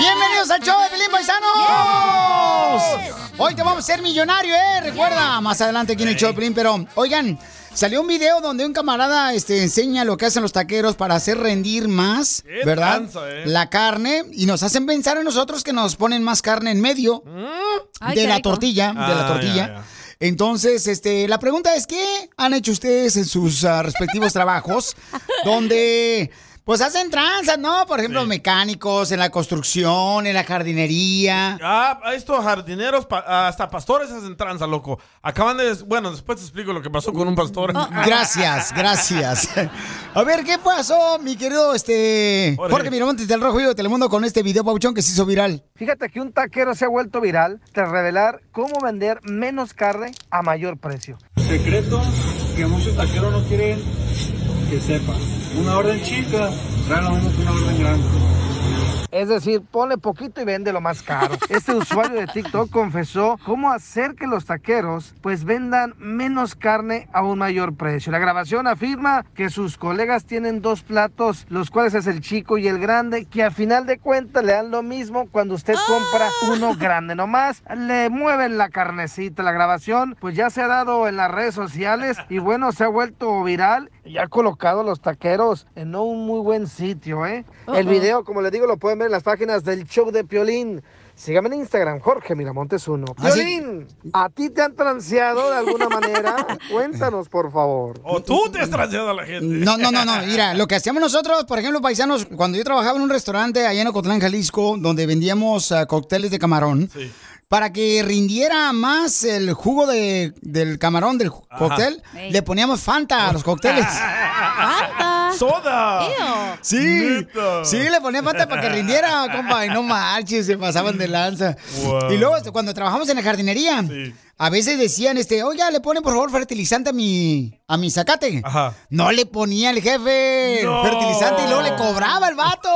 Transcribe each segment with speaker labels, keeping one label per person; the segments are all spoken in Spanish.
Speaker 1: Bienvenidos al show de Pelín Paisanos. Hoy te vamos a ser millonario, ¿eh? Recuerda, más adelante aquí en el show de Pelín, pero oigan, salió un video donde un camarada este, enseña lo que hacen los taqueros para hacer rendir más,
Speaker 2: Qué
Speaker 1: ¿verdad?
Speaker 2: tranza, ¿eh?
Speaker 1: La carne y nos hacen pensar a nosotros que nos ponen más carne en medio
Speaker 2: Ay,
Speaker 1: de
Speaker 2: qué
Speaker 1: la
Speaker 2: rico.
Speaker 1: tortilla, de la
Speaker 2: Mm. Ah,
Speaker 1: tortilla.
Speaker 2: ya, ya.
Speaker 1: Entonces, este, la pregunta es qué han hecho ustedes en sus ah, respectivos trabajos, donde pues hacen tranzas, ¿no? Por ejemplo, mecánicos en la construcción, en la jardinería.
Speaker 2: Ah, estos jardineros, pa- hasta pastores hacen tranza, loco. Acaban de. des- Bueno, después te explico lo que pasó con un pastor.
Speaker 1: ah. Gracias, gracias. A ver, ¿qué pasó, mi querido este
Speaker 2: Jorge.
Speaker 1: Jorge Miramontes del Rojo Vivo de Telemundo con este video pauchón que se hizo viral?
Speaker 3: Fíjate que un taquero se ha vuelto viral tras revelar cómo vender menos carne a mayor precio.
Speaker 4: secreto que muchos taqueros no quieren que sepan. Una orden chica trae lo mismo que una orden grande.
Speaker 3: Es decir, ponle poquito y vende lo más caro. Este usuario de TikTok confesó cómo hacer que los taqueros pues vendan menos carne a un mayor precio. La grabación afirma que sus colegas tienen dos platos, los cuales es el chico y el grande, que a final de cuentas le dan lo mismo cuando usted compra uno grande nomás. Le mueven la carnecita. La grabación pues ya se ha dado en las redes sociales y bueno, se ha vuelto viral y ha colocado a los taqueros en no un muy buen sitio, ¿eh? El
Speaker 5: Uh-oh.
Speaker 3: video, como les digo, lo pueden ver en las páginas del show de Piolín. Sígame en Instagram, Jorge Miramontes 1.
Speaker 5: Ah, sí.
Speaker 3: Piolín, ¿a ti te han transeado de alguna manera? Cuéntanos, por favor.
Speaker 2: O tú te has transeado a la gente.
Speaker 1: No, no, no, no. Mira, lo que hacíamos nosotros, por ejemplo, paisanos, cuando yo trabajaba en un restaurante allá en Ocotlán, Jalisco, donde vendíamos ah, cócteles de camarón, para que rindiera más el jugo de- del camarón del ju-
Speaker 2: Ajá.
Speaker 1: cóctel,
Speaker 2: Ey.
Speaker 1: le poníamos Fanta a los cócteles.
Speaker 2: ¡Soda!
Speaker 1: Ah, Sí,
Speaker 2: Neta.
Speaker 1: sí, le ponía Fanta para que rindiera, compa, y no marches, se pasaban de lanza.
Speaker 5: Wow.
Speaker 1: Y luego, este, cuando trabajamos en la jardinería, a veces decían, este, oiga, le pone por favor fertilizante a mi, a mi zacate. No le ponía el jefe
Speaker 5: No.
Speaker 1: fertilizante y luego le cobraba el vato,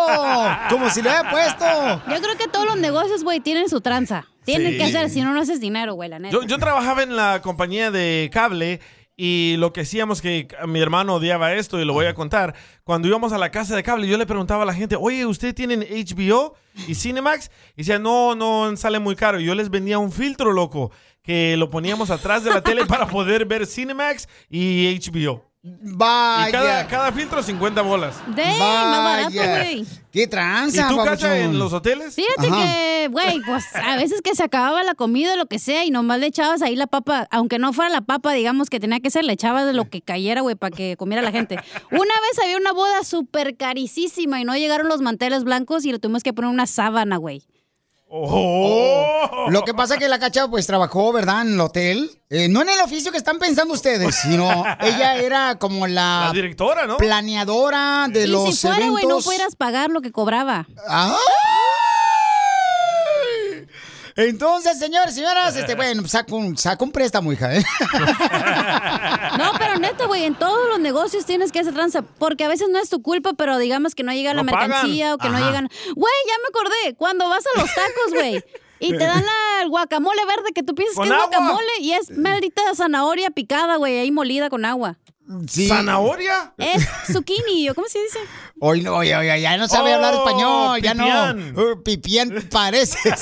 Speaker 1: como si lo había puesto.
Speaker 6: Yo creo que todos los negocios, güey, tienen su tranza. Tienen
Speaker 2: Sí.
Speaker 6: que hacer, si no, no haces dinero, güey, la neta.
Speaker 2: Yo, yo trabajaba en la compañía de cable y lo que hacíamos que c- mi hermano odiaba esto y lo voy a contar. Cuando íbamos a la casa de cable, yo le preguntaba a la gente, oye, ¿ustedes tienen HBO y Cinemax? Y decía, no, no, sale muy caro. Y yo les vendía un filtro, loco, que lo poníamos atrás de la tele para poder ver Cinemax y HBO.
Speaker 1: Vaya.
Speaker 2: Y cada, cada filtro 50 bolas.
Speaker 6: Dang, más barato,
Speaker 1: Vaya.
Speaker 6: güey.
Speaker 1: ¿Qué tranza,
Speaker 2: ¿Y tú, Cacha,
Speaker 1: papuchón?
Speaker 2: en los hoteles?
Speaker 6: Fíjate que, güey, pues a veces que se acababa la comida o lo que sea y nomás le echabas ahí la papa, aunque no fuera la papa, digamos que tenía que ser, le echabas de lo que cayera, güey, para que comiera la gente. Una vez había una boda súper caricísima y no llegaron los manteles blancos y le tuvimos que poner una sábana, güey.
Speaker 1: Oh. Lo que pasa es que la cacha pues trabajó, ¿verdad? En el hotel. Eh, no en el oficio que están pensando ustedes, sino ella era como la...
Speaker 2: La directora, ¿no?
Speaker 1: Planeadora de
Speaker 6: y
Speaker 1: los
Speaker 6: si fuera, güey, no
Speaker 1: eventos.
Speaker 6: pudieras pagar lo que cobraba.
Speaker 1: ¡Ay! Entonces, señores, señoras, este, bueno, saca un, saca un préstamo, hija, ¿eh?
Speaker 6: No, pero neta, güey, en todos los negocios tienes que hacer tranza, porque a veces no es tu culpa, pero digamos que no llega la
Speaker 5: No pagan.
Speaker 6: mercancía o que no
Speaker 5: Ajá.
Speaker 6: llegan. Güey, ya me acordé, cuando vas a los tacos, güey. Y te dan la- el guacamole verde que tú piensas
Speaker 2: Con
Speaker 6: que es
Speaker 2: agua.
Speaker 6: guacamole y es maldita zanahoria picada, güey, ahí molida con agua.
Speaker 1: Sí.
Speaker 2: ¿Zanahoria?
Speaker 6: Es zucchini, ¿o cómo se dice?
Speaker 1: Hoy no, oye, oye, ya no sabe
Speaker 6: Oh,
Speaker 1: hablar español, ya
Speaker 6: pipián.
Speaker 1: no. Uh, pipián pareces.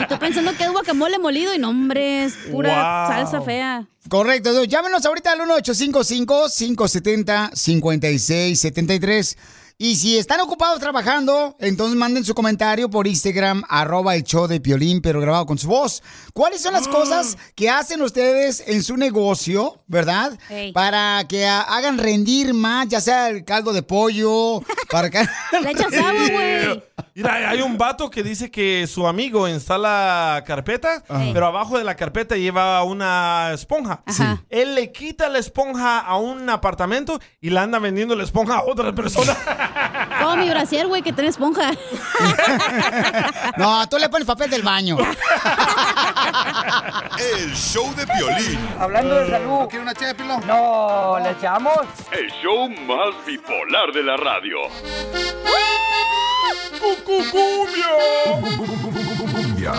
Speaker 6: Y tú pensando que es guacamole molido y no, hombre, es pura
Speaker 1: Wow.
Speaker 6: salsa fea.
Speaker 1: Correcto, entonces, llámenos ahorita al 1855 570 5673 Y si están ocupados trabajando, entonces manden su comentario por Instagram, arroba el show de Piolín, pero grabado con su voz. ¿Cuáles son las cosas que hacen ustedes en su negocio, verdad?
Speaker 7: Ey.
Speaker 1: Para que ah, hagan rendir más, ya sea el caldo de pollo, para que...
Speaker 6: Le echas agua, güey.
Speaker 2: Mira, hay un vato que dice que su amigo instala carpeta,
Speaker 1: Ajá.
Speaker 2: pero abajo de la carpeta lleva una esponja.
Speaker 6: Ajá.
Speaker 2: Él le quita la esponja a un apartamento y la anda vendiendo la esponja a otra persona.
Speaker 6: Como mi brasier, güey, que tiene esponja.
Speaker 1: No, tú le pones papel del baño.
Speaker 8: El show de violín.
Speaker 9: Hablando de salud. ¿Quiere una chépilo? No, ¿le echamos?
Speaker 10: El show más bipolar de la radio.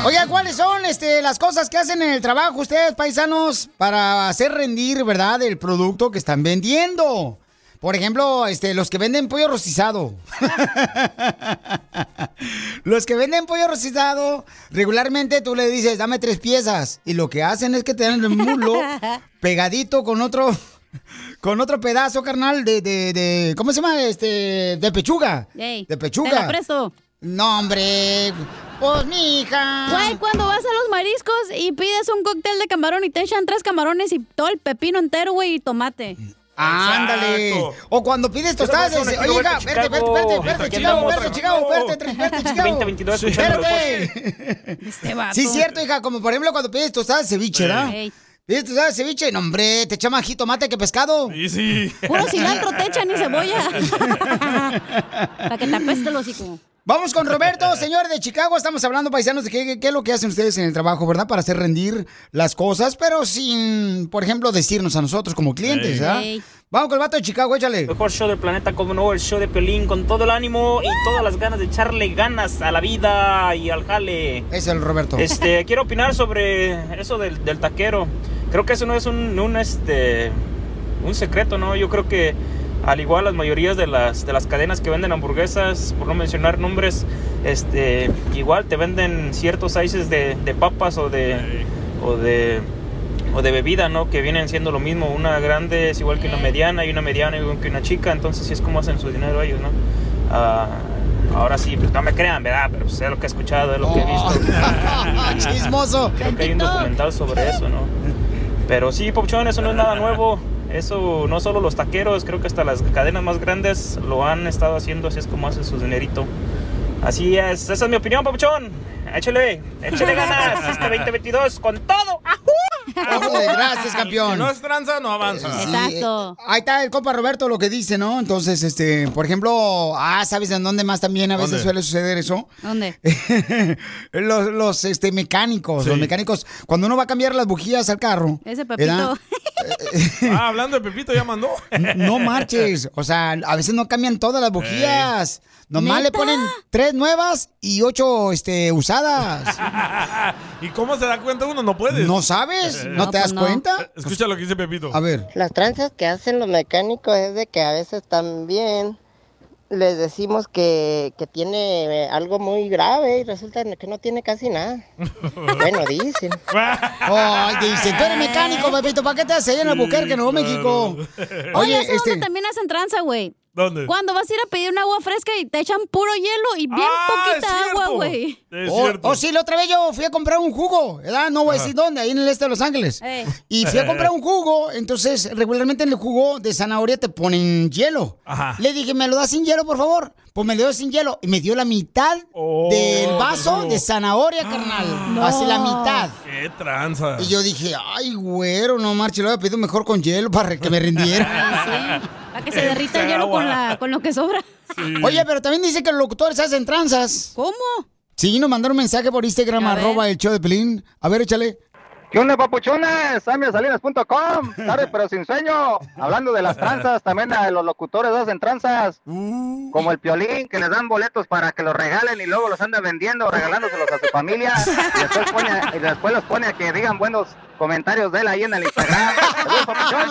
Speaker 1: Oiga, ¿cuáles son este, las cosas que hacen en el trabajo ustedes, paisanos, para hacer rendir, verdad, el producto que están vendiendo? Por ejemplo, este, los que venden pollo rostizado. los que venden pollo rostizado, regularmente tú le dices, dame tres piezas. Y lo que hacen es que te dan el muslo pegadito con otro, con otro pedazo, carnal, de, de, de- ¿cómo se llama? Este, de pechuga.
Speaker 6: Ey,
Speaker 1: de pechuga.
Speaker 6: Te la presto.
Speaker 1: No, hombre. Pues, mija.
Speaker 6: Güey, cuando vas a los mariscos y pides un cóctel de camarón y te echan tres camarones y todo el pepino entero, güey, y tomate.
Speaker 1: Ándale.
Speaker 6: Exacto.
Speaker 1: O cuando pides tostadas,
Speaker 6: Quiero
Speaker 1: dices,
Speaker 6: ver
Speaker 1: oye,
Speaker 6: una
Speaker 1: hija,
Speaker 6: Chicago,
Speaker 1: verte, verte, verte,
Speaker 6: verte,
Speaker 1: verte,
Speaker 6: Chicago,
Speaker 1: Chicago, verte,
Speaker 6: verte,
Speaker 1: Chicago,
Speaker 6: Chicago.
Speaker 1: verte, tres, verte, Chicago.
Speaker 11: 2022
Speaker 1: Sí.
Speaker 11: escuchando
Speaker 1: Espérate.
Speaker 6: Este vato.
Speaker 1: Sí, cierto, hija, como por ejemplo cuando pides tostadas de ceviche, ¿verdad?
Speaker 6: Ey.
Speaker 1: Pides tostadas de ceviche, no, hombre, te echa más jitomate que pescado.
Speaker 2: Sí, sí.
Speaker 6: Puro cilantro, te echan y cebolla. Para que te apeste el hocico.
Speaker 1: Vamos con Roberto, señor de Chicago. Estamos hablando, paisanos, de qué, qué- qué es lo que hacen ustedes en el trabajo, ¿verdad? Para hacer rendir las cosas, pero sin, por ejemplo, decirnos a nosotros como clientes,
Speaker 12: Ey.
Speaker 1: ¿verdad?
Speaker 12: Ey.
Speaker 1: Vamos con el vato de Chicago, échale.
Speaker 12: Mejor show del planeta, como no, el show de Piolín con todo el ánimo y todas las ganas de echarle ganas a la vida y al jale.
Speaker 1: Es el Roberto.
Speaker 12: Este, quiero opinar sobre eso del, del taquero. Creo que eso no es un, un, este, un secreto, ¿no? Yo creo que al igual las mayorías de las, de las cadenas que venden hamburguesas, por no mencionar nombres, este, igual te venden ciertos sizes de, de papas o de, o de o de bebida, ¿no? Que vienen siendo lo mismo. Una grande es igual que una mediana y una mediana igual que una chica. Entonces, sí es como hacen su dinero ellos, ¿no? Ah, ahora sí, pues no me crean, ¿verdad? Pero pues, es lo que he escuchado, es lo que he visto.
Speaker 1: Chismoso.
Speaker 12: Creo que hay un documental sobre eso, ¿no? Pero sí, Popchón, eso no es nada nuevo. Eso no solo los taqueros, creo que hasta las cadenas más grandes lo han estado haciendo. Así es como hacen su dinerito. Así es, esa es mi opinión, Popchón. Échale, échale ganas este 2022 con todo.
Speaker 1: Gracias,
Speaker 2: Si
Speaker 1: campeón.
Speaker 2: no es tranza, no avanza.
Speaker 1: Sí, eh, ahí está el compa Roberto lo que dice, ¿no? Entonces, este, por ejemplo, ah, ¿sabes en dónde más también a veces
Speaker 6: ¿Dónde?
Speaker 1: suele suceder eso?
Speaker 6: ¿Dónde?
Speaker 1: los los este, mecánicos, los mecánicos, cuando uno va a cambiar las bujías al carro.
Speaker 6: Ese
Speaker 1: ¿verdad?
Speaker 6: pepito.
Speaker 2: Ah, hablando de Pepito, ya mandó.
Speaker 1: No marches, o sea, a veces no cambian todas las bujías. Nomás le
Speaker 2: ¿Neta?
Speaker 1: ponen tres nuevas y ocho este, usadas.
Speaker 2: ¿Y cómo se da cuenta uno? No puedes. Eh.
Speaker 1: No sabes, no te das cuenta.
Speaker 2: Escucha lo que dice Pepito.
Speaker 1: A ver.
Speaker 5: Las tranzas que hacen los mecánicos es de que a veces también les decimos que, que tiene eh, algo muy grave y resulta que no tiene casi nada. Bueno, dicen.
Speaker 1: Ay, dicen, tú eres mecánico, Pepito, ¿para qué te haces ahí en Albuquerque, Nuevo México?
Speaker 6: Oye,
Speaker 1: Oye,
Speaker 6: ¿sabes
Speaker 1: este,
Speaker 6: dónde también hacen tranza, güey?
Speaker 2: ¿Dónde?
Speaker 6: Cuando vas a ir a pedir un agua fresca y te echan puro hielo y bien poquita agua, güey.
Speaker 1: Oh, oh, sí, la otra vez yo fui a comprar un jugo, ¿verdad? No voy a
Speaker 6: Ajá.
Speaker 1: decir dónde, ahí en el este de Los Ángeles.
Speaker 6: Ey.
Speaker 1: Y fui a comprar un jugo, entonces regularmente en el jugo de zanahoria te ponen hielo.
Speaker 2: Ajá.
Speaker 1: Le dije, ¿me lo das sin hielo, por favor? Pues me lo dio sin hielo y me dio la mitad
Speaker 5: Oh.
Speaker 1: Oh, del vaso de zanahoria, carnal. Así la mitad.
Speaker 2: ¡Qué tranza!
Speaker 1: Y yo dije, ay, güero, no marche, lo había pedido mejor con hielo para que me rindiera.
Speaker 6: Para que se derrita el hielo con, la, con lo que sobra.
Speaker 1: Oye, pero también dice que los locutores hacen tranzas.
Speaker 6: ¿Cómo?
Speaker 1: Sí, nos mandaron un mensaje por Instagram,
Speaker 13: A ver.
Speaker 1: arroba el show de Pelín. A ver, échale.
Speaker 13: ¿Qué onda, papuchones? Salinas.com, tarde pero sin sueño. Hablando de las tranzas, también a los locutores hacen tranzas.
Speaker 1: Uh.
Speaker 13: Como el piolín, que les dan boletos para que los regalen y luego los andan vendiendo, regalándoselos a su familia. Y después, pone a- y después los pone a que digan buenos comentarios de él ahí en el Instagram. Saludos, papuchón.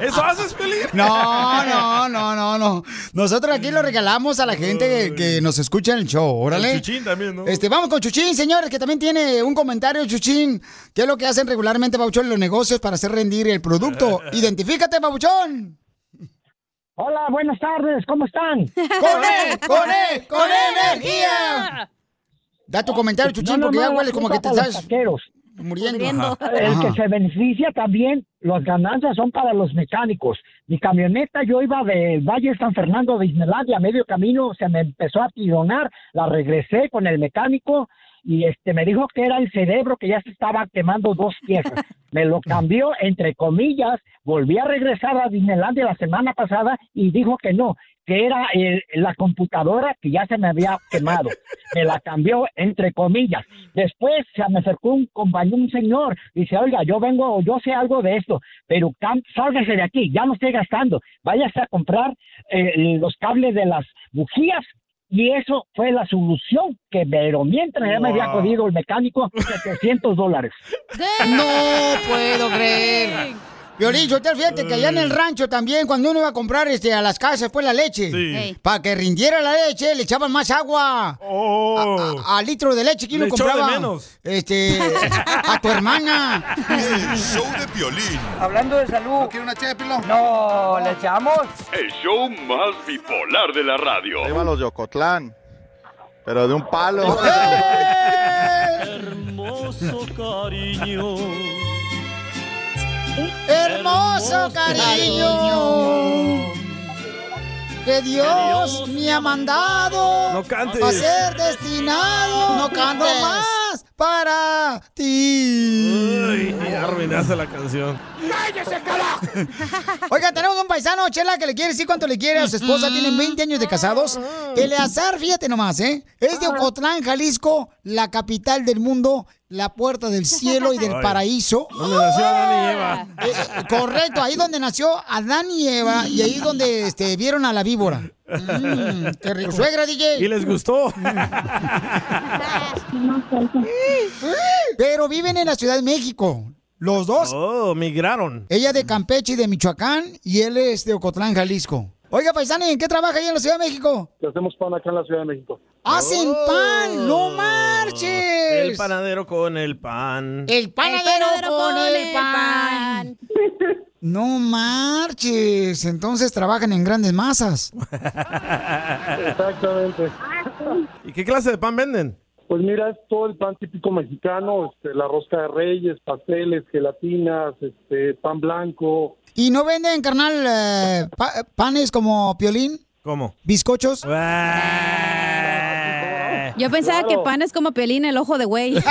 Speaker 2: ¿Eso haces, Pelín?
Speaker 1: No, no, no, no, no. Nosotros aquí lo regalamos a la gente que, que nos escucha en el show, órale.
Speaker 2: El Chuchín también, ¿no?
Speaker 1: Este, vamos con Chuchín, señores, que también tiene un comentario, Chuchín. ¿Qué es lo que hacen regularmente, Pabuchón, en los negocios para hacer rendir el producto? Identifícate, Pabuchón.
Speaker 13: Hola, buenas tardes, ¿cómo están?
Speaker 1: ¡Con él, con él, con E, energía! Da tu comentario, Chuchín, porque ya
Speaker 13: nomás
Speaker 1: hueles
Speaker 13: la
Speaker 1: como que te
Speaker 13: culpa para
Speaker 1: estás
Speaker 13: los taqueros.
Speaker 1: muriendo.
Speaker 13: El que
Speaker 1: Ajá.
Speaker 13: se beneficia también, las ganancias son para los mecánicos. Mi camioneta, yo iba del Valle de San Fernando a Disneylandia, a medio camino se me empezó a tironar, la regresé con el mecánico y este me dijo que era el cerebro que ya se estaba quemando dos piezas. Me lo cambió, entre comillas, volví a regresar a Disneylandia la semana pasada y dijo que no, que era el- la computadora que ya se me había quemado. Me la cambió, entre comillas. Después se me acercó un compañero, un señor, dice, oiga, yo vengo, yo sé algo de esto, pero cam- sálgase de aquí, ya no esté gastando, váyase a comprar eh, los cables de las bujías. Y eso fue la solución que, pero mientras ya me había
Speaker 4: Wow.
Speaker 13: jodido el mecánico, 700 dólares.
Speaker 1: No puedo creer. Violín, yo te fíjate que allá en el rancho también, cuando uno iba a comprar este, a las casas, pues la leche.
Speaker 4: Sí.
Speaker 1: Para que rindiera la leche, le echaban más agua. A- a- Al litro de leche que uno
Speaker 4: Oh. Le echó de
Speaker 1: compraba.
Speaker 4: menos.
Speaker 14: Eh,
Speaker 1: Este, a tu hermana.
Speaker 15: El show de violín.
Speaker 9: Hablando de salud. ¿No quiere una ché, Pilón? No, ¿le echamos?
Speaker 10: El show más bipolar de la radio.
Speaker 14: Arriba los de Ocotlán, pero de un palo.
Speaker 2: ¡Eh!
Speaker 4: Hermoso cariño.
Speaker 1: Hermoso cariño que Dios me ha mandado
Speaker 4: No cantes.
Speaker 1: a ser destinado
Speaker 4: No cantes.
Speaker 1: más para ti.
Speaker 2: Y arruinaste la canción.
Speaker 1: Oiga, tenemos un paisano, Chela, que le quiere decir cuánto le quiere a su esposa.
Speaker 4: Mm.
Speaker 1: Tienen 20 años de casados. Eleazar, fíjate nomás, ¿eh? Es de Ocotlán, Jalisco, la capital del mundo, la puerta del cielo y del
Speaker 4: Ay.
Speaker 1: paraíso.
Speaker 4: Donde nació Adán y Eva.
Speaker 1: Eh, Correcto, ahí donde nació Adán y Eva y ahí donde este, vieron a la víbora. Mm, qué rico. Suegra, DJ.
Speaker 4: Y les gustó.
Speaker 1: Pero viven en la Ciudad de México. Los dos.
Speaker 2: Oh, migraron.
Speaker 1: Ella de Campeche y de Michoacán y él es de Ocotlán, Jalisco. Oiga, paisano, ¿y ¿en qué trabaja ahí en la Ciudad de México?
Speaker 16: que hacemos pan acá en la Ciudad de México.
Speaker 1: ¡Hacen
Speaker 2: Oh.
Speaker 1: pan! ¡No marches!
Speaker 2: El panadero con el pan.
Speaker 1: El panadero con el pan. No marches. Entonces trabajan en grandes masas.
Speaker 16: Exactamente.
Speaker 2: ¿Y qué clase de pan venden?
Speaker 16: Pues mira, es todo el pan típico mexicano, este, la rosca de reyes, pasteles, gelatinas, este, pan blanco.
Speaker 1: ¿Y no venden, carnal, eh, pa- panes como piolín?
Speaker 2: ¿Cómo? Ah.
Speaker 1: ¿Bizcochos?
Speaker 6: Yo pensaba que pan es como pelín el ojo de güey.
Speaker 1: Yo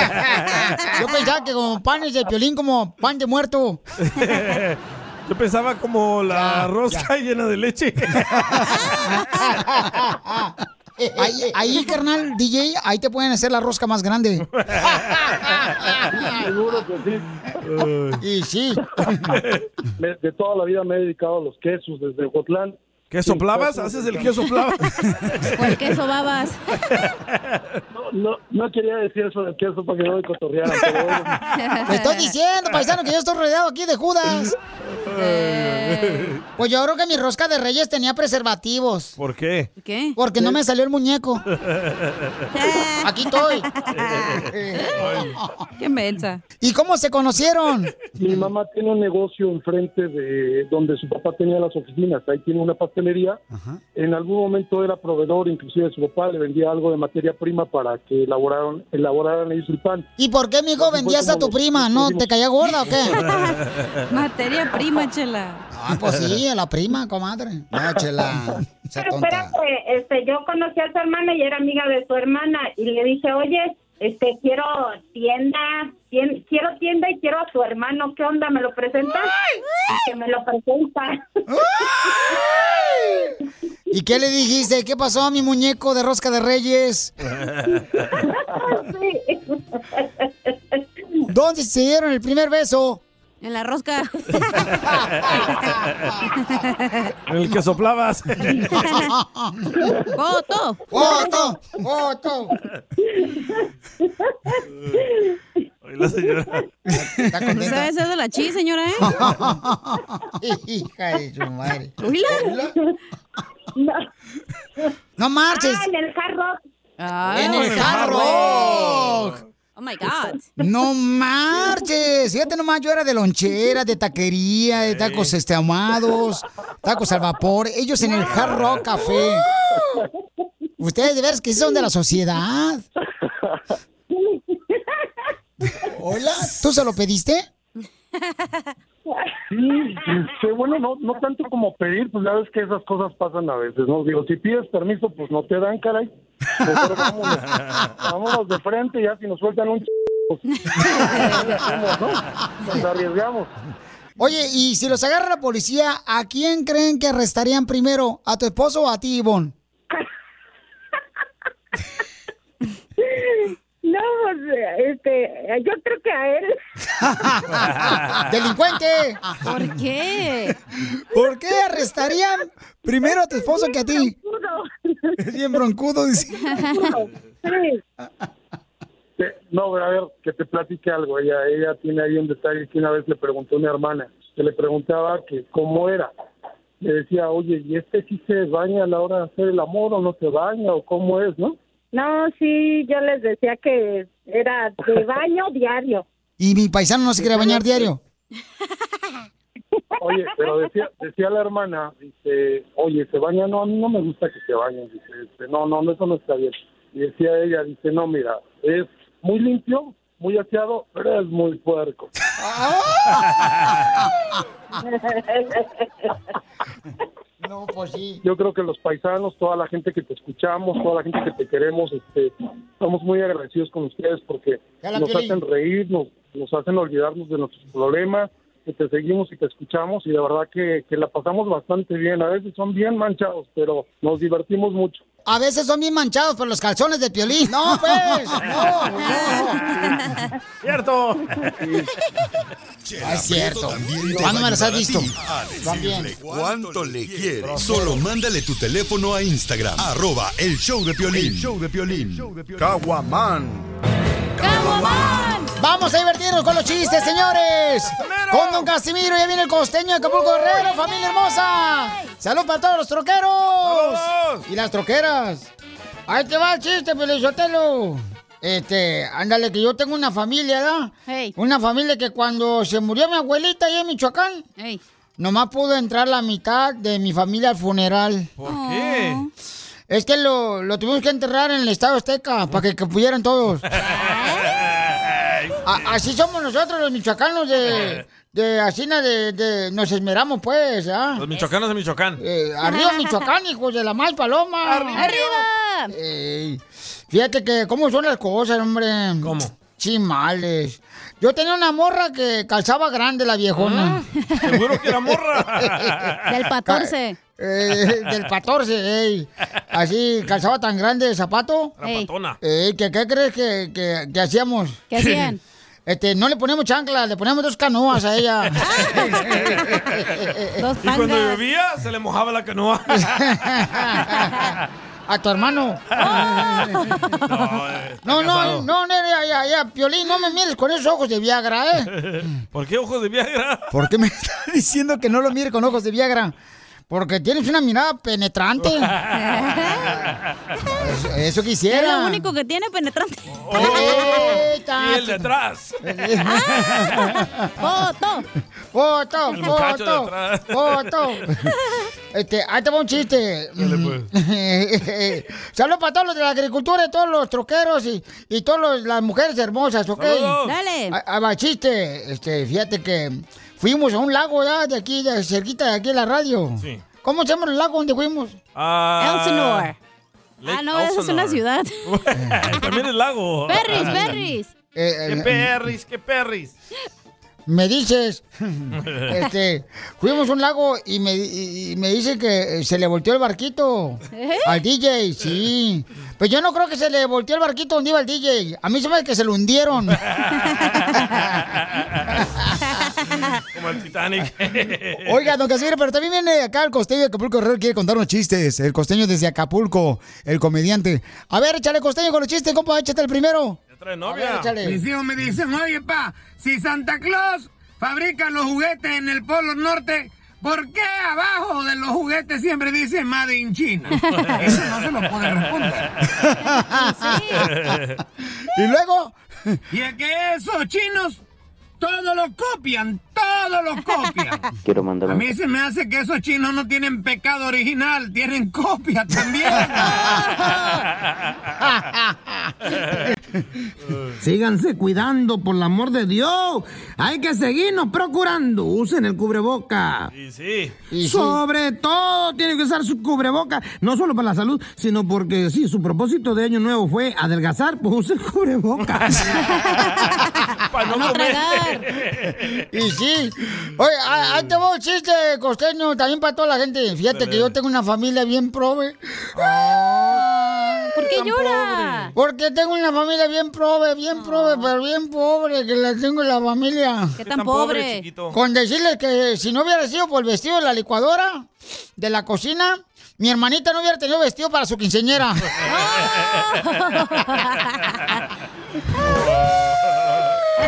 Speaker 1: pensaba que como panes de piolín, como pan de muerto.
Speaker 2: Yo pensaba como la rosca llena de leche.
Speaker 1: Ahí, ahí, carnal, DJ, ahí te pueden hacer la rosca más grande.
Speaker 16: Seguro que sí.
Speaker 1: Y sí.
Speaker 16: Me- de toda la vida me he dedicado a los quesos desde Ocotlán.
Speaker 2: ¿Queso
Speaker 16: Sí,
Speaker 2: plavas?
Speaker 16: quesos
Speaker 2: ¿Haces el
Speaker 16: mexicanos.
Speaker 2: queso plavas?
Speaker 6: O el queso babas.
Speaker 16: No, no, no quería decir eso del queso para que no me cotorrearan. pero bueno.
Speaker 1: Te estoy diciendo, paisano, que yo estoy rodeado aquí de Judas. Pues yo creo que mi rosca de reyes tenía preservativos.
Speaker 2: ¿Por qué?
Speaker 1: ¿Qué? Porque no me salió el muñeco. Aquí estoy.
Speaker 6: Qué mensa.
Speaker 1: ¿Y cómo se conocieron?
Speaker 16: Mi mamá tiene un negocio enfrente de donde su papá tenía las oficinas. Ahí tiene una pastelería. En algún momento era proveedor, inclusive su papá le vendía algo de materia prima para que elaboraron, elaboraran ellos el pan.
Speaker 1: ¿Y por qué,
Speaker 6: Pues,
Speaker 1: mijo, vendías a tu prima? ¿No te caía gorda o qué?
Speaker 6: Materia prima, chela.
Speaker 1: Ah, pues sí, a la prima, comadre. No, chela. sea
Speaker 17: Pero
Speaker 1: tonta.
Speaker 17: espérate, este, yo conocí a su hermana y era amiga de su hermana y le dije, oye, este, quiero tienda, tien- quiero tienda y quiero a tu hermano, ¿qué onda? ¿Me lo presentas? Que me lo presenta.
Speaker 1: ¿Y qué le dijiste? ¿Qué pasó a mi muñeco de rosca de reyes? ¿Dónde se dieron el primer beso?
Speaker 6: En la rosca.
Speaker 2: En el que soplabas.
Speaker 6: ¡Foto!
Speaker 1: ¡Foto! ¡Foto!
Speaker 2: Ay, la señora.
Speaker 6: ¿No sabes eso Pues de la chi, señora, eh?
Speaker 1: Hija de su madre.
Speaker 17: No.
Speaker 1: No marches.
Speaker 17: Ah, en el hard rock.
Speaker 1: en el Hard Rock.
Speaker 6: Oh my God.
Speaker 1: No marches. Fíjate nomás, yo era de lonchera, de taquería, de tacos este, ahumados, tacos al vapor. Ellos en el Hard Rock Café. Ustedes de veras que sí son de la sociedad. Hola, ¿tú se lo pediste?
Speaker 16: Sí, este, bueno, no, no tanto como pedir, pues ya ves que esas cosas pasan a veces, ¿no? Digo, si pides permiso, pues no te dan, caray. Pues ahora vámonos, vámonos de frente, ya si nos sueltan un ch... pues, ¿cómo, no? Nos arriesgamos.
Speaker 1: Oye, y si los agarra la policía, ¿a quién creen que arrestarían primero? ¿A tu esposo o a ti, Ivonne?
Speaker 17: No, pues, este, yo creo que a él.
Speaker 1: ¡Delincuente!
Speaker 6: ¿Por qué?
Speaker 1: ¿Por qué arrestarían primero a tu esposo que a ti? Es bien broncudo, dice.
Speaker 16: Te- No, pero a ver, que te platique algo. Ella, ella tiene ahí un detalle que una vez le preguntó a una hermana, que le preguntaba que cómo era. Le decía, oye, ¿y este sí se baña a la hora de hacer el amor o no se baña o cómo es, no?
Speaker 17: No, sí, yo les decía que era de baño diario.
Speaker 1: ¿Y mi paisano no se quiere bañar diario?
Speaker 16: Oye, pero decía, decía la hermana, dice, oye, se baña, no, a mí no me gusta que se bañen, dice, este, no, no, no, eso no está bien. Y decía ella, dice, no, mira, es muy limpio, muy aseado, pero es muy puerco.
Speaker 1: No, pues sí.
Speaker 16: Yo creo que los paisanos, toda la gente que te escuchamos, toda la gente que te queremos, este, estamos muy agradecidos con ustedes porque
Speaker 1: Jala,
Speaker 16: nos
Speaker 1: Piolín.
Speaker 16: hacen reír, nos, nos hacen olvidarnos de nuestros problemas, que te seguimos y te escuchamos y de verdad que, que la pasamos bastante bien. A veces son bien manchados, pero nos divertimos mucho.
Speaker 1: A veces son bien manchados por los calzones de piolín. No, pues, no,
Speaker 2: Cierto.
Speaker 1: Ah, es cierto.
Speaker 15: También te
Speaker 1: ¿Cuándo
Speaker 15: va
Speaker 1: me
Speaker 15: a
Speaker 1: las
Speaker 15: ayudar
Speaker 1: has
Speaker 15: a
Speaker 1: visto?
Speaker 15: ti a
Speaker 1: También.
Speaker 15: decirle cuánto le quieres. Solo mándale tu teléfono a Instagram. Arroba el show de Piolín. show de Piolín. Caguaman.
Speaker 1: Vamos a divertirnos con los chistes, señores. Con Don Casimiro, ya viene el costeño de Acapulco Guerrero, familia hermosa. Salud para todos los troqueros. Y las troqueras. Ahí te va el chiste, Pelizotelo. Este, ándale, que yo tengo una familia, ¿verdad? Una familia que cuando se murió mi abuelita allá en Michoacán, nomás pudo entrar la mitad de mi familia al funeral.
Speaker 2: ¿Por qué?
Speaker 1: Es que lo, lo tuvimos que enterrar en el estado Azteca para que, que pudieran todos. A- así somos nosotros los michoacanos de, de Asina, de, de- nos esmeramos pues, ¿ah?
Speaker 2: Los michoacanos de Michoacán.
Speaker 1: Arriba Michoacán, hijos de la mal paloma.
Speaker 2: Arriba.
Speaker 1: Arriba. fíjate que cómo son las cosas, hombre. ¿Cómo? Chimales. Yo tenía una morra que calzaba grande la viejona.
Speaker 2: Seguro que era morra.
Speaker 4: Ah,
Speaker 1: Del 14. Eh, del 14, ey. Así, calzaba tan grande el zapato.
Speaker 2: Era patona.
Speaker 1: Ey, ¿qué, qué crees que, que- que hacíamos?
Speaker 6: ¿Qué hacían?
Speaker 1: Este, no le poníamos chancla, le poníamos dos canoas a ella.
Speaker 2: y cuando llovía, se le mojaba la canoa.
Speaker 1: a tu hermano.
Speaker 2: Ah,
Speaker 1: No, no, no, no, ya, ya, ya, Piolín, no me mires con esos ojos de Viagra, ¿eh?
Speaker 2: ¿Por qué ojos de Viagra?
Speaker 1: ¿Por qué me estás diciendo que no lo mire con ojos de Viagra? Porque tienes una mirada penetrante. Eso, eso
Speaker 6: Es lo
Speaker 1: quisiera.
Speaker 6: único que tiene penetrante.
Speaker 1: Y el de
Speaker 2: atrás.
Speaker 6: ¡Foto!
Speaker 1: ¡Foto!
Speaker 6: El muchacho de
Speaker 1: ¡Foto!
Speaker 6: atrás.
Speaker 1: ¡Foto! Este, ahí te va un chiste. Saludos para todos los de la agricultura y todos los troqueros y, y todas las mujeres hermosas, ¿ok?
Speaker 4: Saludos.
Speaker 6: Dale.
Speaker 1: Ah, va, chiste. Este, fíjate que fuimos a un lago ya de aquí, de cerquita de aquí de la radio.
Speaker 2: Sí.
Speaker 1: ¿Cómo se llama el lago donde fuimos?
Speaker 2: Ah,
Speaker 1: Elsinore.
Speaker 2: Lake
Speaker 6: Ah, no, esa es una
Speaker 2: Elsinore.
Speaker 6: ciudad.
Speaker 2: También el lago.
Speaker 6: Perris, perris.
Speaker 1: Eh,
Speaker 2: ¡Qué Oh, perris, qué perris!
Speaker 1: me dices, este, fuimos a un lago y me, y- y me dice que eh, se le volteó el barquito
Speaker 4: ¿Eh?
Speaker 1: al DJ, sí. Pero yo no creo que se le volteó el barquito donde iba el DJ. A mí se me hace que se lo hundieron. Ah,
Speaker 2: Como el Titanic.
Speaker 1: Oiga, don Casimiro, pero también viene acá el costeño de Acapulco Herrero, quiere contarnos chistes. El costeño desde Acapulco, el comediante. A ver, échale costeño con los chistes, compa, échate el primero.
Speaker 2: Trae
Speaker 1: A ver, échale.
Speaker 9: Mis hijos me dicen, oye, pa, si Santa Claus fabrica los juguetes en el Polo Norte,
Speaker 11: ¿Por qué abajo de los juguetes siempre dice Made in China? Eso no se lo puede responder.
Speaker 1: Y luego,
Speaker 11: Y es que esos chinos todo lo copian, todo lo copian.
Speaker 4: Quiero mandar
Speaker 11: A
Speaker 4: un...
Speaker 11: mí se me hace que esos chinos no tienen pecado original, tienen copia también. Síganse cuidando, por el amor de Dios. Hay que seguirnos procurando. Usen el cubreboca.
Speaker 2: Y sí.
Speaker 11: Sobre todo tienen que usar su cubreboca, no solo para la salud, sino porque si su propósito de año nuevo fue adelgazar, pues usen cubreboca.
Speaker 2: Para no, comer.
Speaker 1: Y sí. Oye, a- ahí te va un chiste costeño también para toda la gente. Fíjate que yo tengo una familia bien prove. ¿Por
Speaker 6: Ah, qué tan llora? Ah.
Speaker 1: Porque tengo una familia bien prove, bien prove, pero bien pobre, que la tengo en la familia.
Speaker 6: ¿Qué tan Tan pobre, pobre? chiquito.
Speaker 1: Con decirles que si no hubiera sido por el vestido de la licuadora, de la cocina, mi hermanita no hubiera tenido vestido para su quinceñera.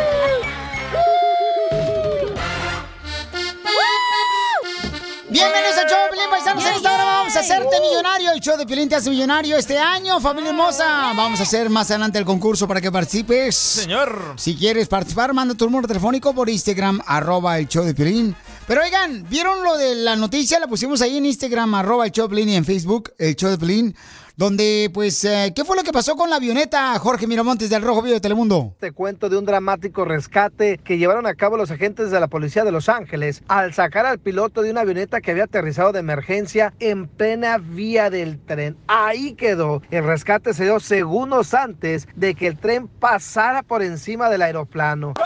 Speaker 1: Bienvenidos al show de Pilín Paisanos en Instagram. Vamos a hacerte millonario. El show de Pilín te hace millonario este año, familia hermosa. Vamos a hacer más adelante el concurso para que participes.
Speaker 2: Señor.
Speaker 1: Si quieres participar, manda tu número telefónico por Instagram, arroba el show de Pilín. Pero oigan, ¿vieron lo de la noticia? La pusimos ahí en Instagram, arroba el show de Pilín y en Facebook, el show de Pilín. Donde, pues, eh, ¿qué fue lo que pasó con la avioneta, Jorge Miramontes del Rojo Vivo de Telemundo?
Speaker 3: Te cuento de un dramático rescate que llevaron a cabo los agentes de la policía de Los Ángeles al sacar al piloto de una avioneta que había aterrizado de emergencia en plena vía del tren. Ahí quedó. El rescate se dio segundos antes de que el tren pasara por encima del aeroplano.
Speaker 2: ¡Ah!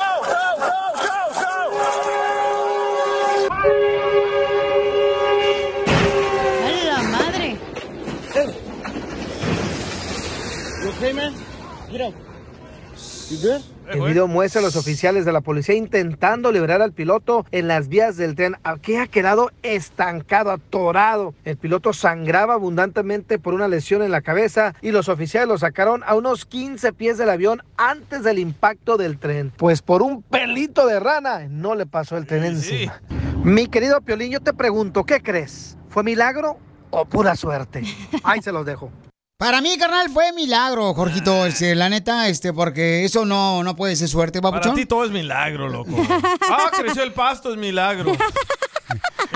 Speaker 6: ¡A la madre!
Speaker 3: El video muestra a los oficiales de la policía intentando liberar al piloto en las vías del tren, a- que ha quedado estancado, atorado. El piloto sangraba abundantemente por una lesión en la cabeza y los oficiales lo sacaron a unos 15 pies del avión antes del impacto del tren. Pues por un pelito de rana no le pasó el tren encima. Mi querido Piolín, yo te pregunto, ¿qué crees? ¿Fue milagro o pura suerte? Ahí se los dejo.
Speaker 1: Para mí, carnal, fue milagro, Jorgito,
Speaker 2: Ah.
Speaker 1: este, la neta, este, porque eso no, no puede ser suerte,
Speaker 2: Para
Speaker 1: papuchón.
Speaker 2: ti todo es milagro, loco. Ah, creció el pasto, es milagro.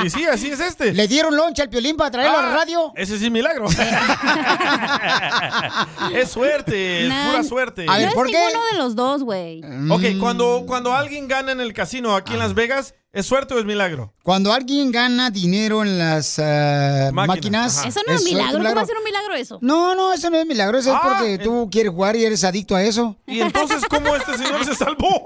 Speaker 2: Y sí, así es este. Ah.
Speaker 1: Le dieron loncha al piolín para traerlo a la radio.
Speaker 2: Ese sí es milagro. es suerte, es pura suerte.
Speaker 6: no es ninguno de los dos, güey.
Speaker 1: Mm.
Speaker 2: Ok, cuando, cuando alguien gana en el casino aquí en
Speaker 1: Ah.
Speaker 2: Las Vegas, ¿es suerte o es milagro?
Speaker 1: Cuando alguien gana dinero en las ah, máquinas.
Speaker 6: Eso no es un milagro, ¿cómo va a ser un milagro eso?
Speaker 1: No, no, eso no es milagro, eso
Speaker 6: Ah,
Speaker 1: es porque tú quieres jugar y eres adicto a eso.
Speaker 2: ¿Y entonces cómo este señor se salvó?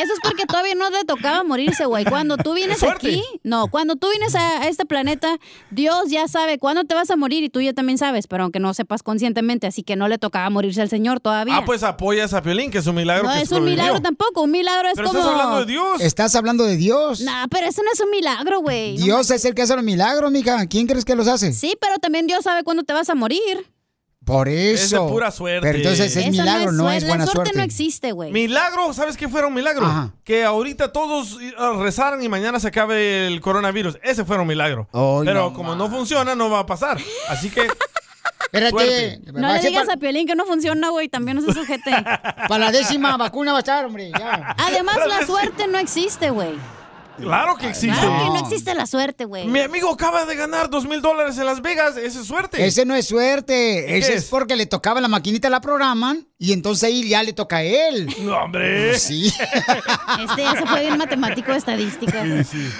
Speaker 6: Eso es porque todavía no le tocaba morirse, güey. Cuando tú vienes
Speaker 2: Suerte.
Speaker 6: aquí, no, cuando tú vienes a, a este planeta, Dios ya sabe cuándo te vas a morir y tú ya también sabes, pero aunque no sepas conscientemente, así que no le tocaba morirse al Señor todavía.
Speaker 2: Ah, pues apoyas a Piolín, que es un milagro
Speaker 6: no
Speaker 2: que
Speaker 6: es un milagro
Speaker 2: sobrevivió.
Speaker 6: tampoco, un milagro es
Speaker 2: Pero
Speaker 6: como...
Speaker 2: estás hablando de Dios.
Speaker 1: Estás hablando de Dios.
Speaker 6: Nah, pero eso no es un milagro, güey. No
Speaker 1: Dios es el que hace los milagros, mija. ¿Quién crees que los hace?
Speaker 6: Sí, pero también Dios sabe cuándo te vas a morir.
Speaker 1: Por eso.
Speaker 2: Es de pura suerte.
Speaker 1: Pero entonces es
Speaker 2: Eso no
Speaker 1: milagro,
Speaker 2: es
Speaker 1: no es,
Speaker 2: suerte, la
Speaker 1: buena
Speaker 6: La suerte
Speaker 1: suerte.
Speaker 6: no existe, güey.
Speaker 2: Milagro, ¿sabes qué fuera un milagro? Que ahorita todos eh, rezaran y mañana se acabe el coronavirus. Ese fuera un milagro. Pero como no funciona, no va a pasar. Así que. suerte.
Speaker 6: No le digas a Piolín que no funciona, güey, también no se sujete.
Speaker 1: Para la décima vacuna va a estar, hombre, ya.
Speaker 6: Además, la suerte no existe, güey.
Speaker 2: Claro que existe.
Speaker 6: Claro que no existe la suerte, güey.
Speaker 2: Mi amigo acaba de ganar dos mil dólares en Las Vegas. Esa es suerte.
Speaker 1: Ese no es suerte,
Speaker 2: Este. ¿Qué
Speaker 1: ese
Speaker 2: es?
Speaker 1: es? porque le tocaba la maquinita, la programan y entonces ahí ya le toca a él.
Speaker 2: No, hombre.
Speaker 1: Sí.
Speaker 6: Este ya se fue bien matemático de estadística.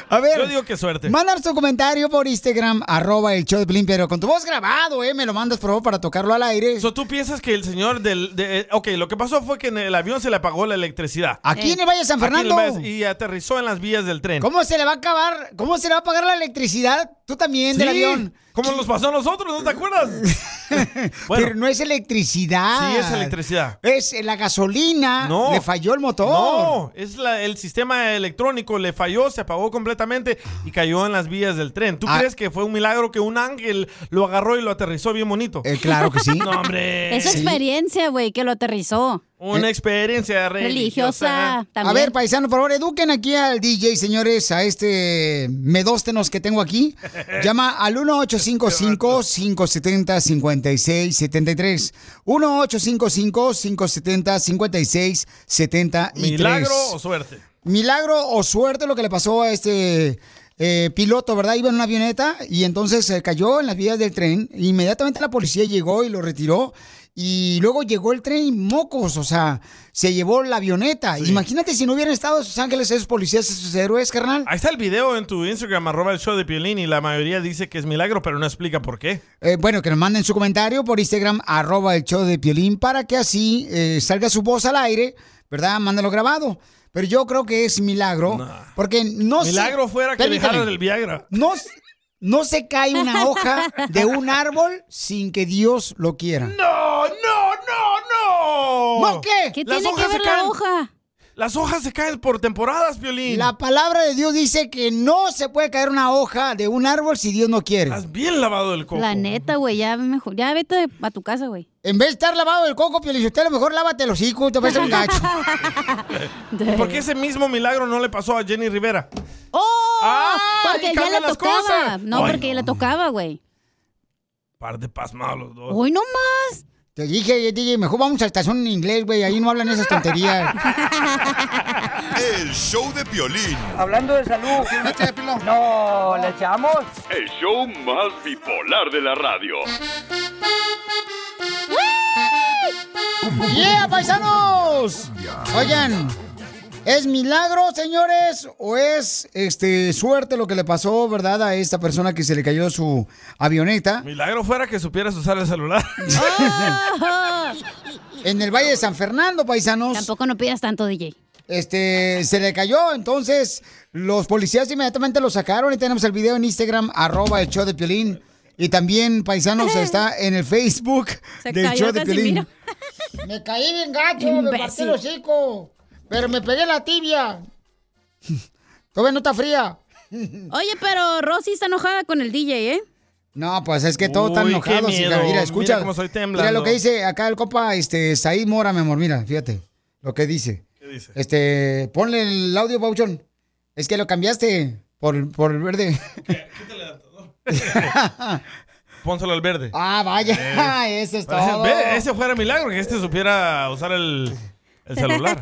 Speaker 1: A ver.
Speaker 2: Yo digo que suerte.
Speaker 1: Mandar tu comentario por Instagram, arroba el show de Piolín, pero con tu voz grabado, ¿eh? Me lo mandas, por favor, para tocarlo al aire.
Speaker 2: So, ¿Tú piensas que el señor del... de- eh, ok, lo que pasó fue que en el avión se le apagó la electricidad.
Speaker 1: Aquí en el Valle de San
Speaker 2: Aquí en el
Speaker 1: Fernando.
Speaker 2: Valle- y aterrizó en las vías del tren.
Speaker 1: ¿Cómo se le va a acabar? ¿Cómo se le va a pagar la electricidad? Tú también, del
Speaker 2: Sí,
Speaker 1: avión.
Speaker 2: Como nos pasó a nosotros, ¿no te acuerdas?
Speaker 1: Pero no es electricidad.
Speaker 2: Sí, es electricidad.
Speaker 1: Es la gasolina.
Speaker 2: No.
Speaker 1: Le falló el motor.
Speaker 2: No, es la- el sistema electrónico, le falló, se apagó completamente y cayó en las vías del tren. ¿Tú
Speaker 1: Ah.
Speaker 2: crees que fue un milagro que un ángel lo agarró y lo aterrizó bien bonito?
Speaker 1: Eh, claro que Eh, sí.
Speaker 2: No, hombre.
Speaker 6: Es su experiencia, güey, que lo aterrizó.
Speaker 2: Una
Speaker 1: Eh,
Speaker 2: experiencia religiosa.
Speaker 1: A ver, paisano, por favor, eduquen aquí al DJ, señores, a este medóstenos que tengo aquí. Llama al 1855-570-5673. 1855-570-5673.
Speaker 2: ¿Milagro o suerte?
Speaker 1: Milagro o suerte lo que le pasó a este eh, piloto, ¿verdad? Iba en una avioneta y entonces eh, cayó en las vías del tren. Inmediatamente la policía llegó y lo retiró. Y luego llegó el tren y mocos, o sea, se llevó la avioneta. Imagínate si no hubieran estado en Los Ángeles esos policías, esos héroes, carnal.
Speaker 2: Ahí está el video en tu Instagram, arroba el show de Piolín, y la mayoría dice que es milagro, pero no explica por qué.
Speaker 1: Eh, bueno, que nos manden su comentario por Instagram, arroba el show de Piolín, para que así eh, salga su voz al aire, ¿verdad? Mándalo grabado. Pero yo creo que es milagro, porque no sé-
Speaker 2: milagro fuera que
Speaker 1: Permítame.
Speaker 2: dejaran el Viagra.
Speaker 1: No, s- no se cae una hoja de un árbol sin que Dios lo quiera.
Speaker 2: ¡No, no, no, no!
Speaker 1: ¿No qué? ¿Qué tiene que ver la hoja?
Speaker 2: Las hojas se caen por temporadas, Piolín.
Speaker 1: La palabra de Dios dice que no se puede caer una hoja de un árbol si Dios no quiere.
Speaker 2: Bien lavado el coco.
Speaker 6: La neta, güey, ya mejor, ya vete a tu casa, güey.
Speaker 1: En vez de estar lavado el coco, Piolín, usted a lo mejor lávate los hijos, te parece Pues un gacho.
Speaker 2: ¿Y por qué ese mismo milagro no le pasó a Jenny Rivera?
Speaker 6: ¡Oh!
Speaker 2: Ah,
Speaker 6: porque
Speaker 2: y
Speaker 6: ya
Speaker 2: cambian
Speaker 6: le
Speaker 2: las
Speaker 6: tocaba.
Speaker 2: cosas.
Speaker 6: No,
Speaker 2: Ay,
Speaker 6: porque
Speaker 2: no.
Speaker 6: le tocaba, güey.
Speaker 2: Par de pasmados los dos.
Speaker 6: Hoy no más.
Speaker 1: Te dije, DJ, mejor vamos a estación en inglés, güey, ahí no hablan esas tonterías.
Speaker 18: El show de Piolín.
Speaker 9: Hablando de salud, ¿quieres una chela de pilón? No, ¿le echamos?
Speaker 10: El show más bipolar de la radio.
Speaker 1: ¡Yeah, paisanos! Oigan, ¿es milagro, señores? ¿O es este suerte lo que le pasó, verdad, a esta persona que se le cayó su avioneta?
Speaker 2: Milagro fuera que supieras usar el celular.
Speaker 1: en el Valle de San Fernando, paisanos.
Speaker 6: Tampoco no pidas tanto, DJ.
Speaker 1: Este, se le cayó, entonces los policías inmediatamente lo sacaron y tenemos el video en Instagram, arroba el show de Piolín. Y también, paisanos, está en el Facebook
Speaker 5: Se
Speaker 1: del
Speaker 5: cayó
Speaker 1: show de Piolín.
Speaker 5: Casimiro.
Speaker 1: Me caí bien gacho, me partí
Speaker 5: Imbécil.
Speaker 1: el hocico, pero me pegué la tibia. Todavía no está fría.
Speaker 6: Oye, pero Rosy está enojada con el DJ, ¿eh?
Speaker 1: No, pues es que todos están
Speaker 2: Uy, qué
Speaker 1: enojados. hija.
Speaker 2: miedo.
Speaker 1: Mira, escucha.
Speaker 2: Mira cómo estoy temblando.
Speaker 1: Mira lo que dice acá el copa, este, Said Mora, mi amor. Mira, fíjate lo que dice.
Speaker 2: ¿Qué dice?
Speaker 1: Este, ponle el audio, Pauchón. Es que lo cambiaste por, por el verde.
Speaker 2: Pónselo al verde.
Speaker 1: Ah, vaya, eso es todo.
Speaker 2: Ve, ese fuera milagro que este supiera usar el, el celular.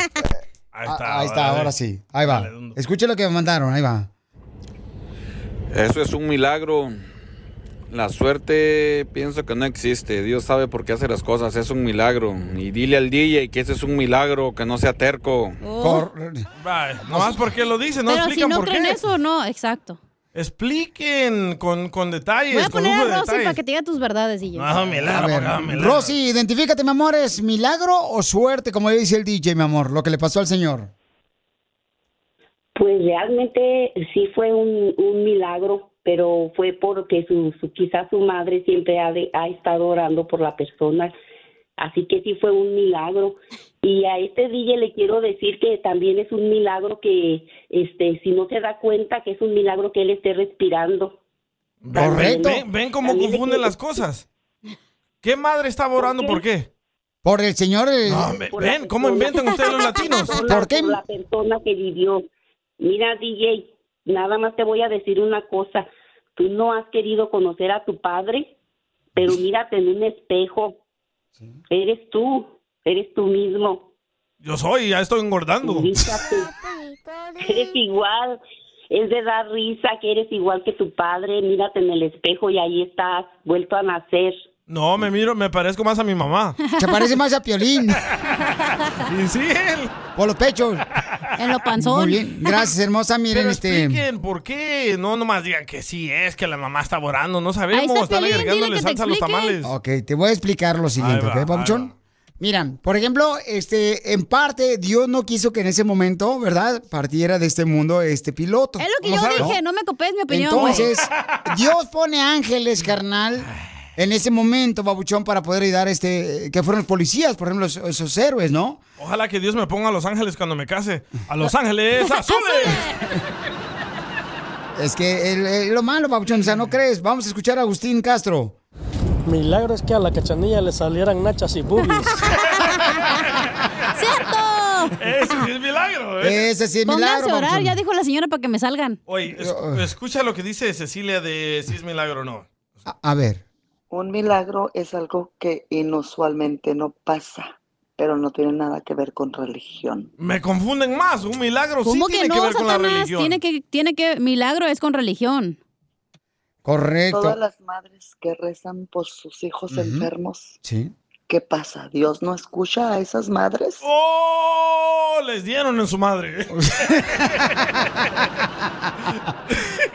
Speaker 2: Ahí está.
Speaker 1: Ahí está,
Speaker 2: vale.
Speaker 1: ahora sí. Ahí va. Escucha lo que me mandaron, ahí va.
Speaker 19: Eso es un milagro. La suerte pienso que no existe. Dios sabe por qué hace las cosas. Es un milagro. Y dile al DJ que ese es un milagro, que no sea terco.
Speaker 2: Vale, nomás porque lo dice, no
Speaker 6: pero si
Speaker 2: explican
Speaker 6: no
Speaker 2: por
Speaker 6: creen
Speaker 2: qué.
Speaker 6: eso, no, exacto.
Speaker 2: Expliquen con, con detalles,
Speaker 6: Voy a
Speaker 2: con
Speaker 6: poner
Speaker 2: lujo de
Speaker 6: a Rosy para
Speaker 2: detalles.
Speaker 6: que te diga tus verdades, DJ.
Speaker 2: No, milagro,
Speaker 1: A ver,
Speaker 2: por favor, milagro.
Speaker 1: Rosy, identifícate, mi amor. ¿Es milagro o suerte, como le dice el DJ, mi amor? Lo que le pasó al señor.
Speaker 17: Pues realmente sí fue un, un milagro, pero fue porque su, su- quizás su madre siempre ha, de- ha estado orando por la persona, así que sí fue un milagro. Y a este DJ le quiero decir que también es un milagro que, este, si no se da cuenta que es un milagro que él esté respirando.
Speaker 2: Ven, ven,
Speaker 17: Correcto.
Speaker 2: ven, ven cómo
Speaker 17: También le
Speaker 2: confunden
Speaker 17: quiero-
Speaker 2: las cosas. ¿Qué madre estaba orando por qué?
Speaker 1: Por el señor. el-
Speaker 2: No, hombre, ven, ¿cómo inventan ustedes los latinos?
Speaker 17: ¿Por qué? la persona que vivió. Mira, DJ, nada más te voy a decir una cosa. Tú no has querido conocer a tu padre, pero mírate en un espejo. Eres tú, eres tú mismo.
Speaker 2: Yo soy, ya estoy engordando.
Speaker 17: Eres igual. Es de dar risa que eres igual que tu padre. Mírate en el espejo y ahí estás, vuelto a nacer.
Speaker 2: No, me miro, me parezco más a mi mamá.
Speaker 1: Se parece más a Piolín.
Speaker 2: Y sí, él.
Speaker 1: Por los pechos.
Speaker 6: En los
Speaker 1: Muy bien. Gracias, hermosa. Miren,
Speaker 2: Pero
Speaker 1: este.
Speaker 2: expliquen por qué. No nomás digan que sí es, que la mamá está orando. No sabemos.
Speaker 1: Ahí está
Speaker 2: Están
Speaker 1: Piolín, dile
Speaker 2: agregándole
Speaker 1: que te
Speaker 2: salsa a los
Speaker 1: explique.
Speaker 2: tamales.
Speaker 1: Ok, te voy a explicar lo siguiente,
Speaker 2: Ahí va,
Speaker 1: ¿ok, papuchón?
Speaker 2: ahí
Speaker 1: Mira, por ejemplo, este, en parte Dios no quiso que en ese momento, ¿verdad? Partiera de este mundo este piloto.
Speaker 6: Es lo que yo dije, no me copies mi opinión, güey.
Speaker 1: Entonces, Dios pone ángeles, carnal, en ese momento, babuchón, para poder ayudar a este, que fueron los policías, por ejemplo, esos, esos héroes, ¿no?
Speaker 2: Ojalá que Dios me ponga a Los Ángeles cuando me case. ¡A Los Ángeles! ¡Azules!
Speaker 1: Es que el- el- lo malo, babuchón, o sea, no crees. Vamos a escuchar a Agustín Castro.
Speaker 20: Milagro es que a la cachanilla le salieran nachas y boobies.
Speaker 2: Ese sí es milagro. ¿eh?
Speaker 1: Ese sí es
Speaker 6: Pónganse
Speaker 1: milagro.
Speaker 6: a orar,
Speaker 1: Papuchón.
Speaker 6: ya dijo la señora para que me salgan.
Speaker 2: Oye, es-
Speaker 1: eh.
Speaker 2: escucha lo que dice Cecilia de si es milagro o no.
Speaker 1: A ver.
Speaker 21: Un milagro es algo que inusualmente no pasa, pero no tiene nada que ver con religión.
Speaker 2: Me confunden más. Un milagro sí
Speaker 6: ¿Cómo
Speaker 2: tiene
Speaker 6: que no,
Speaker 2: que ver con la
Speaker 6: Satanás?
Speaker 2: religión.
Speaker 6: Tiene que, tiene que, milagro es con religión.
Speaker 21: Todas
Speaker 1: Correcto.
Speaker 21: las madres que rezan por sus hijos
Speaker 1: Ujú.
Speaker 21: enfermos,
Speaker 1: Sí.
Speaker 21: ¿qué pasa? ¿Dios no escucha a esas madres?
Speaker 2: ¡Oh! Les dieron en su madre.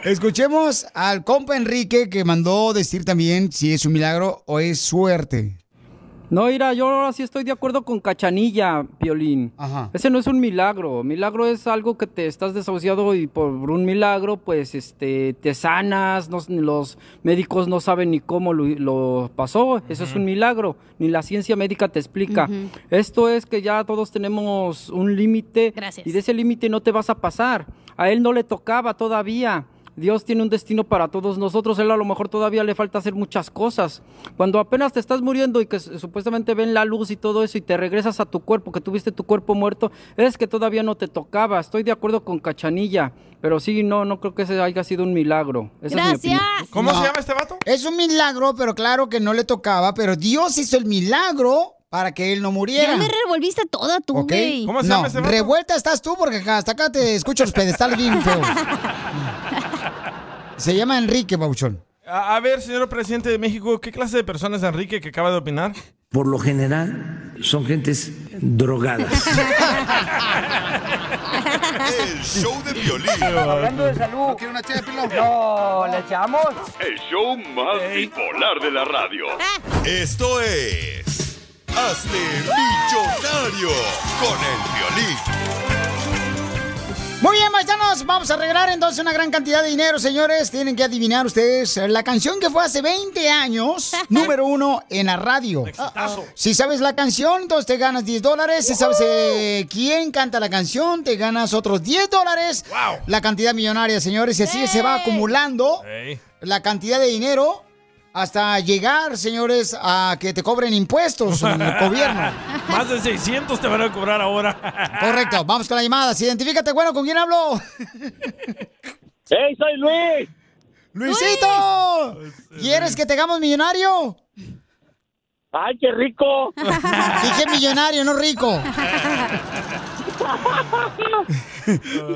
Speaker 1: Escuchemos al compa Enrique que mandó decir también si es un milagro o es suerte.
Speaker 22: No, mira, yo ahora sí estoy de acuerdo con Cachanilla, Piolín. Ese no es un milagro. Milagro es algo que te estás desahuciado y por un milagro, pues, este, te sanas. no- los médicos no saben ni cómo lo, lo pasó. Eso es un milagro. Ni la ciencia médica te explica.
Speaker 23: Ujú.
Speaker 22: Esto es que ya todos tenemos un límite.
Speaker 23: Gracias.
Speaker 22: Y de ese límite no te vas a pasar. A él no le tocaba todavía. Dios tiene un destino para todos nosotros. Él a lo mejor todavía le falta hacer muchas cosas. Cuando apenas te estás muriendo y que s- supuestamente ven la luz y todo eso y te regresas a tu cuerpo, que tuviste tu cuerpo muerto, es que todavía no te tocaba. Estoy de acuerdo con Cachanilla, pero sí, no, no creo que ese haya sido un milagro. Esa es mi opinión.
Speaker 1: No. Es un milagro, pero claro que no le tocaba, pero Dios hizo el milagro para que él no muriera.
Speaker 6: Ya me revolviste toda tú,
Speaker 1: ¿Ok?
Speaker 6: güey.
Speaker 1: no, Revuelta estás tú porque acá- hasta acá te escucho los pedestales bien feos. Se llama Enrique Bauchón.
Speaker 2: A, a ver, señor presidente de México, ¿qué clase de persona es Enrique que acaba de opinar?
Speaker 24: Por lo general son gentes drogadas.
Speaker 15: El show de violín.
Speaker 9: Hablando de salud. ¿No quiere una ché de pilón? No, ¿le echamos?
Speaker 10: El show más bipolar de la radio.
Speaker 15: Esto es. Hazte millonario con el violín.
Speaker 1: Muy bien, paisanos, vamos a regalar entonces una gran cantidad de dinero, señores. Tienen que adivinar ustedes la canción que fue hace 20 años, número uno en la radio. Si sabes la canción, entonces te ganas 10 dólares. Si sabes eh, quién canta la canción, te ganas otros 10 dólares. La cantidad millonaria, señores. Y así se va acumulando la cantidad de dinero hasta llegar, señores, a que te cobren impuestos en el gobierno.
Speaker 2: Más de 600 te van a cobrar ahora.
Speaker 1: Correcto, vamos con la llamada. Identifícate, bueno, ¿con quién hablo?
Speaker 25: ¡Hey, soy Luis!
Speaker 1: ¡Luisito! ¿Quieres que te hagamos millonario?
Speaker 25: ¡Ay, qué rico!
Speaker 1: Dije millonario, no rico.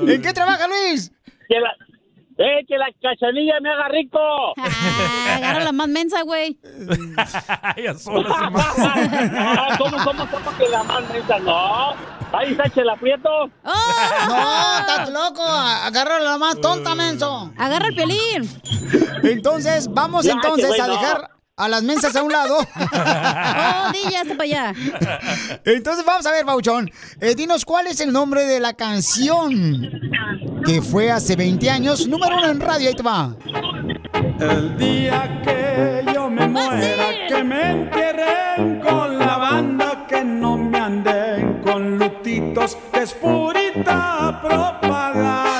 Speaker 1: ¿En qué trabaja Luis?
Speaker 25: Que la, eh, que la cachanilla me haga rico.
Speaker 6: Agarra la más mensa, güey.
Speaker 25: No, Ah, ¿Cómo, cómo, cómo que la más neta? No. Ahí está Chela Prieto.
Speaker 1: No, estás loco. Agarra la más tonta, menso.
Speaker 6: Agarra el pelín.
Speaker 1: Entonces, vamos
Speaker 6: Ya,
Speaker 1: entonces
Speaker 6: que
Speaker 1: a
Speaker 6: bueno.
Speaker 1: dejar a las mensas a un lado.
Speaker 6: Oh, DJ, hasta para allá.
Speaker 1: Entonces, vamos a ver, Bauchón. Eh, dinos cuál es el nombre de la canción que fue hace 20 años, número uno en radio. Ahí te va.
Speaker 4: El día que yo me muera, que me entierren con la banda, que no me anden con lutitos, que es purita propaganda.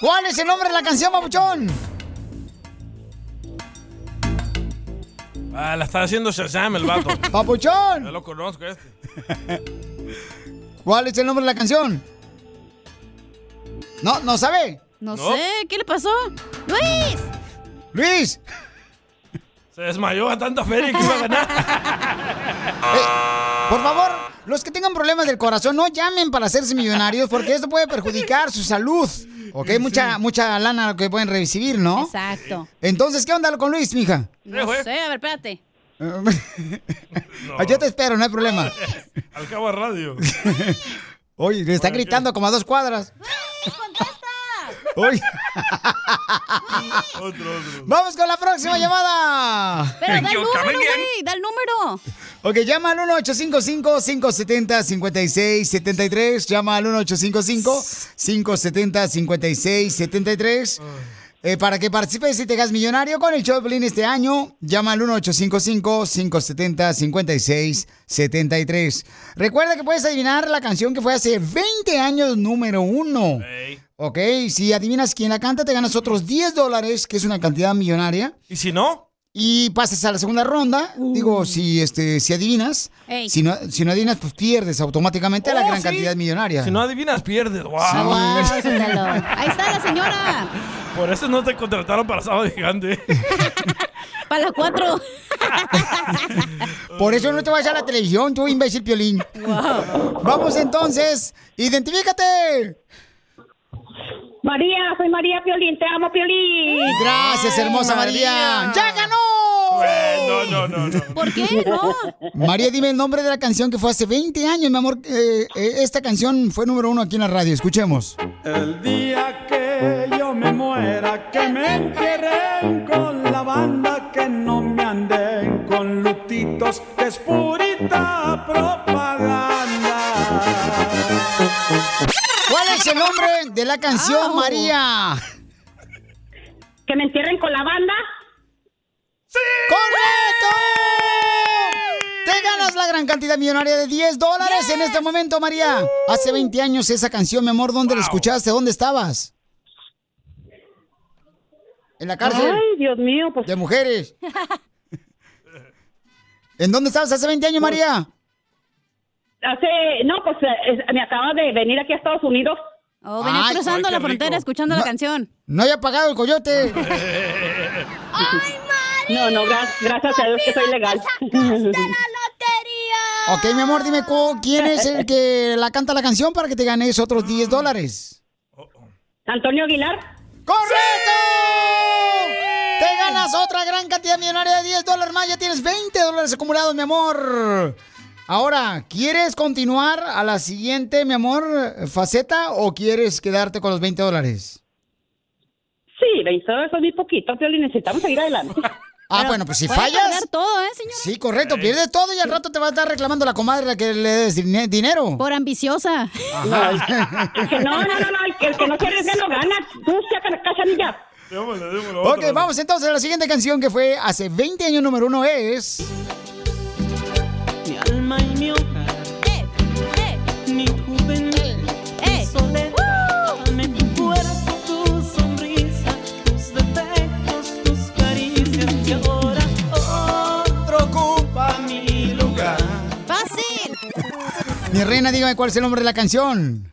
Speaker 1: ¿Cuál es el nombre de la canción, Babuchón?
Speaker 2: Ah, la está haciendo Shazam el vato.
Speaker 1: Papuchón.
Speaker 2: Yo lo conozco este.
Speaker 1: ¿Cuál es el nombre de la canción? No, no sabe.
Speaker 6: No,
Speaker 2: No.
Speaker 6: sé, ¿qué le pasó? ¡Luis!
Speaker 1: Luis.
Speaker 2: Se desmayó a tanta feria que iba a ganar.
Speaker 1: Por favor, los que tengan problemas del corazón, no llamen para hacerse millonarios porque esto puede perjudicar su salud. Ok, mucha, mucha lana que pueden recibir, ¿no?
Speaker 6: Exacto.
Speaker 1: Entonces, ¿qué onda con Luis, mija?
Speaker 6: No sé, a ver, espérate.
Speaker 1: Yo te espero, no hay problema.
Speaker 2: Al cabo de radio.
Speaker 1: Oye, le está gritando como a dos cuadras. Oye. Vamos con la próxima llamada.
Speaker 6: Pero da el número, güey, da el número.
Speaker 1: Ok, llama al 1-855-570-5673. Llama al 1-855-570-5673. Eh, para que participes y te hagas millonario con el show de Piolín este año, llama al 1-855-570-5673. Recuerda que puedes adivinar la canción que fue hace 20 años número uno. Ok, si adivinas quién la canta, te ganas otros 10 dólares, que es una cantidad millonaria.
Speaker 2: ¿Y si no?
Speaker 1: y pases a la segunda ronda. Digo, si este, si adivinas,
Speaker 2: Ey.
Speaker 1: si no, si no adivinas, pues pierdes automáticamente la
Speaker 2: Oh,
Speaker 1: gran
Speaker 2: sí.
Speaker 1: cantidad millonaria.
Speaker 2: Si no adivinas, pierdes. ¡Wow!
Speaker 1: Sí. Wow,
Speaker 6: Ahí está la señora.
Speaker 2: Por eso no te contrataron para sábado gigante.
Speaker 6: Para las cuatro.
Speaker 1: Por eso no te vayas a la televisión, tú imbécil piolín. Vamos entonces, identifícate.
Speaker 26: María, soy María Piolín, te amo Piolín.
Speaker 1: Gracias, hermosa María. ¡Ya ganó!
Speaker 2: no, no, no.
Speaker 6: ¿Por qué no?
Speaker 1: María, dime el nombre de la canción que fue hace 20 años, mi amor. Eh, eh, esta canción fue número uno aquí en la radio. Escuchemos.
Speaker 4: El día que yo me muera, que me entierren con la banda, que no me anden con lutitos, que es purita propaganda.
Speaker 1: ¿Cuál es el nombre de la canción, María?
Speaker 26: ¿Que me entierren con la banda?
Speaker 1: ¡Sí! ¡Correcto! Te ganas la gran cantidad millonaria de 10 dólares en este momento, María. Hace 20 años esa canción, mi amor, ¿dónde la escuchaste? ¿Dónde estabas? En la cárcel.
Speaker 26: Ay, Dios mío, pues.
Speaker 1: De mujeres. ¿En dónde estabas hace 20 años, María?
Speaker 26: Hace, no, pues eh, eh, me acaba de venir aquí a Estados Unidos.
Speaker 6: O venía
Speaker 26: Ay,
Speaker 6: Oh, cruzando
Speaker 26: ay, qué
Speaker 6: la frontera escuchando la canción.
Speaker 1: No haya pagado el coyote.
Speaker 26: No, no, gra- gracias a Dios que soy legal.
Speaker 1: Ok, mi amor, dime cu- quién es el que la canta la canción para que te ganes otros 10 dólares.
Speaker 26: Antonio Aguilar.
Speaker 1: ¡Correcto! Te ganas otra gran cantidad millonaria de 10 dólares más. Ya tienes 20 dólares acumulados, mi amor. Ahora, ¿quieres continuar a la siguiente, mi amor, faceta o quieres quedarte con los 20 dólares?
Speaker 26: Sí, le hizo eso muy poquito, Piolín, necesitamos seguir adelante.
Speaker 1: Ah, bueno, pues si fallas.
Speaker 6: todo, ¿eh, señor?
Speaker 1: Sí, correcto, pierdes todo y al rato te va a estar reclamando la comadre que le des dine- dinero.
Speaker 6: Por ambiciosa.
Speaker 26: Que no, no, no, no, el que, el que no se arriesga no gana. Tú saca la cachanilla.
Speaker 1: Ok, vamos entonces a la siguiente canción que fue hace 20 años número uno es...
Speaker 5: Mi alma y mi hogar,
Speaker 6: Eh,
Speaker 5: mi juventud, mi soledad, mi cuerpo, tu sonrisa, tus defectos, tus caricias y ahora otro ocupa mi lugar.
Speaker 6: ¡Fácil!
Speaker 1: Mi reina, dígame cuál es el nombre de la canción.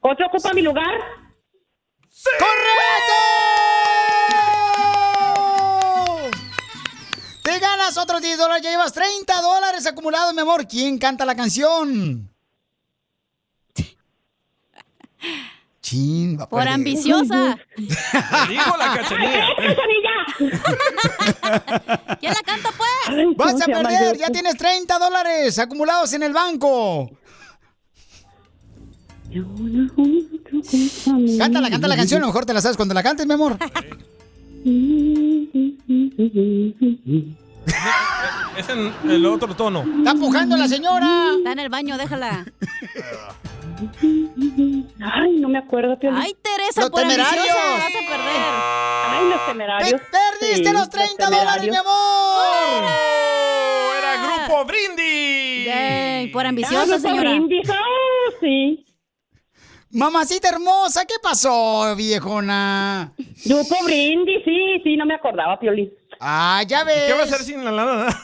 Speaker 26: ¿Otro ocupa mi lugar?
Speaker 1: Te ganas otros 10 dólares, ya llevas 30 dólares acumulados, mi amor. ¿Quién canta la canción? Chin, va a
Speaker 6: Por
Speaker 1: perder.
Speaker 6: ambiciosa.
Speaker 2: Dijo la cachanilla.
Speaker 6: ¿Quién la canta, pues?
Speaker 1: Vas a perder, ya tienes 30 dólares acumulados en el banco. Cántala, canta la canción, a lo mejor te la sabes cuando la cantes, mi amor.
Speaker 2: Es en el otro tono.
Speaker 1: ¡Está pujando la señora!
Speaker 6: Está en el baño, déjala.
Speaker 26: Ay, no me acuerdo, Piolín.
Speaker 6: ¡Ay, Teresa,
Speaker 26: Los
Speaker 6: por ambiciosa!
Speaker 26: temerarios.
Speaker 6: Vas a perder.
Speaker 26: Ay, los temerarios.
Speaker 1: ¡Perdiste
Speaker 26: Sí,
Speaker 1: los 30 dólares, mi
Speaker 26: temerarios.
Speaker 1: amor!
Speaker 2: ¡Era grupo brindis!
Speaker 6: Yay, Ah. por
Speaker 26: Ah,
Speaker 6: ambiciosa,
Speaker 26: Grupo
Speaker 6: señora.
Speaker 26: Brindis, ah, sí.
Speaker 1: Mamacita hermosa, ¿qué pasó, viejona?
Speaker 26: Grupo Brindis, sí, sí, no me acordaba, Piolín.
Speaker 1: Ah, ya ves.
Speaker 2: ¿Qué va a hacer sin la lana?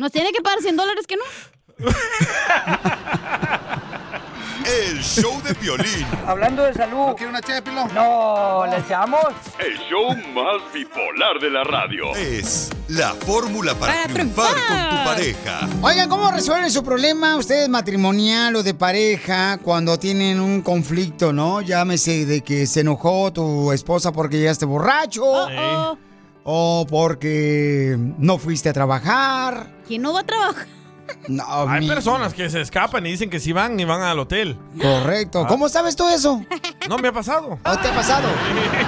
Speaker 6: Nos tiene que pagar 100 dólares, ¿que no?
Speaker 15: El show de Piolín.
Speaker 9: Hablando de salud. ¿No quiere una ché de pilón? No, ¿le echamos?
Speaker 10: El show más bipolar de la radio.
Speaker 15: Es la fórmula para,
Speaker 1: Para
Speaker 15: triunfar,
Speaker 1: triunfar.
Speaker 15: con tu pareja.
Speaker 1: Oigan, ¿cómo resuelven su problema ustedes matrimonial o de pareja cuando tienen un conflicto, no? Llámese de que se enojó tu esposa porque llegaste borracho.
Speaker 6: oh.
Speaker 1: O porque no fuiste a trabajar.
Speaker 6: ¿Quién no va a trabajar?
Speaker 1: No,
Speaker 2: Hay
Speaker 1: mi-
Speaker 2: personas que se escapan y dicen que si van y van al hotel.
Speaker 1: Correcto.
Speaker 2: Ah.
Speaker 1: ¿Cómo sabes tú eso?
Speaker 2: No me ha pasado.
Speaker 1: ¿No te ha pasado?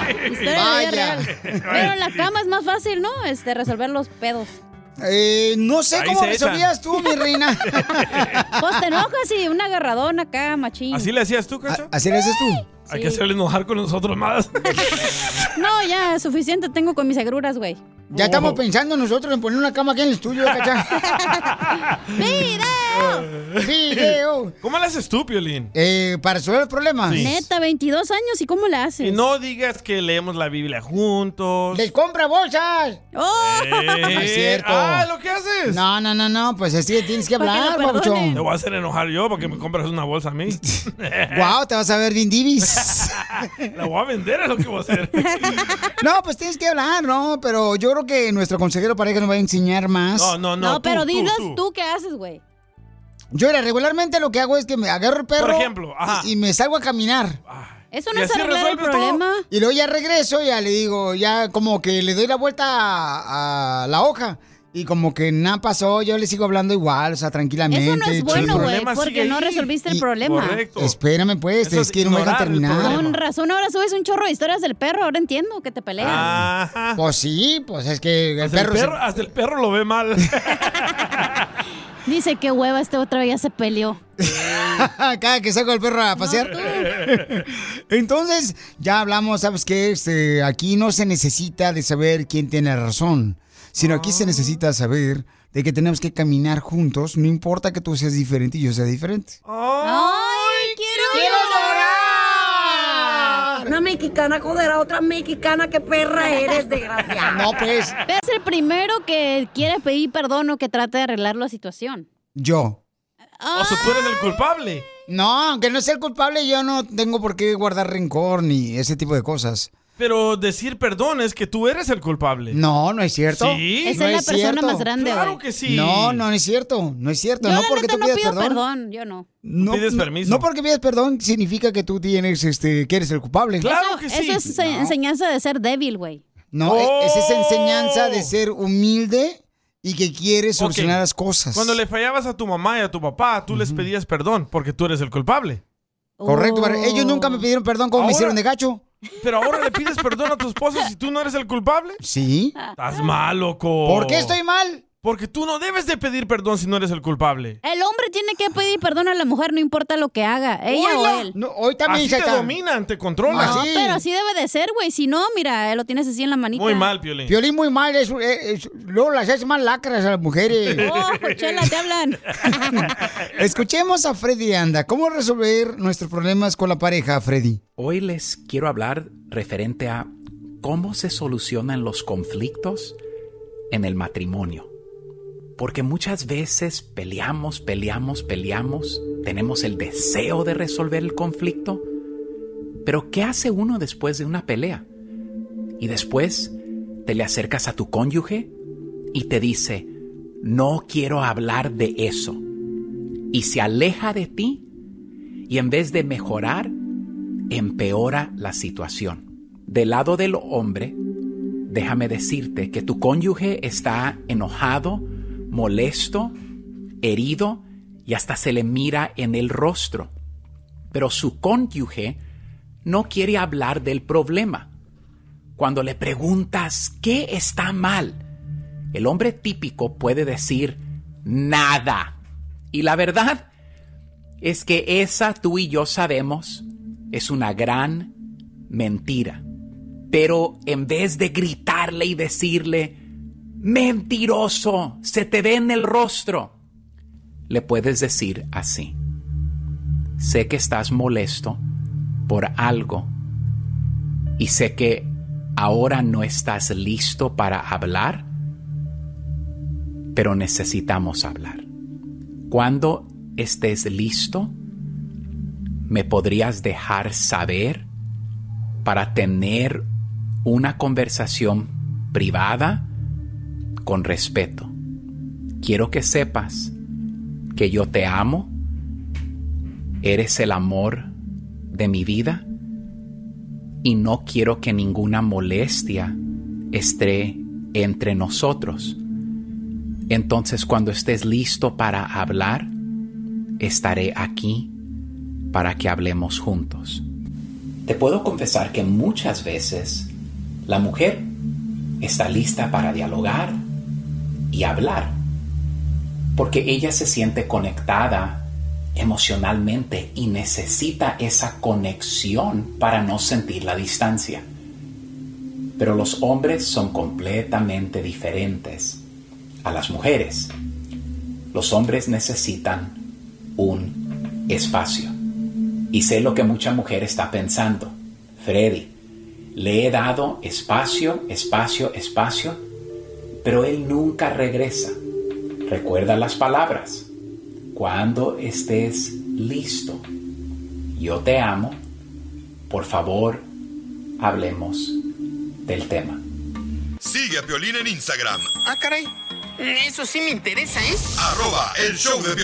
Speaker 6: Historia de la vida real. Pero en la cama es más fácil, ¿no? Este, resolver los pedos.
Speaker 1: Eh, no sé
Speaker 2: Ahí
Speaker 1: cómo
Speaker 2: se
Speaker 1: resolvías tú, mi reina.
Speaker 6: Pues te enojas y un agarradón acá, machín.
Speaker 2: ¿Así le hacías tú, Cacha?
Speaker 1: ¿Así le haces tú?
Speaker 2: Hay que hacerle enojar con nosotros más.
Speaker 6: No, ya, suficiente tengo con mis agruras, güey. Pues
Speaker 1: Ya estamos pensando nosotros en poner una cama aquí en el estudio, ¿cachá?
Speaker 6: ¡Pide!
Speaker 1: Video.
Speaker 2: ¿Cómo le haces tú, Piolín?
Speaker 1: Eh, para resolver el problema.
Speaker 6: Neta, 22 años, ¿y cómo le haces?
Speaker 2: Y no digas que leemos la Biblia juntos. Eh.
Speaker 1: ¡Les compra bolsas!
Speaker 6: ¡Oh!
Speaker 1: No es cierto.
Speaker 2: Ah, ¿lo que haces?
Speaker 1: No, no, no, no. Pues así tienes que hablar,
Speaker 2: Te
Speaker 1: papuchón.
Speaker 2: voy a hacer enojar yo porque me compras una bolsa a mí.
Speaker 1: Wow, te vas a ver bien divis.
Speaker 2: La voy a vender, es lo que voy a hacer.
Speaker 1: No, pues tienes que hablar, ¿no? Pero yo creo que nuestro consejero pareja nos va a enseñar más.
Speaker 2: No, no,
Speaker 6: No, pero dinos tú, qué haces, güey.
Speaker 1: Yo era, regularmente lo que hago es que me agarro el perro.
Speaker 2: Por ejemplo, ajá.
Speaker 1: Y, y me salgo a caminar.
Speaker 6: Eso no es arreglar el problema.
Speaker 1: Y luego ya regreso, ya le digo, ya como que le doy la vuelta a, a la hoja. Y como que nada pasó, yo le sigo hablando igual, o sea, tranquilamente.
Speaker 6: Eso no es
Speaker 1: chido.
Speaker 6: bueno, güey, porque no resolviste el problema.
Speaker 1: Espérame, pues, es que no me dejan terminar.
Speaker 6: Con razón, ahora subes un chorro de historias del perro, ahora entiendo que te peleas.
Speaker 1: Pues sí, pues es que el
Speaker 2: Hasta el
Speaker 1: perro. se-
Speaker 2: perro, hasta el perro lo ve mal.
Speaker 6: Dice que hueva, este otro ya se peleó.
Speaker 1: Cada que saco el perro a pasear. Entonces, ya hablamos, ¿sabes qué? Este, aquí no se necesita de saber quién tiene razón, sino aquí se necesita saber de que tenemos que caminar juntos, no importa que tú seas diferente y yo sea diferente.
Speaker 5: ¡Ay, quiero, llorar!
Speaker 13: Una mexicana codera, otra mexicana, qué perra eres, desgraciada.
Speaker 1: No, pues.
Speaker 6: Es el primero que quiere pedir perdón o que trate de arreglar la situación.
Speaker 1: Yo.
Speaker 2: O sea, tú eres el culpable.
Speaker 1: No, aunque no sea el culpable, yo no tengo por qué guardar rencor ni ese tipo de cosas.
Speaker 2: Pero decir perdón es que tú eres el culpable.
Speaker 1: No, no es cierto.
Speaker 2: Sí. Esa
Speaker 1: No
Speaker 2: es la persona
Speaker 1: cierto.
Speaker 2: más grande, Claro güey. que sí.
Speaker 1: No, no, no es cierto. No es cierto.
Speaker 6: Yo
Speaker 1: no
Speaker 6: la
Speaker 1: porque
Speaker 6: neta
Speaker 1: tú
Speaker 6: no
Speaker 1: pidas
Speaker 6: pido
Speaker 1: perdón.
Speaker 6: perdón. yo no.
Speaker 1: No,
Speaker 2: pides
Speaker 1: no-
Speaker 2: permiso.
Speaker 1: No, porque pides perdón significa que tú tienes, este, que eres el culpable.
Speaker 6: eso, Eso es se- enseñanza de ser débil, güey.
Speaker 1: No, e- es esa enseñanza de ser humilde y que quieres
Speaker 2: Ok.
Speaker 1: solucionar las cosas.
Speaker 2: Cuando le fallabas a tu mamá y a tu papá, tú les pedías perdón porque tú eres el culpable.
Speaker 1: Correcto, pero ellos nunca me pidieron perdón como me
Speaker 2: Ahora-
Speaker 1: hicieron de gacho.
Speaker 2: Pero ahora le pides perdón a tu esposa si tú no eres el culpable.
Speaker 1: Sí.
Speaker 2: Estás mal, loco.
Speaker 1: ¿Por qué estoy mal?
Speaker 2: Porque tú no debes de pedir perdón si no eres el culpable.
Speaker 6: El hombre tiene que pedir perdón a la mujer, no importa lo que haga, ella o
Speaker 2: Hola.
Speaker 6: él.
Speaker 1: hoy
Speaker 2: también, Así te Chacán. dominan, te controlan.
Speaker 1: Ah,
Speaker 6: No,
Speaker 2: Así.
Speaker 6: pero así debe de ser, güey. Si no, mira, lo tienes así en la manita.
Speaker 2: Muy mal, Piolín.
Speaker 1: Violín muy mal, es, es- es- luego las haces más lacras a las mujeres.
Speaker 6: Oh, chela, te hablan.
Speaker 1: Escuchemos a Freddy Anda. ¿Cómo resolver nuestros problemas con la pareja, Freddy?
Speaker 27: Hoy les quiero hablar referente a cómo se solucionan los conflictos en el matrimonio. Porque muchas veces peleamos, peleamos, peleamos, tenemos el deseo de resolver el conflicto, pero ¿qué hace uno después de una pelea? Y después te le acercas a tu cónyuge y te dice, no quiero hablar de eso. Y se aleja de ti y en vez de mejorar, empeora la situación. Del lado del hombre, déjame decirte que tu cónyuge está enojado, molesto, herido y hasta se le mira en el rostro. Pero su cónyuge no quiere hablar del problema. Cuando le preguntas qué está mal, el hombre típico puede decir nada. Y la verdad es que esa tú y yo sabemos es una gran mentira. Pero en vez de gritarle y decirle, mentiroso, se te ve en el rostro, le puedes decir así. Sé que estás molesto por algo y sé que ahora no estás listo para hablar, pero necesitamos hablar. Cuando estés listo, me podrías dejar saber para tener una conversación privada con respeto. Quiero que sepas que yo te amo, eres el amor de mi vida y no quiero que ninguna molestia esté entre nosotros. Entonces cuando estés listo para hablar, estaré aquí para que hablemos juntos. Te puedo confesar que muchas veces la mujer está lista para dialogar y hablar, porque ella se siente conectada emocionalmente y necesita esa conexión para no sentir la distancia. Pero los hombres son completamente diferentes a las mujeres. los hombres necesitan un espacio. Y sé lo que mucha mujer está pensando. Freddy, le he dado espacio, espacio, espacio, pero él nunca regresa. Recuerda las palabras. Cuando estés listo, yo te amo, por favor, hablemos del tema.
Speaker 15: Sigue a Piolín en Instagram.
Speaker 11: Ah, caray. Eso sí me interesa, ¿eh?
Speaker 15: Arroba el show de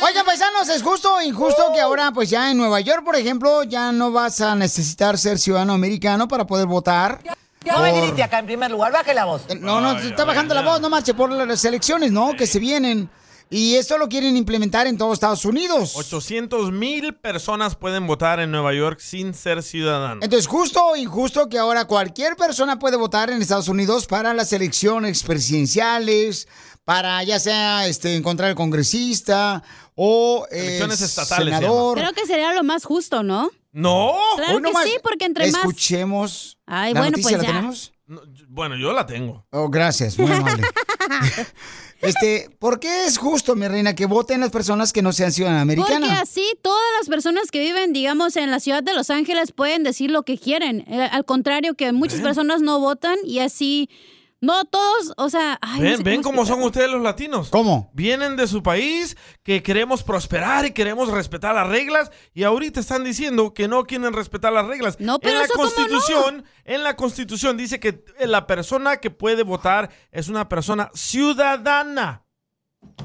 Speaker 1: Oigan, paisanos, es justo o injusto que ahora, pues ya en Nueva York, por ejemplo, ya no vas a necesitar ser ciudadano americano para poder votar.
Speaker 14: No me
Speaker 1: por-
Speaker 14: grite acá en primer lugar, baje la voz.
Speaker 1: Eh, No, no, se está bajando la voz, no marche por las elecciones, ¿no? Que se vienen. Y esto lo quieren implementar en todos Estados Unidos.
Speaker 2: 800 mil personas pueden votar en Nueva York sin ser ciudadanos.
Speaker 1: Entonces, justo o injusto que ahora cualquier persona puede votar en Estados Unidos para las elecciones presidenciales, para ya sea este encontrar el congresista o eh,
Speaker 2: Elecciones estatales se
Speaker 1: senador.
Speaker 6: Creo que sería lo más justo, ¿no?
Speaker 2: No.
Speaker 6: Claro que sí, porque entre más...
Speaker 1: Escuchemos.
Speaker 6: Ay,
Speaker 1: la
Speaker 6: bueno,
Speaker 1: noticia,
Speaker 6: pues
Speaker 1: ¿la
Speaker 6: ya.
Speaker 1: tenemos?
Speaker 2: No, yo- bueno, yo la tengo.
Speaker 1: Oh, gracias, muy amable. este, ¿por qué es justo, mi reina, que voten las personas que no sean ciudadanas
Speaker 6: Porque
Speaker 1: americanas?
Speaker 6: así todas las personas que viven, digamos, en la ciudad de Los Ángeles pueden decir lo que quieren. Eh, Al contrario, que muchas personas no votan y así... No todos, o sea... ay, no
Speaker 2: ven,
Speaker 6: sé
Speaker 2: ven cómo son
Speaker 6: explicarlo.
Speaker 2: ustedes los latinos.
Speaker 1: ¿Cómo?
Speaker 2: Vienen de su país, que queremos prosperar y queremos respetar las reglas, y ahorita están diciendo que no quieren respetar las reglas. No,
Speaker 6: pero
Speaker 2: en la
Speaker 6: eso cómo no.
Speaker 2: Constitución, en la Constitución dice que la persona que puede votar es una persona ciudadana.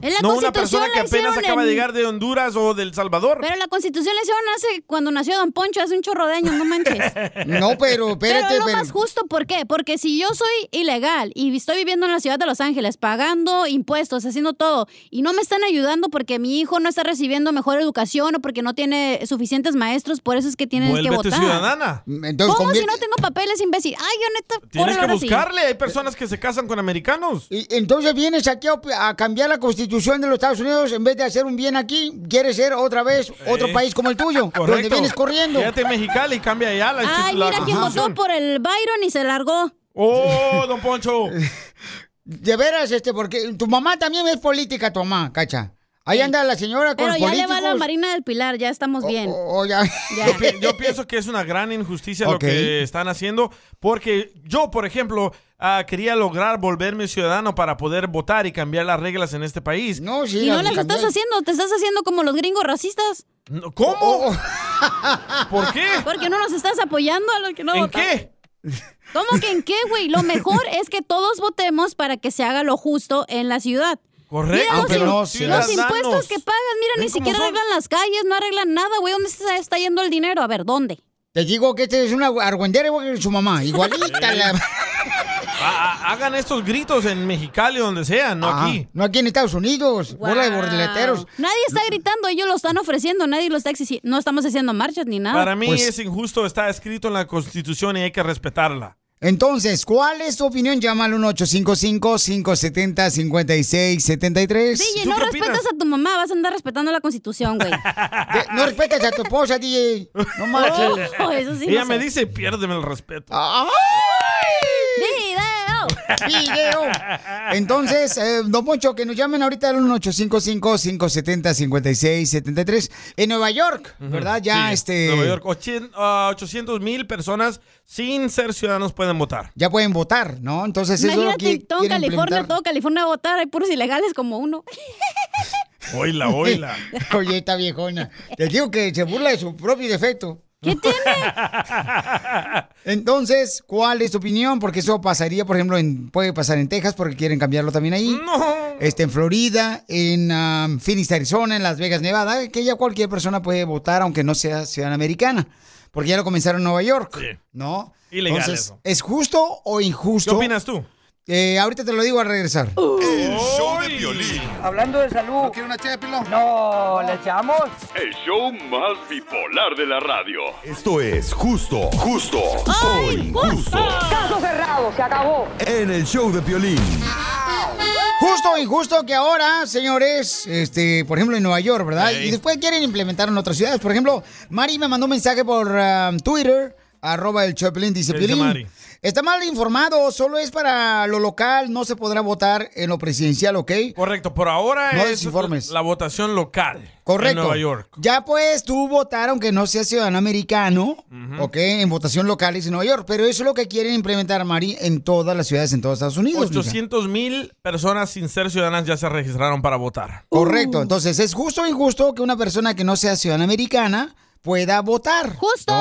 Speaker 6: En la
Speaker 2: no una
Speaker 6: Constitución
Speaker 2: persona que
Speaker 6: la hicieron
Speaker 2: apenas acaba de
Speaker 6: en-
Speaker 2: llegar de Honduras o del Salvador.
Speaker 6: Pero la constitución la hicieron hace cuando nació Don Poncho, hace un chorro de años, no manches.
Speaker 1: No, pero espérate,
Speaker 6: Pero es lo
Speaker 1: pero-
Speaker 6: más justo, ¿por qué? Porque si yo soy ilegal y estoy viviendo en la ciudad de Los Ángeles, pagando impuestos, haciendo todo, y no me están ayudando porque mi hijo no está recibiendo mejor educación o porque no tiene suficientes maestros, por eso es que tienes que
Speaker 2: Vuélvete
Speaker 6: votar.
Speaker 2: ciudadana.
Speaker 1: Entonces,
Speaker 6: ¿Cómo si no tengo papeles, imbécil? Ay, yo neta,
Speaker 2: Tienes
Speaker 6: corre
Speaker 2: que
Speaker 6: ahora sí.
Speaker 2: buscarle. Hay personas que se casan con americanos.
Speaker 1: Y entonces vienes aquí a, op- a cambiar la constitución de los Estados Unidos en vez de hacer un bien aquí, quieres ser otra vez otro
Speaker 2: Eh,
Speaker 1: país como el tuyo, donde
Speaker 2: Correcto.
Speaker 1: vienes corriendo.
Speaker 2: Quédate en Mexicali y cambia ya la
Speaker 6: Ay,
Speaker 2: la
Speaker 6: mira quién
Speaker 2: constitución.
Speaker 6: votó por el Byron y se largó.
Speaker 2: ¡Oh, don Poncho!
Speaker 1: De veras, este, porque tu mamá también es política, tu mamá, cacha. Ahí anda la señora con
Speaker 6: Pero
Speaker 1: los
Speaker 6: ya le va la
Speaker 1: políticos.
Speaker 6: Marina del Pilar, ya estamos bien.
Speaker 2: Yo, pi- yo pienso que es una gran injusticia
Speaker 1: Ok.
Speaker 2: lo que están haciendo, porque yo, por ejemplo, ah, quería lograr volverme ciudadano para poder votar y cambiar las reglas en este país.
Speaker 1: No,
Speaker 6: Y no las estás haciendo, te estás haciendo como los gringos racistas.
Speaker 2: ¿Cómo?
Speaker 1: Oh.
Speaker 2: ¿Por qué?
Speaker 6: Porque no nos estás apoyando a los que no
Speaker 2: ¿En
Speaker 6: votan.
Speaker 2: qué?
Speaker 6: ¿Cómo que en qué, güey? Lo mejor es que todos votemos para que se haga lo justo en la ciudad.
Speaker 2: Correcto,
Speaker 6: Mira, los,
Speaker 2: pero
Speaker 6: im-
Speaker 2: no
Speaker 6: los
Speaker 2: ciudadanos.
Speaker 6: impuestos que pagan, mira, ni
Speaker 2: ¿Ven cómo
Speaker 6: siquiera
Speaker 2: son?
Speaker 6: arreglan las calles, no arreglan nada, güey. ¿Dónde se está yendo el dinero? A ver, ¿dónde?
Speaker 1: Te digo que este es una argüendera igual que su mamá, igualita la...
Speaker 2: Ha- ha- hagan estos gritos en Mexicali o donde sea, no
Speaker 1: Ajá,
Speaker 2: aquí.
Speaker 1: Ah, No aquí en Estados Unidos, bola de
Speaker 6: Wow.
Speaker 1: borleteros.
Speaker 6: Nadie está gritando, ellos lo están ofreciendo, nadie lo está exigiendo. No estamos haciendo marchas ni nada.
Speaker 2: Para mí
Speaker 1: Pues
Speaker 2: es injusto, está escrito en la Constitución y hay que respetarla.
Speaker 1: Entonces, ¿cuál es tu opinión? Llama al 1-855-570-5673.
Speaker 6: DJ, no respetas a tu mamá, vas a andar respetando la constitución, güey.
Speaker 1: No respetas a tu esposa, DJ. No marches.
Speaker 6: Oh, eso sí,
Speaker 2: Ella
Speaker 6: no
Speaker 2: me
Speaker 6: sé.
Speaker 1: Ah,
Speaker 2: dice, piérdeme el respeto.
Speaker 1: ¡Ay!
Speaker 6: Video.
Speaker 1: ¡Video! Entonces, eh, don Poncho, que nos llamen ahorita al 1855-570-5673 en Nueva York, ¿verdad? Ya
Speaker 2: Sí,
Speaker 1: este.
Speaker 2: Nueva York, 800 mil personas sin ser ciudadanos pueden votar.
Speaker 1: Ya pueden votar, ¿no? Entonces, eso
Speaker 6: Imagínate
Speaker 1: aquí
Speaker 6: todo
Speaker 1: quieren
Speaker 6: California,
Speaker 1: implementar.
Speaker 6: todo California a votar, hay puros ilegales como uno.
Speaker 2: Oila, oila.
Speaker 1: Oye, esta viejona. Te digo que se burla de su propio defecto.
Speaker 6: ¿Qué tiene?
Speaker 1: Entonces, ¿cuál es tu opinión? Porque eso pasaría, por ejemplo, en, puede pasar en Texas porque quieren cambiarlo también ahí. Este, en Florida, en um, Phoenix, Arizona, en Las Vegas, Nevada, que ya cualquier persona puede votar aunque no sea ciudadana americana. Porque ya lo comenzaron en Nueva York,
Speaker 2: Sí.
Speaker 1: ¿no?
Speaker 2: Ilegal
Speaker 1: Entonces,
Speaker 2: eso.
Speaker 1: ¿es justo o injusto? ¿Qué
Speaker 2: opinas tú?
Speaker 1: ahorita te lo digo al regresar.
Speaker 9: Uh.
Speaker 15: El show de violín.
Speaker 9: Hablando de salud. ¿No quiere una ché de pilón? No, ¿le echamos?
Speaker 10: El show más bipolar de la radio.
Speaker 15: Esto es justo, justo o injusto.
Speaker 13: Caso cerrado, se acabó.
Speaker 15: En el show de violín.
Speaker 1: Justo o injusto que ahora, señores, este, por ejemplo en Nueva York, ¿verdad? Y después quieren implementar en otras ciudades. Por ejemplo, Mari me mandó un mensaje por ah, Twitter, arroba el Choplin, dice
Speaker 2: ¿Qué dice
Speaker 1: "Piolín,
Speaker 2: Mari?
Speaker 1: Está mal informado, solo es para lo local, no se podrá votar en lo presidencial, ¿ok?
Speaker 2: Correcto, por ahora
Speaker 1: No
Speaker 2: es la votación local
Speaker 1: Correcto.
Speaker 2: en Nueva York.
Speaker 1: Ya puedes tú votar, aunque no seas ciudadano americano,
Speaker 2: Ujú.
Speaker 1: ¿ok? En votación locales en Nueva York. Pero eso es lo que quieren implementar, Mari, en todas las ciudades, en todos Estados Unidos. mija.
Speaker 2: 800 mil personas sin ser ciudadanas ya se registraron para votar. Uh.
Speaker 1: Correcto. Entonces, ¿es justo o injusto que una persona que no sea ciudadana americana pueda votar?
Speaker 6: ¡Justo!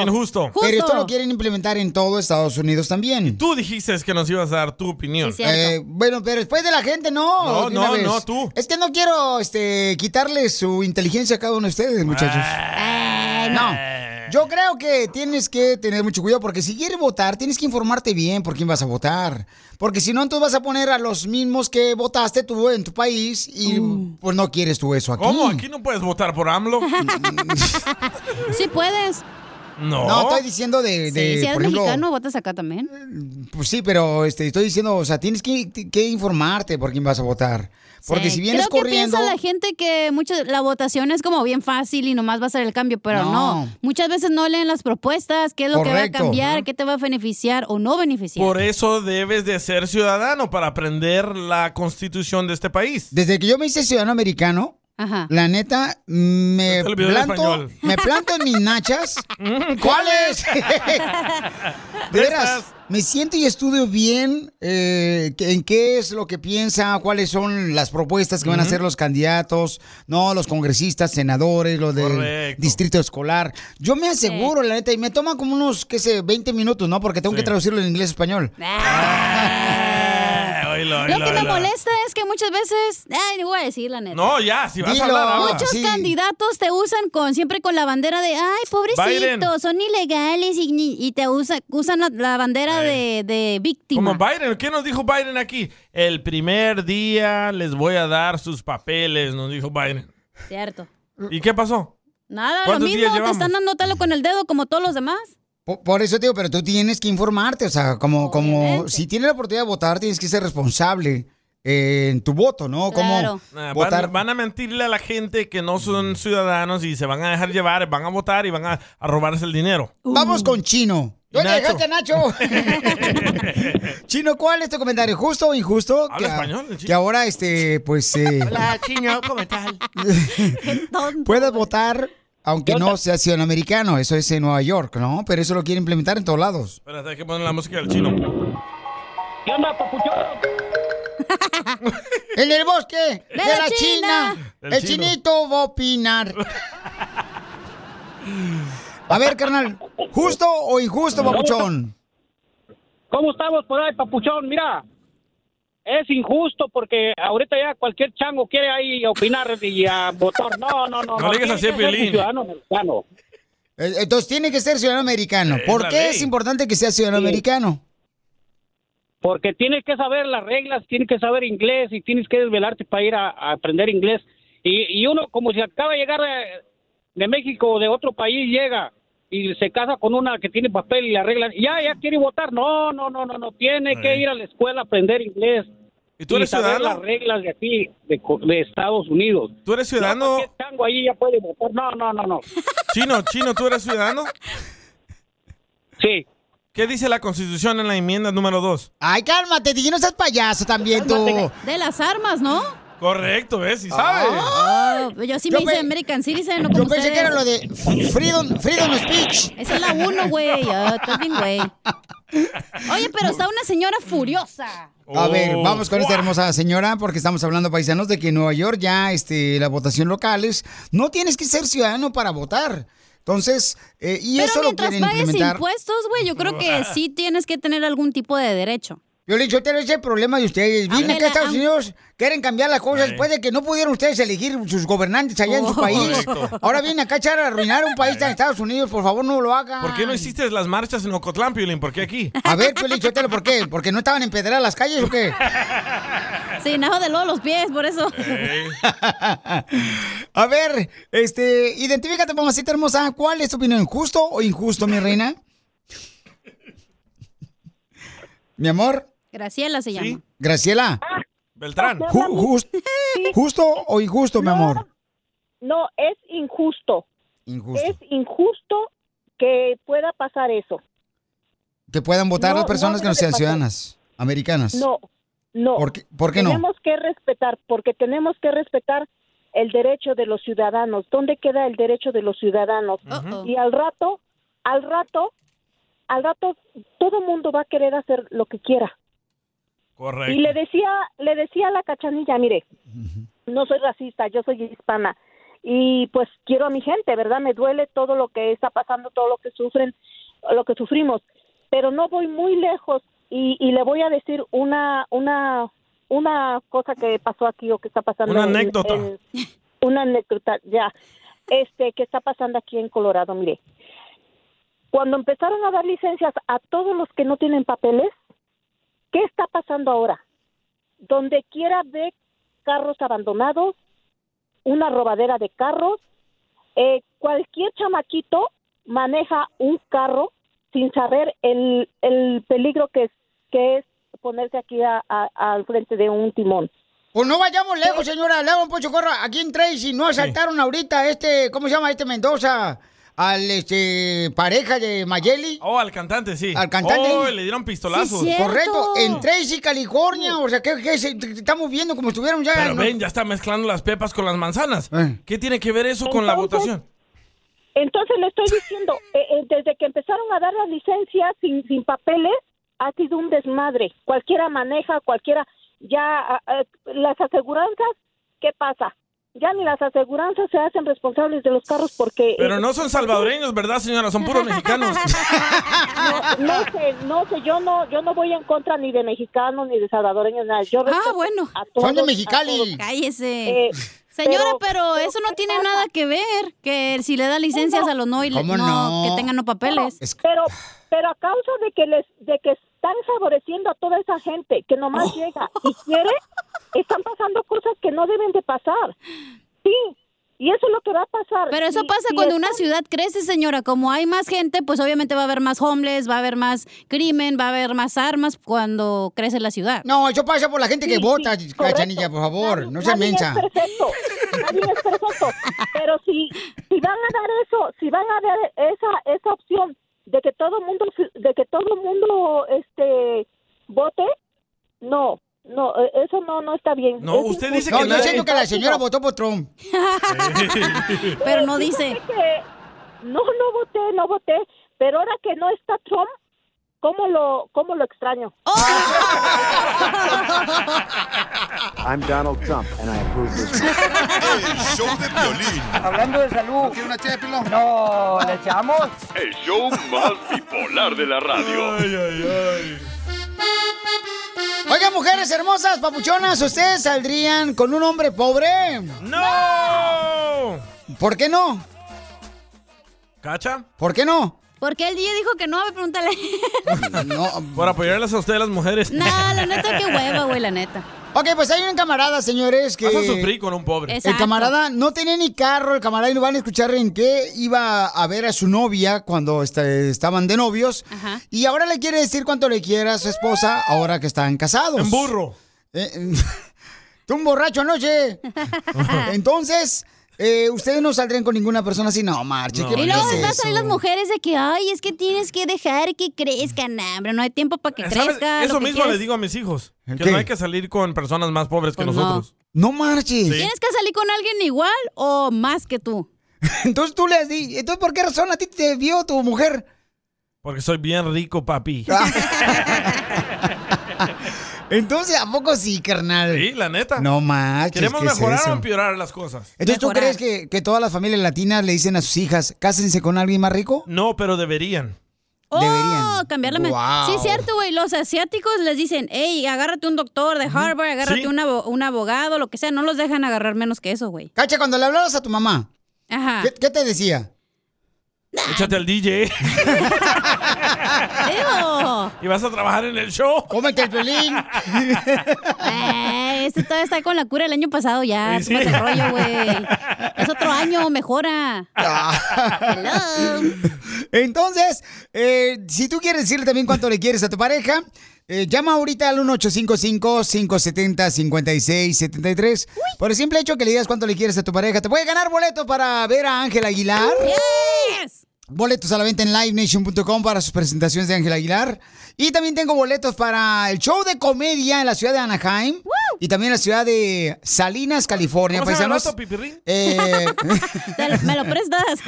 Speaker 2: Injusto.
Speaker 1: Pero
Speaker 2: Justo.
Speaker 1: esto lo quieren implementar en todo Estados Unidos también.
Speaker 2: Tú dijiste que nos ibas a dar tu opinión.
Speaker 1: Eh, bueno, pero después de la gente, no.
Speaker 2: No,
Speaker 1: de una
Speaker 2: no,
Speaker 1: vez.
Speaker 2: no, tú.
Speaker 1: Es que no quiero este, quitarle su inteligencia a cada uno de ustedes, muchachos. No. Yo creo que tienes que tener mucho cuidado porque si quieres votar, tienes que informarte bien por quién vas a votar. Porque si no, entonces vas a poner a los mismos que votaste tú en tu país y
Speaker 6: Uh.
Speaker 1: pues no quieres tú eso aquí.
Speaker 2: ¿Cómo? ¿Aquí no puedes votar por AMLO?
Speaker 6: Sí puedes.
Speaker 2: no.
Speaker 1: No, estoy diciendo de, de,
Speaker 6: Sí, si eres
Speaker 1: por ejemplo,
Speaker 6: mexicano, votas acá también.
Speaker 1: pues sí, pero este, estoy diciendo, o sea, tienes que, que informarte por quién vas a votar. Porque
Speaker 6: Sí.
Speaker 1: si vienes
Speaker 6: Eh, Creo
Speaker 1: corriendo...
Speaker 6: que piensa la gente que muchas la votación es como bien fácil y nomás va a ser el cambio, pero no.
Speaker 1: No.
Speaker 6: Muchas veces no leen las propuestas, qué es lo que va
Speaker 2: Correcto.
Speaker 6: a cambiar,
Speaker 2: Ajá.
Speaker 6: qué te va a beneficiar o no beneficiar.
Speaker 2: Por eso debes de ser ciudadano para aprender la constitución de este país.
Speaker 1: Desde que yo me hice ciudadano americano,
Speaker 6: Ajá.
Speaker 1: la neta, me
Speaker 2: Se te olvidó el
Speaker 1: planto,
Speaker 2: español. Mm,
Speaker 1: me planto en mis nachas. ¿Cuáles? De veras, me siento y estudio bien eh, que- en qué es lo que piensa, cuáles son las propuestas que van a hacer los candidatos, no los congresistas, senadores, los del
Speaker 2: Correcto.
Speaker 1: distrito escolar. Yo me aseguro, la neta, y me toma como unos, qué sé, 20 minutos, ¿no? Porque tengo que traducirlo en inglés a español.
Speaker 2: Eh, oílo,
Speaker 6: Lo
Speaker 2: oílo,
Speaker 6: que me
Speaker 2: oílo.
Speaker 6: molesta es que muchas veces, ay, no voy a decir la neta.
Speaker 2: No, ya, si vas a Dilo. hablar, habla.
Speaker 6: Muchos
Speaker 2: Sí.
Speaker 6: candidatos te usan con siempre con la bandera de, ay,
Speaker 2: Biden.
Speaker 6: pobrecito, son ilegales y, ni- y te usa- usan la, la bandera de, de víctima.
Speaker 2: Como Biden, ¿qué nos dijo Biden aquí? El primer día les voy a dar sus papeles, nos dijo Biden.
Speaker 6: Cierto.
Speaker 2: ¿Y qué pasó?
Speaker 6: Nada, lo
Speaker 2: ¿Cuántos días
Speaker 6: mismo, te
Speaker 2: llevamos?
Speaker 6: están dando talo con el dedo como todos los demás.
Speaker 1: Por, por eso, tío, pero tú tienes que informarte, o sea, como, como si tienes la oportunidad de votar, tienes que ser responsable eh, en tu voto, ¿no?
Speaker 2: Claro.
Speaker 1: Como
Speaker 2: Ah, van-
Speaker 1: votar.
Speaker 2: Van, a mentirle a la gente que no son ciudadanos y se van a dejar llevar, van a votar y van a, a robarse el dinero.
Speaker 6: Uh.
Speaker 1: Vamos con Chino. ¿Dónde
Speaker 2: Nacho.
Speaker 1: dejaste a Nacho? Chino, ¿cuál es tu comentario? ¿Justo o injusto?
Speaker 28: Habla
Speaker 1: que,
Speaker 28: español, el
Speaker 1: que ahora, este, pues, eh,
Speaker 28: Hola, chino, ¿cómo estás?
Speaker 1: puedas votar aunque no sea ciudadano americano. Eso es en Nueva York, ¿no? Pero eso lo quiere implementar en todos lados.
Speaker 2: Espérate, hay que poner la música del chino.
Speaker 25: ¿Qué onda, papuchón?
Speaker 1: En el bosque de,
Speaker 25: la
Speaker 1: la China,
Speaker 25: China.
Speaker 1: el,
Speaker 25: Del chino.
Speaker 1: chinito va a opinar. A ver, carnal, ¿justo o injusto, papuchón?
Speaker 25: ¿Cómo estamos por ahí, papuchón? Mira, es injusto porque ahorita ya cualquier chango quiere ahí opinar y a votar. No, no, no.
Speaker 2: No le digas así a
Speaker 25: tiene que ser un
Speaker 2: Piolín.
Speaker 25: ciudadano americano.
Speaker 1: Eh, Entonces tiene que ser ciudadano americano.
Speaker 2: Eh,
Speaker 1: ¿Por
Speaker 25: la
Speaker 1: qué
Speaker 25: ley.
Speaker 1: es importante que sea ciudadano americano?
Speaker 25: Porque tienes que saber las reglas, tienes que saber inglés y tienes que desvelarte para ir a, a aprender inglés. Y, y uno, como si acaba de llegar de, de México o de otro país, llega y se casa con una que tiene papel y la regla. Ya, ya quiere votar. No, no, no, no, no. Tiene que ir a la escuela a aprender inglés.
Speaker 2: ¿Y tú eres
Speaker 25: saber
Speaker 2: ciudadano?
Speaker 25: las reglas de aquí, de, co- de Estados Unidos.
Speaker 2: ¿Tú eres ciudadano?
Speaker 25: No, chango ahí ya puede votar. No, no, no, no.
Speaker 2: Chino, chino, ¿tú eres ciudadano?
Speaker 25: Sí.
Speaker 2: ¿Qué dice la Constitución en la enmienda número 2?
Speaker 1: Ay, cálmate, DJ, no seas payaso también tú.
Speaker 6: De las armas, ¿no?
Speaker 2: Correcto, ¿ves? ¿Y sabe?
Speaker 6: Oh, yo sí
Speaker 1: Yo
Speaker 6: me hice
Speaker 1: pe-
Speaker 6: American Citizen, no
Speaker 1: Yo
Speaker 6: como
Speaker 1: pensé
Speaker 6: ustedes.
Speaker 1: que era lo de freedom, freedom of speech.
Speaker 6: Esa es la uno, güey. Ah, estás bien, güey. Oye, pero está una señora furiosa.
Speaker 1: A ver,
Speaker 2: Oh.
Speaker 1: vamos con esta hermosa señora porque estamos hablando paisanos de que en Nueva York ya este las votación locales no tienes que ser ciudadano para votar. Entonces, eh, y
Speaker 6: Pero
Speaker 1: eso lo
Speaker 6: mientras
Speaker 1: quieren
Speaker 6: pagues
Speaker 1: implementar.
Speaker 6: impuestos, güey, yo creo que sí tienes que tener algún tipo de derecho.
Speaker 1: Yo le digo, ese es el problema de ustedes. Vienen
Speaker 6: Aunque la-
Speaker 1: acá a Estados
Speaker 6: aun-
Speaker 1: Unidos, quieren cambiar las cosas
Speaker 6: Ay.
Speaker 1: después de que no pudieron ustedes elegir sus gobernantes allá en su
Speaker 2: Oh.
Speaker 1: país.
Speaker 2: Correcto.
Speaker 1: Ahora vienen acá a echar a arruinar un país en Estados Unidos. Por favor, no lo hagan.
Speaker 2: ¿Por qué no hiciste las marchas en Ocotlán, Piolín? ¿Por qué aquí?
Speaker 1: A ver, Piolín Chotelo, ¿por qué? ¿Porque no estaban empedradas las calles o qué?
Speaker 6: Sí, najo de lodo los pies, por eso.
Speaker 1: A ver, este, identifícate, mamacita hermosa. ¿Cuál es tu opinión? ¿Justo o injusto, mi reina? Mi amor,
Speaker 6: Graciela se llama.
Speaker 1: Graciela.
Speaker 2: Beltrán.
Speaker 1: Ju- jus- ¿Justo o injusto, mi amor?
Speaker 28: No, es injusto.
Speaker 1: Injusto.
Speaker 28: Es injusto que pueda pasar eso.
Speaker 1: Que puedan votar
Speaker 28: No,
Speaker 1: las personas
Speaker 28: no
Speaker 1: que no
Speaker 28: debe
Speaker 1: sean
Speaker 28: pasar.
Speaker 1: ciudadanas, americanas.
Speaker 28: No, no.
Speaker 1: ¿Por qué, por qué no?
Speaker 28: Tenemos que respetar, porque tenemos que respetar el derecho de los ciudadanos. ¿Dónde queda el derecho de los ciudadanos?
Speaker 16: Uh-oh.
Speaker 28: Y al rato, al rato, al rato, todo mundo va a querer hacer lo que quiera.
Speaker 2: Correcto.
Speaker 28: Y le decía, le decía a la cachanilla, mire, no soy racista, yo soy hispana y pues quiero a mi gente, ¿verdad? Me duele todo lo que está pasando, todo lo que sufren, lo que sufrimos, pero no voy muy lejos y, y le voy a decir una una una cosa que pasó aquí o que está pasando
Speaker 2: Una
Speaker 28: en-
Speaker 2: anécdota.
Speaker 28: en- una anécdota ya este que está pasando aquí en Colorado, mire. Cuando empezaron a dar licencias a todos los que no tienen papeles, ¿qué está pasando ahora? Donde quiera ve carros abandonados, una robadera de carros, eh, cualquier chamaquito maneja un carro sin saber el, el peligro que es, que es ponerse aquí a- a- al frente de un timón.
Speaker 1: Pues no vayamos lejos, señora. Le hago un pocho corra. Aquí en Tracy no asaltaron ahorita este, ¿cómo se llama este Mendoza? Al este pareja de Mayeli.
Speaker 2: Oh, al cantante, sí.
Speaker 1: Al cantante.
Speaker 2: Oh, le dieron pistolazos.
Speaker 1: Correcto, en Tracy, California. O sea, que, que se- t- estamos viendo como estuvieron ya.
Speaker 2: Pero
Speaker 1: ¿no?
Speaker 2: ven, ya está mezclando las pepas con las manzanas.
Speaker 1: Eh.
Speaker 2: ¿Qué tiene que ver eso con la votación?
Speaker 28: Entonces le estoy diciendo, eh, eh, desde que empezaron a dar las licencias sin, sin papeles, ha sido un desmadre. Cualquiera maneja, cualquiera, ya ah, ah, las aseguranzas, ¿qué pasa? Ya ni las aseguranzas se hacen responsables de los carros porque...
Speaker 2: Pero
Speaker 28: eh,
Speaker 2: no son salvadoreños, ¿verdad, señora? Son puros mexicanos.
Speaker 28: No, no sé, no sé, yo no, yo no voy en contra ni de mexicanos ni de salvadoreños, nada. Yo
Speaker 6: Ah,
Speaker 28: respeto
Speaker 6: bueno.
Speaker 28: a todos, a todos.
Speaker 6: Cállese.
Speaker 28: Eh,
Speaker 6: Señora,
Speaker 28: pero-
Speaker 6: pero, eso no tiene nada que ver. Que si le da licencias a los no, y le-
Speaker 28: ¿Cómo no?
Speaker 6: no, que tengan no papeles.
Speaker 28: Pero, pero a causa de que les, de que están favoreciendo a toda esa gente que nomás
Speaker 6: Oh.
Speaker 28: llega y quiere, están pasando cosas que no deben de pasar. Sí, y eso es lo que va a pasar.
Speaker 6: Pero eso
Speaker 28: Y-
Speaker 6: pasa
Speaker 28: y
Speaker 6: cuando una
Speaker 28: están-
Speaker 6: ciudad crece, señora. Como hay más gente, pues obviamente va a haber más homeless, va a haber más crimen, va a haber más armas cuando crece la ciudad.
Speaker 1: No, eso pasa por la gente que
Speaker 6: Sí,
Speaker 1: vota,
Speaker 6: sí, correcto.
Speaker 1: cachanilla, por favor. No se
Speaker 28: Nadie
Speaker 1: mensa.
Speaker 28: es perfecto, nadie es perfecto. Pero si, si van a dar eso, si van a dar esa, esa opción de que todo mundo, de que todo mundo, este, vote, no, no, eh, eso no, no está bien. Es
Speaker 1: No, usted
Speaker 28: injusto.
Speaker 1: dice que No, yo nadie- siento que la señora votó por Trump.
Speaker 6: Pero no
Speaker 28: Fíjate que- no, no voté, no voté. Pero ahora que no está Trump, ¿cómo lo, cómo lo extraño?
Speaker 6: Oh,
Speaker 17: I'm Donald Trump and I approve this.
Speaker 9: Hablando de salud. ¿Quiere una ché de pilón? No, ¿le echamos?
Speaker 10: El show más bipolar de la radio.
Speaker 1: Oigan, mujeres hermosas, papuchonas, ¿ustedes saldrían con un hombre pobre?
Speaker 2: ¡No!
Speaker 1: ¿Por qué no?
Speaker 2: ¿Cacha?
Speaker 1: ¿Por qué no?
Speaker 6: Porque el DJ dijo que no, a ver, pregúntale.
Speaker 2: Por apoyarlas a ustedes las mujeres.
Speaker 6: No, la neta, qué hueva, güey, la neta.
Speaker 1: Ok, pues hay un camarada, señores, que...
Speaker 2: Vas a sufrir con un pobre.
Speaker 1: El camarada no tenía ni carro, el camarada y lo van a escuchar en qué iba a ver a su novia cuando est- estaban de novios. Y ahora le quiere decir cuánto le quiere a su esposa ahora que están casados. Un Eh, burro. Tú un borracho anoche. Entonces, eh, ustedes no saldrían con ninguna persona así, no, marche.
Speaker 6: y luego van a salir las mujeres de que, ay, es que tienes que dejar que crezcan, nah, hombre, no hay tiempo para que
Speaker 2: ¿Sabes?
Speaker 6: crezcan.
Speaker 2: Eso mismo le digo a mis hijos. Que
Speaker 1: ¿Qué?
Speaker 2: no hay que salir con personas más pobres que
Speaker 6: Pues no.
Speaker 2: nosotros.
Speaker 1: No marches.
Speaker 6: ¿Tienes que salir con alguien igual o más que tú?
Speaker 1: Entonces tú le has dicho, entonces ¿por qué razón a ti te vio tu mujer?
Speaker 2: Porque soy bien rico, papi.
Speaker 1: Ah. Entonces, ¿a poco sí, carnal?
Speaker 2: Sí, la neta.
Speaker 1: No marches.
Speaker 2: ¿Queremos
Speaker 1: ¿qué es
Speaker 2: mejorar o
Speaker 1: eso?
Speaker 2: empeorar las cosas?
Speaker 1: Entonces, ¿tú crees que, que todas las familias latinas le dicen a sus hijas, cásense con alguien más rico?
Speaker 2: No, pero deberían.
Speaker 6: Oh,
Speaker 1: Deberían.
Speaker 6: cambiar la men-
Speaker 1: Wow.
Speaker 6: Sí, es cierto, güey. Los asiáticos les dicen, hey, agárrate un doctor de Harvard, agárrate
Speaker 1: Sí.
Speaker 6: un, abo- un abogado, lo que sea. No los dejan agarrar menos que eso, güey.
Speaker 1: Cacha, cuando le hablabas a tu mamá,
Speaker 6: Ajá.
Speaker 1: ¿qué, qué te decía?
Speaker 2: Échate al DJ. y vas a trabajar en el show.
Speaker 1: Cómete el pelín.
Speaker 6: Eh, este todavía está con la cura el año pasado ya.
Speaker 2: Sí, sí.
Speaker 6: tómate el rollo, güey. Es otro año, mejora.
Speaker 1: Entonces, eh, si tú quieres decirle también cuánto le quieres a tu pareja, eh, llama ahorita al 1855-570-5673. Por el simple hecho que le digas cuánto le quieres a tu pareja, te puede ganar boleto para ver a Ángel Aguilar. Boletos a la venta en livenation.com para sus presentaciones de Ángel Aguilar. Y también tengo boletos para el show de comedia en la ciudad de Anaheim. Y también en la ciudad de Salinas, California.
Speaker 2: ¿Cómo se llama el vato,
Speaker 1: paisanos.
Speaker 2: Pipirrín?
Speaker 1: pues, Eh,
Speaker 6: ¿Me lo prestas?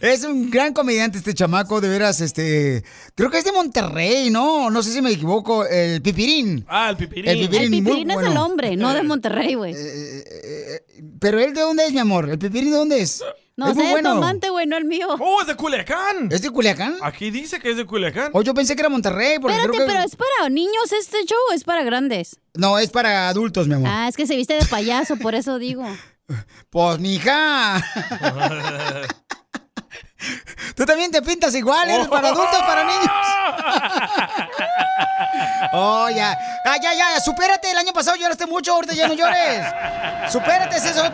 Speaker 1: es un gran comediante este chamaco, de veras, este, creo que es de Monterrey, ¿no? No sé si me equivoco, el Pipirín.
Speaker 2: Ah, el pipirín.
Speaker 1: El pipirín,
Speaker 6: El
Speaker 1: muy
Speaker 6: pipirín es
Speaker 1: bueno. eh,
Speaker 6: el hombre, no de
Speaker 2: Eh,
Speaker 6: Monterrey, güey.
Speaker 1: Pero él de dónde es, mi amor? ¿El Pipirín de dónde es?
Speaker 6: No,
Speaker 1: es muy
Speaker 6: sé,
Speaker 1: bueno.
Speaker 6: tomante, güey, no el mío.
Speaker 2: ¡Oh, es de Culiacán!
Speaker 1: ¿Es de Culiacán?
Speaker 2: Aquí dice que es de Culiacán.
Speaker 1: O yo pensé que era Monterrey, porque
Speaker 6: Espérate,
Speaker 1: creo que...
Speaker 6: pero ¿es para niños este show o es para grandes?
Speaker 1: No, es para adultos, mi amor.
Speaker 6: Ah, es que se viste de payaso, por eso digo.
Speaker 1: Pues, mija. Tú también te pintas igual, eres para adultos, para niños. oh, ya. Ah, ya, ya, supérate. El año pasado lloraste mucho, ahorita ya no llores. Supérate, ese es otro.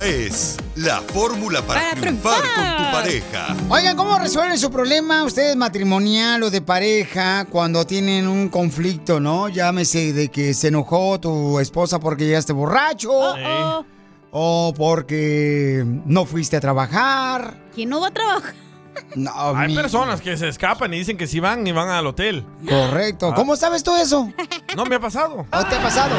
Speaker 15: Es la fórmula para,
Speaker 1: Para
Speaker 15: triunfar,
Speaker 1: triunfar.
Speaker 15: con tu pareja.
Speaker 1: Oigan, ¿cómo resuelven su problema ustedes matrimonial o de pareja cuando tienen un conflicto, no? Llámese de que se enojó tu esposa porque llegaste borracho.
Speaker 6: oh.
Speaker 1: O porque no fuiste a trabajar.
Speaker 6: ¿Quién no va a trabajar?
Speaker 2: Hay personas que se escapan y dicen que sí van y van al hotel. Ah,
Speaker 1: Correcto.
Speaker 6: Ah.
Speaker 1: ¿Cómo sabes tú eso?
Speaker 2: No me ha pasado.
Speaker 1: ¿No te ha pasado?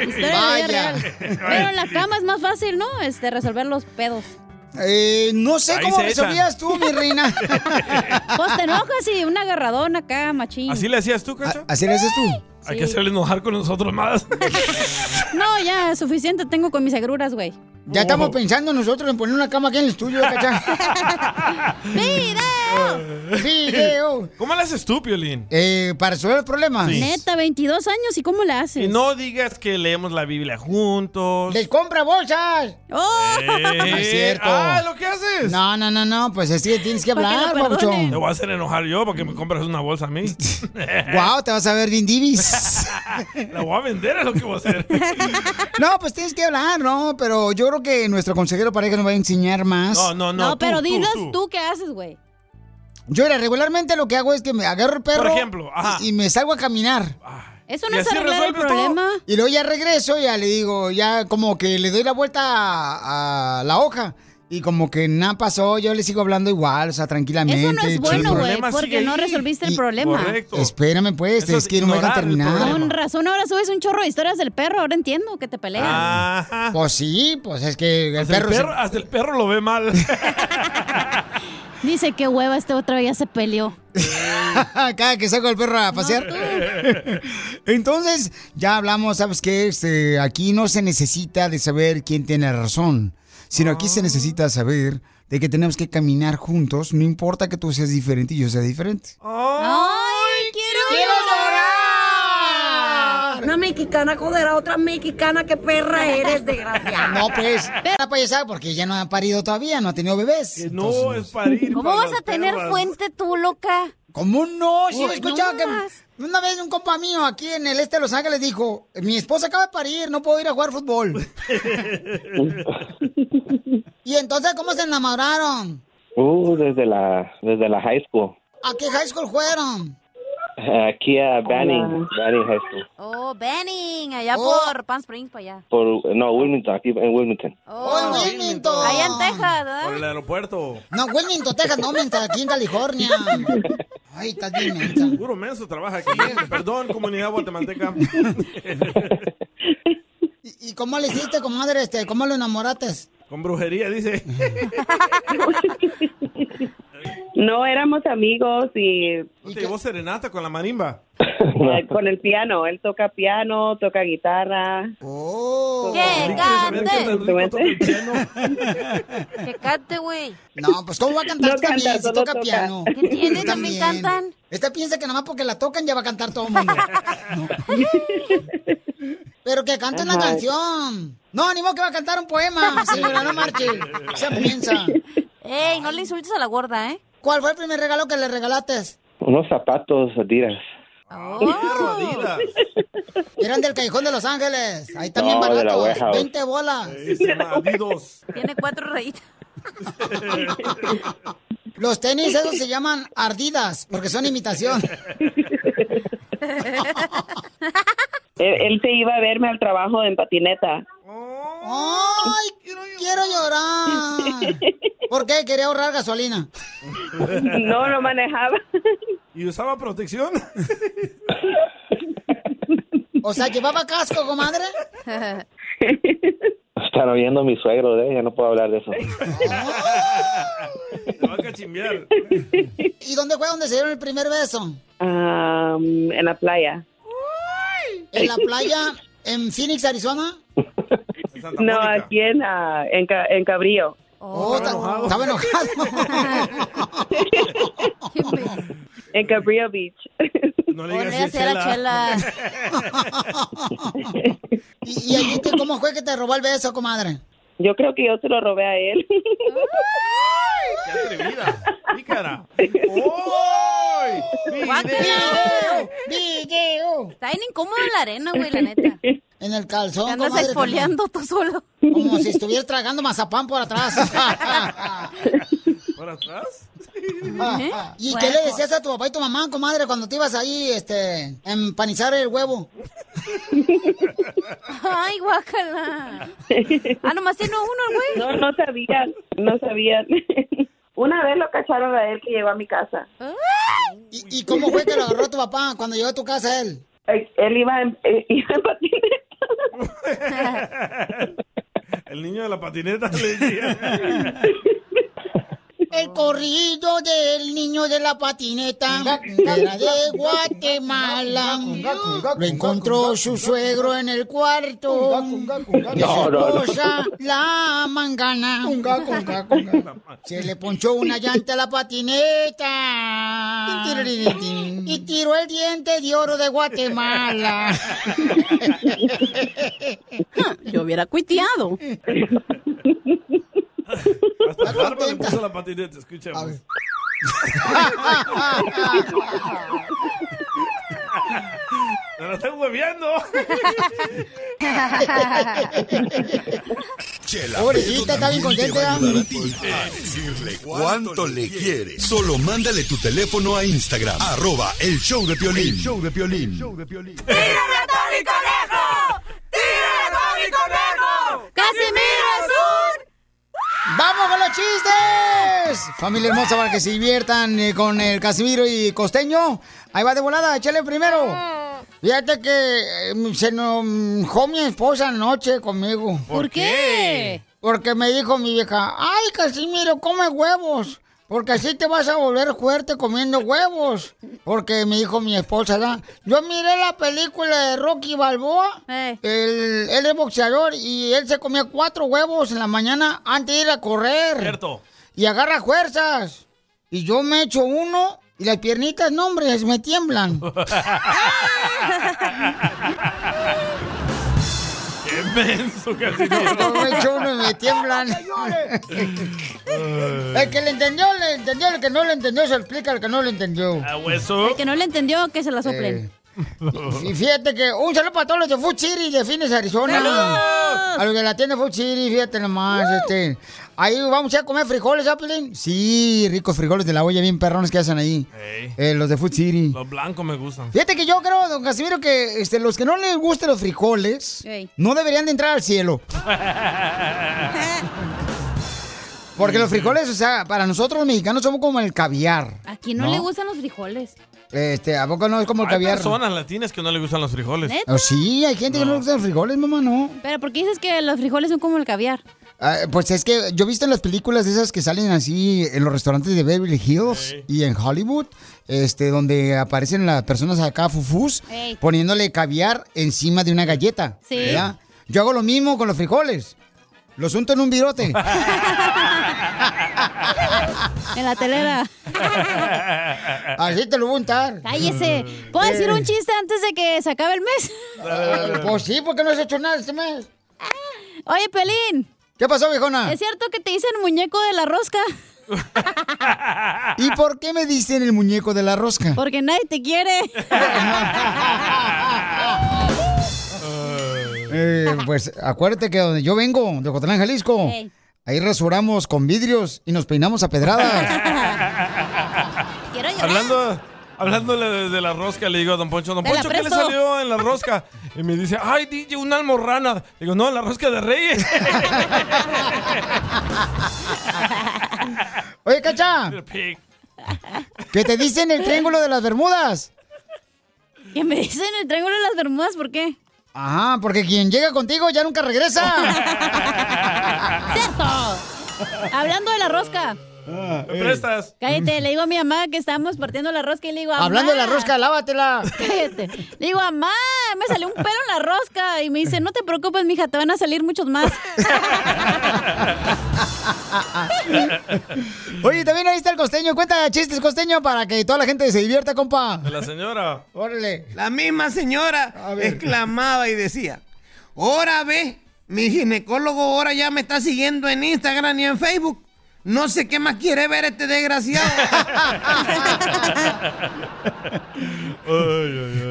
Speaker 6: Historia de la vida real. Pero en la cama es más fácil, ¿no? Este, resolver los pedos.
Speaker 1: Eh, no sé
Speaker 2: Ahí
Speaker 1: cómo
Speaker 2: se echan.
Speaker 1: resolvías tú, mi reina.
Speaker 6: Pues te enojas y un agarradón acá, machín.
Speaker 2: ¿Así le hacías tú, Cacha?
Speaker 1: Ah, ¿Así le haces tú?
Speaker 2: Hay que hacerle enojar con nosotros más.
Speaker 6: No, ya, suficiente tengo con mis agruras, güey.
Speaker 1: Ya estamos pensando nosotros en poner una cama aquí en el estudio, ¿eh,
Speaker 6: Pues
Speaker 1: ¿cachá? Ah, ¡Video!
Speaker 2: ¿Cómo le haces tú, Piolín?
Speaker 1: Eh, para resolver los problemas.
Speaker 6: Neta, 22 años, ¿y cómo la haces?
Speaker 2: Y no digas que leemos la Biblia juntos. Eh.
Speaker 1: ¡Les compra bolsas!
Speaker 6: ¡Oh!
Speaker 1: No es cierto.
Speaker 2: Ah, lo que haces.
Speaker 1: No, no, no, no. Pues así tienes que hablar,
Speaker 2: Te
Speaker 1: papuchón.
Speaker 2: voy a hacer enojar yo porque me compras una bolsa a mí.
Speaker 1: Wow, te vas a ver bien divis.
Speaker 2: La voy a vender, es lo que voy a hacer.
Speaker 1: No, pues tienes que hablar, ¿no? Pero yo creo que nuestro consejero pareja nos va a enseñar más.
Speaker 2: No, no,
Speaker 6: No, pero diles tú, qué haces, güey.
Speaker 1: Yo era, regularmente lo que hago es que me agarro el perro.
Speaker 2: Por ejemplo, ajá.
Speaker 1: Y, y me salgo a caminar.
Speaker 6: Eso no es arreglar el problema.
Speaker 1: Y luego ya regreso, ya le digo, ya como que le doy la vuelta a, a la hoja. Y
Speaker 5: Y como que nada pasó, yo le sigo hablando igual, o sea, tranquilamente.
Speaker 6: Eso no es bueno,
Speaker 5: chido.
Speaker 6: güey, porque no resolviste el problema.
Speaker 5: Espérame, pues,
Speaker 6: Eso
Speaker 5: es que no me dejan
Speaker 4: Ah.
Speaker 5: terminar.
Speaker 6: Con razón, ahora subes un chorro de historias del perro, ahora entiendo que te peleas.
Speaker 4: Ah.
Speaker 5: Pues sí, pues es que el
Speaker 2: Hasta el
Speaker 5: perro. se-
Speaker 2: perro, hasta el perro lo ve mal.
Speaker 6: Dice que hueva, este otro ya se peleó.
Speaker 5: Cada que saco al perro a pasear. Entonces, ya hablamos, ¿sabes qué? Este, aquí no se necesita de saber quién tiene razón, sino aquí se
Speaker 2: Ah.
Speaker 5: necesita saber de que tenemos que caminar juntos, no importa que tú seas diferente y yo sea diferente.
Speaker 4: ¡Ay, quiero, Ah,
Speaker 1: llorar! Una mexicana joder a otra mexicana, qué perra eres, desgraciada.
Speaker 5: No, pues, era payasada porque ya no ha parido todavía, no ha tenido bebés. No, es parir.
Speaker 4: ¿Cómo vas a tener fuente tú, loca?
Speaker 5: ¿Cómo no? Si
Speaker 4: Uy,
Speaker 5: he escuchado
Speaker 4: no
Speaker 5: que
Speaker 4: más.
Speaker 5: una vez un compa mío aquí en el este de Los Ángeles dijo, mi esposa acaba de parir, no puedo ir a jugar fútbol. y entonces, ¿cómo se enamoraron?
Speaker 29: Uh, desde la, desde la high school.
Speaker 5: ¿A qué high school fueron?
Speaker 29: Aquí a Banning,
Speaker 4: Hola.
Speaker 29: Banning High School.
Speaker 4: Oh, Benning, allá por Palm Springs, para allá.
Speaker 29: Por, no, Wilmington, aquí en Wilmington.
Speaker 4: Oh,
Speaker 5: Wilmington.
Speaker 4: Allá en Texas, ¿verdad?
Speaker 2: Por el aeropuerto.
Speaker 5: No, Wilmington, Texas, no, mientras aquí en California. Ay, estás bien mensa.
Speaker 2: Puro menso trabaja aquí. Perdón, comunidad guatemalteca.
Speaker 5: ¿Y cómo le hiciste, comadre? Este, ¿Cómo lo enamoraste?
Speaker 2: Con brujería, dice.
Speaker 23: No éramos amigos y
Speaker 2: ¿No te llevó serenata con la marimba?
Speaker 23: eh, con el piano. Él toca piano, toca guitarra.
Speaker 5: ¡Oh!
Speaker 4: ¡Que cante!
Speaker 5: Que
Speaker 4: cante, güey!
Speaker 5: No, pues ¿cómo va a cantar
Speaker 4: No
Speaker 5: tú también
Speaker 4: canta,
Speaker 5: si
Speaker 4: solo
Speaker 5: toca,
Speaker 4: toca.
Speaker 5: piano?
Speaker 4: ¿Qué tiene?
Speaker 5: Tú
Speaker 4: ¿También cantan?
Speaker 5: Esta piensa que nada más porque la tocan ya va a cantar todo el mundo. Pero que cante una
Speaker 4: Ajá.
Speaker 5: canción. No, ni modo que va a cantar un poema, señora, no marche. Se piensa.
Speaker 4: ¡Ey, no le insultes a la gorda, eh!
Speaker 5: ¿Cuál fue el primer regalo que le regalaste?
Speaker 29: Unos zapatos Adidas.
Speaker 4: Oh.
Speaker 5: Eran del Callejón de Los Ángeles. Ahí también
Speaker 29: No, de la
Speaker 5: baratos.
Speaker 29: warehouse.
Speaker 5: 20 bolas.
Speaker 4: Tiene cuatro rayitas.
Speaker 5: Los tenis esos se llaman ardidas porque son imitación.
Speaker 23: Él, él se iba a verme al trabajo en patineta.
Speaker 5: ¡Ay! Quiero llorar. ¿Por qué? Quería ahorrar gasolina.
Speaker 23: No, no manejaba.
Speaker 2: ¿Y usaba protección?
Speaker 5: O sea, ¿llevaba casco, comadre?
Speaker 29: Están oyendo mi suegro, ¿eh? Ya no puedo hablar de eso.
Speaker 2: Te va a cachimbear.
Speaker 5: ¿Y dónde fue donde se dieron el primer beso?
Speaker 23: Am, Ah, mm, en la playa.
Speaker 5: ¿En la playa? ¿En Phoenix, Arizona?
Speaker 23: No, aquí en, ah, en, Ca- en Cabrillo.
Speaker 5: Oh, ta- estaba enojado.
Speaker 23: en Cabrillo Beach.
Speaker 2: No
Speaker 23: le
Speaker 4: Ponle a hacer a Chela.
Speaker 5: ¿Y, y allí qué- cómo fue que te robó el beso, comadre?
Speaker 23: Yo creo que yo se lo robé a él.
Speaker 2: ¡Pícara!
Speaker 4: ¡Guácala!
Speaker 5: ¡Video!
Speaker 4: Está bien incómodo en la arena, güey, la neta.
Speaker 5: En el calzón.
Speaker 4: Te andas
Speaker 5: comadre,
Speaker 4: exfoliando tú solo.
Speaker 5: como- Como si estuvieras tragando mazapán por atrás.
Speaker 2: ¿Por atrás?
Speaker 4: ¿Eh?
Speaker 5: ¿Eh? ¿Y qué le decías a tu papá y tu mamá, comadre, cuando te ibas ahí, este, a empanizar el huevo?
Speaker 4: ¡Ay, guácala! Ah, nomás tiene uno el güey.
Speaker 23: No, no sabían, no sabían. Una vez lo cacharon a él que llegó a mi casa.
Speaker 5: ¿Y, y cómo fue que lo agarró tu papá cuando llegó a tu casa él?
Speaker 23: Eh, Él iba en, eh, iba en patineta.
Speaker 2: El niño de la patineta le decía.
Speaker 5: El corrido del niño de la patineta era de Guatemala. Lo encontró su suegro en el cuarto. De
Speaker 4: No,
Speaker 5: su
Speaker 4: no, no.
Speaker 5: esposa, la mangana. Se le ponchó una llanta a la patineta. Y tiró el diente de oro de Guatemala.
Speaker 4: Yo hubiera cuiteado.
Speaker 2: Hasta el árbol le puso la patineta, escuchemos. ¡No la están hueviando!
Speaker 15: Chela
Speaker 5: Pobrecita, está bien
Speaker 15: Prieto también te va a
Speaker 5: contenta,
Speaker 15: ayudar
Speaker 5: ¿eh?
Speaker 15: a ti a decirle cuánto le quiere. Solo mándale tu teléfono a Instagram, arroba el show de Piolín. show de Piolín.
Speaker 4: ¡Tírame a Tony Conejo! ¡Tírame a Tony Conejo! ¡Casimiro es un
Speaker 1: ¡Vamos con los chistes! Familia hermosa, para que se diviertan eh, con el Casimiro y Costeño. Ahí va de volada, échale primero. Fíjate que eh, se enojó mi esposa anoche conmigo.
Speaker 6: ¿Por qué?
Speaker 1: Porque me dijo mi vieja, ay Casimiro, come huevos. Porque así te vas a volver fuerte comiendo huevos. Porque me dijo mi esposa, ¿verdad? yo miré la película de Rocky Balboa. El- él es boxeador y él se comía cuatro huevos en la mañana antes de ir a correr.
Speaker 2: Cierto.
Speaker 1: Y agarra fuerzas. Y yo me echo uno y las piernitas, no hombre, me tiemblan.
Speaker 2: ¡Qué menso, Casimiro!
Speaker 1: Yo me echo uno y me tiemblan. El que le entendió, le entendió. El que no le entendió, se explica el que no le entendió.
Speaker 2: ¿A hueso?
Speaker 6: El que no le entendió, que se la soplen.
Speaker 1: Y fíjate que un saludo para todos los de Food City de Fines, Arizona.
Speaker 6: ¡Saludos!
Speaker 1: A los de la tienda Food City, fíjate nomás. Este. Ahí vamos a comer frijoles, Apelín. Sí, ricos frijoles de la olla, bien perrones que hacen ahí.
Speaker 2: Ey.
Speaker 1: Eh, los de Food City.
Speaker 2: Los blancos me gustan.
Speaker 1: Fíjate que yo creo, don Casimiro, que este, los que no les gusten los frijoles
Speaker 2: Ey.
Speaker 1: no deberían de entrar al cielo. Porque los frijoles, o sea, para nosotros los mexicanos somos como el caviar.
Speaker 6: ¿A quién no,
Speaker 1: No.
Speaker 6: le gustan los frijoles?
Speaker 1: Este, ¿a poco no es como el
Speaker 2: Hay
Speaker 1: caviar?
Speaker 2: personas latinas que no le gustan los frijoles.
Speaker 6: ¿Neta?
Speaker 1: Oh, sí, hay gente que no le gustan los frijoles, mamá, no.
Speaker 6: Pero ¿por qué dices que los frijoles son como el caviar?
Speaker 1: Ah, pues es que yo he visto en las películas de esas que salen así en los restaurantes de Beverly Hills y en Hollywood, este, donde aparecen las personas acá fufus
Speaker 6: Ey.
Speaker 1: poniéndole caviar encima de una galleta.
Speaker 6: Sí.
Speaker 1: ¿verdad? Yo hago lo mismo con los frijoles. Los unto en un virote.
Speaker 6: En la telera.
Speaker 1: Así Ah, te lo voy a untar. Mm.
Speaker 6: Cállese. ¿Puedo decir un chiste antes de que se acabe el mes?
Speaker 1: Pues sí, porque no has hecho nada este mes.
Speaker 6: Oye, Pelín.
Speaker 1: ¿Qué pasó, viejona?
Speaker 6: ¿Es cierto que te dicen muñeco de la rosca?
Speaker 1: ¿Y por qué me dicen el muñeco de la rosca?
Speaker 6: Porque nadie te quiere.
Speaker 1: Eh, pues acuérdate que donde yo vengo, de Ocotlán, Jalisco,
Speaker 6: Ey.
Speaker 1: ahí rasuramos con vidrios y nos peinamos a pedradas.
Speaker 6: Quiero llorar.
Speaker 2: Hablando, hablándole de, de la rosca, le digo a Don Poncho, Don
Speaker 6: Te la
Speaker 2: Poncho, ¿qué le
Speaker 6: presto.
Speaker 2: salió en la rosca? Y me dice, ay, DJ, una almorrana. Digo, no, la rosca de reyes.
Speaker 1: Oye, Cacha,
Speaker 2: Pig.
Speaker 1: que te dicen el triángulo de las Bermudas.
Speaker 6: ¿Qué me dicen el triángulo de las Bermudas? ¿Por qué?
Speaker 1: Ajá, porque quien llega contigo ya nunca regresa. Ah.
Speaker 6: ¡Cierto! Hablando de la rosca.
Speaker 2: ¿Me prestas?
Speaker 6: Cállate, le digo a mi mamá que estábamos partiendo la rosca y le digo, "Amá".
Speaker 1: Hablando de la rosca, lávatela.
Speaker 6: Cállate. Le digo, mamá, me salió un pelo en la rosca. Y me dice, no te preocupes, mija, te van a salir muchos más.
Speaker 1: Oye, también ahí está el costeño. Cuenta chistes, costeño, para que toda la gente se divierta, compa.
Speaker 2: De la señora.
Speaker 1: Órale.
Speaker 11: La misma señora exclamaba y decía, ahora ve, mi ginecólogo ahora ya me está siguiendo en Instagram y en Facebook. No sé qué más quiere ver este desgraciado.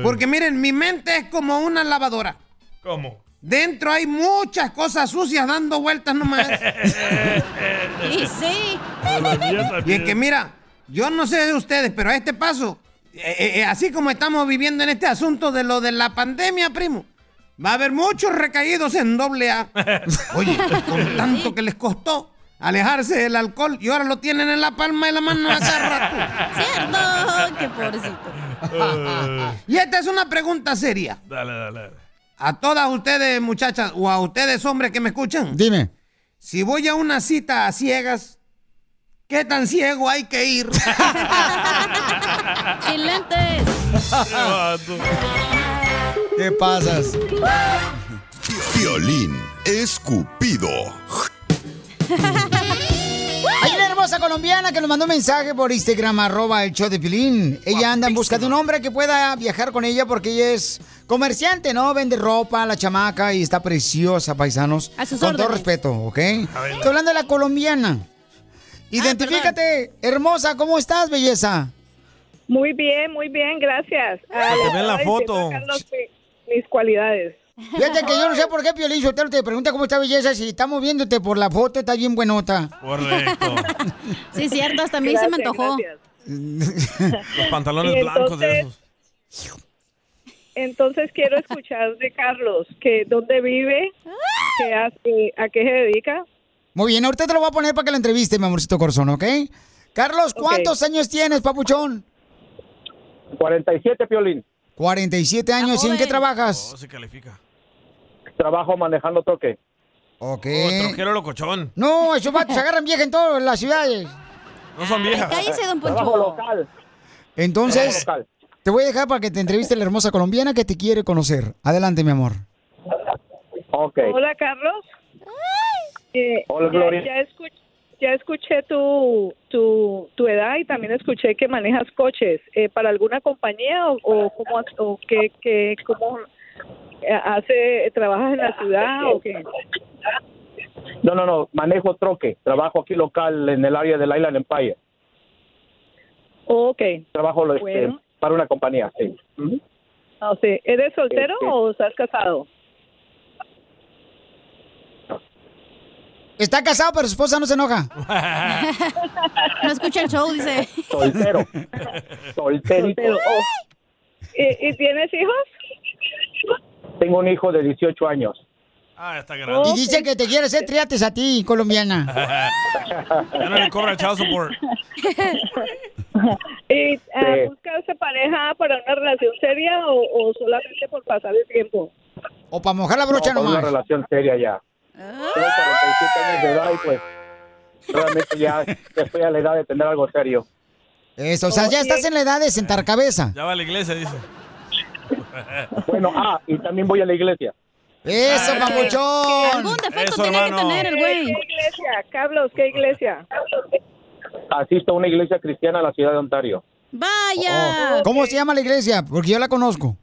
Speaker 11: Porque miren, mi mente es como una lavadora.
Speaker 2: ¿Cómo?
Speaker 11: Dentro hay muchas cosas sucias dando vueltas nomás.
Speaker 6: Y sí.
Speaker 11: Y es que mira, yo no sé de ustedes, pero a este paso, eh, eh, eh, así como estamos viviendo en este asunto de lo de la pandemia, primo, va a haber muchos recaídos en doble A. Oye, con tanto que les costó alejarse del alcohol y ahora lo tienen en la palma de la mano hace rato.
Speaker 6: Cierto, qué pobrecito.
Speaker 11: Y esta es una pregunta seria.
Speaker 2: Dale, dale.
Speaker 11: A todas ustedes, muchachas, o a ustedes, hombres que me escuchan.
Speaker 1: Dime.
Speaker 11: Si voy a una cita a ciegas, ¿qué tan ciego hay que ir?
Speaker 6: Sin lentes.
Speaker 15: Ah.
Speaker 1: ¿Qué pasas?
Speaker 15: Violín escupido.
Speaker 1: Hay una hermosa colombiana que nos mandó un mensaje por Instagram, arroba el show de Pilín. Ella anda en busca de un hombre que pueda viajar con ella porque ella es comerciante, ¿no? Vende ropa, la chamaca y está preciosa, paisanos.
Speaker 29: A sus
Speaker 1: con todo
Speaker 29: órdenes.
Speaker 1: respeto, ¿ok? Estoy hablando de la colombiana.
Speaker 29: Ah,
Speaker 1: Identifícate, hermosa, ¿cómo estás, belleza?
Speaker 30: Muy bien, muy bien, gracias. Ah,
Speaker 1: Se
Speaker 30: le
Speaker 1: ve en la
Speaker 30: estaba diciendo
Speaker 1: foto.
Speaker 30: a Carlos mi- mis cualidades.
Speaker 1: Fíjate que yo no sé por qué Piolín Sotelo te pregunta cómo está belleza si estamos viéndote por la foto, está bien buenota.
Speaker 2: Correcto.
Speaker 6: Sí, cierto, hasta a mí se me
Speaker 30: Gracias,
Speaker 6: antojó.
Speaker 30: gracias.
Speaker 2: Los pantalones
Speaker 30: Y
Speaker 2: blancos de
Speaker 30: entonces-
Speaker 2: esos.
Speaker 30: Entonces quiero
Speaker 4: Ah.
Speaker 30: escuchar de Carlos que dónde vive, que hace, a qué se dedica
Speaker 1: Muy bien, ahorita te lo voy a poner para que la entreviste, mi amorcito corazón, ¿ok? Carlos, ¿cuántos años tienes, papuchón?
Speaker 29: 47, Piolín.
Speaker 1: 47 años, ¿y en qué trabajas?
Speaker 2: No Oh, se califica.
Speaker 29: Trabajo manejando troque.
Speaker 1: Ok.
Speaker 2: Oh, troquero locochón.
Speaker 1: No, esos vatos agarran vieja en todas las ciudades.
Speaker 2: No son viejas.
Speaker 29: Trabajo local.
Speaker 1: Entonces,
Speaker 29: Trabajo local.
Speaker 1: te voy a dejar para que te entreviste la hermosa colombiana que te quiere conocer. Adelante, mi amor.
Speaker 29: Ok.
Speaker 31: Hola, Carlos. Eh,
Speaker 29: Hola,
Speaker 31: ya-
Speaker 29: Gloria.
Speaker 31: Ya, escu- ya escuché tu, tu, tu edad y también escuché que manejas coches. Eh, ¿Para alguna compañía o, o cómo, ha- o qué, qué- cómo eh, hace, trabajas en la ciudad o qué?
Speaker 29: No, no, no. Manejo troque. Trabajo aquí local en el área del Island Empire.
Speaker 31: Ok.
Speaker 29: Trabajo este,
Speaker 31: Bueno.
Speaker 29: para una compañía, sí. Ujú.
Speaker 31: No sé, ¿eres soltero
Speaker 29: Este-
Speaker 31: o estás casado?
Speaker 1: Está casado, pero su esposa no se enoja.
Speaker 31: No escucha el show, dice.
Speaker 29: Soltero. Solterito.
Speaker 30: oh.
Speaker 31: ¿Y, y tienes hijos?
Speaker 29: Tengo un hijo de 18 años.
Speaker 2: Ah, está grande.
Speaker 1: Y dice que te quiere hacer triates a ti, colombiana.
Speaker 2: ya no le cobra child support.
Speaker 31: ¿Y ah,
Speaker 2: Sí.
Speaker 31: buscas a pareja para una relación seria o, o solamente por pasar el tiempo?
Speaker 1: O para mojar la brocha
Speaker 29: No, con
Speaker 1: nomás.
Speaker 29: una relación seria ya. Tengo 47 años de edad y pues realmente ya estoy a la edad de tener algo serio.
Speaker 1: Eso, o sea, ya estás en la edad de sentar cabeza.
Speaker 2: Ya va a la iglesia, dice.
Speaker 29: Bueno, ah, y también voy a la iglesia.
Speaker 1: Eso,
Speaker 29: Ah,
Speaker 1: papuchón.
Speaker 29: algún defecto Eso, tenía que hermano. tener el
Speaker 31: güey. ¿Qué iglesia? Carlos, ¿qué iglesia?
Speaker 29: Asisto a una iglesia cristiana en la ciudad de Ontario. Oh,
Speaker 31: Vaya.
Speaker 1: ¿Cómo se llama la iglesia? Porque yo la conozco.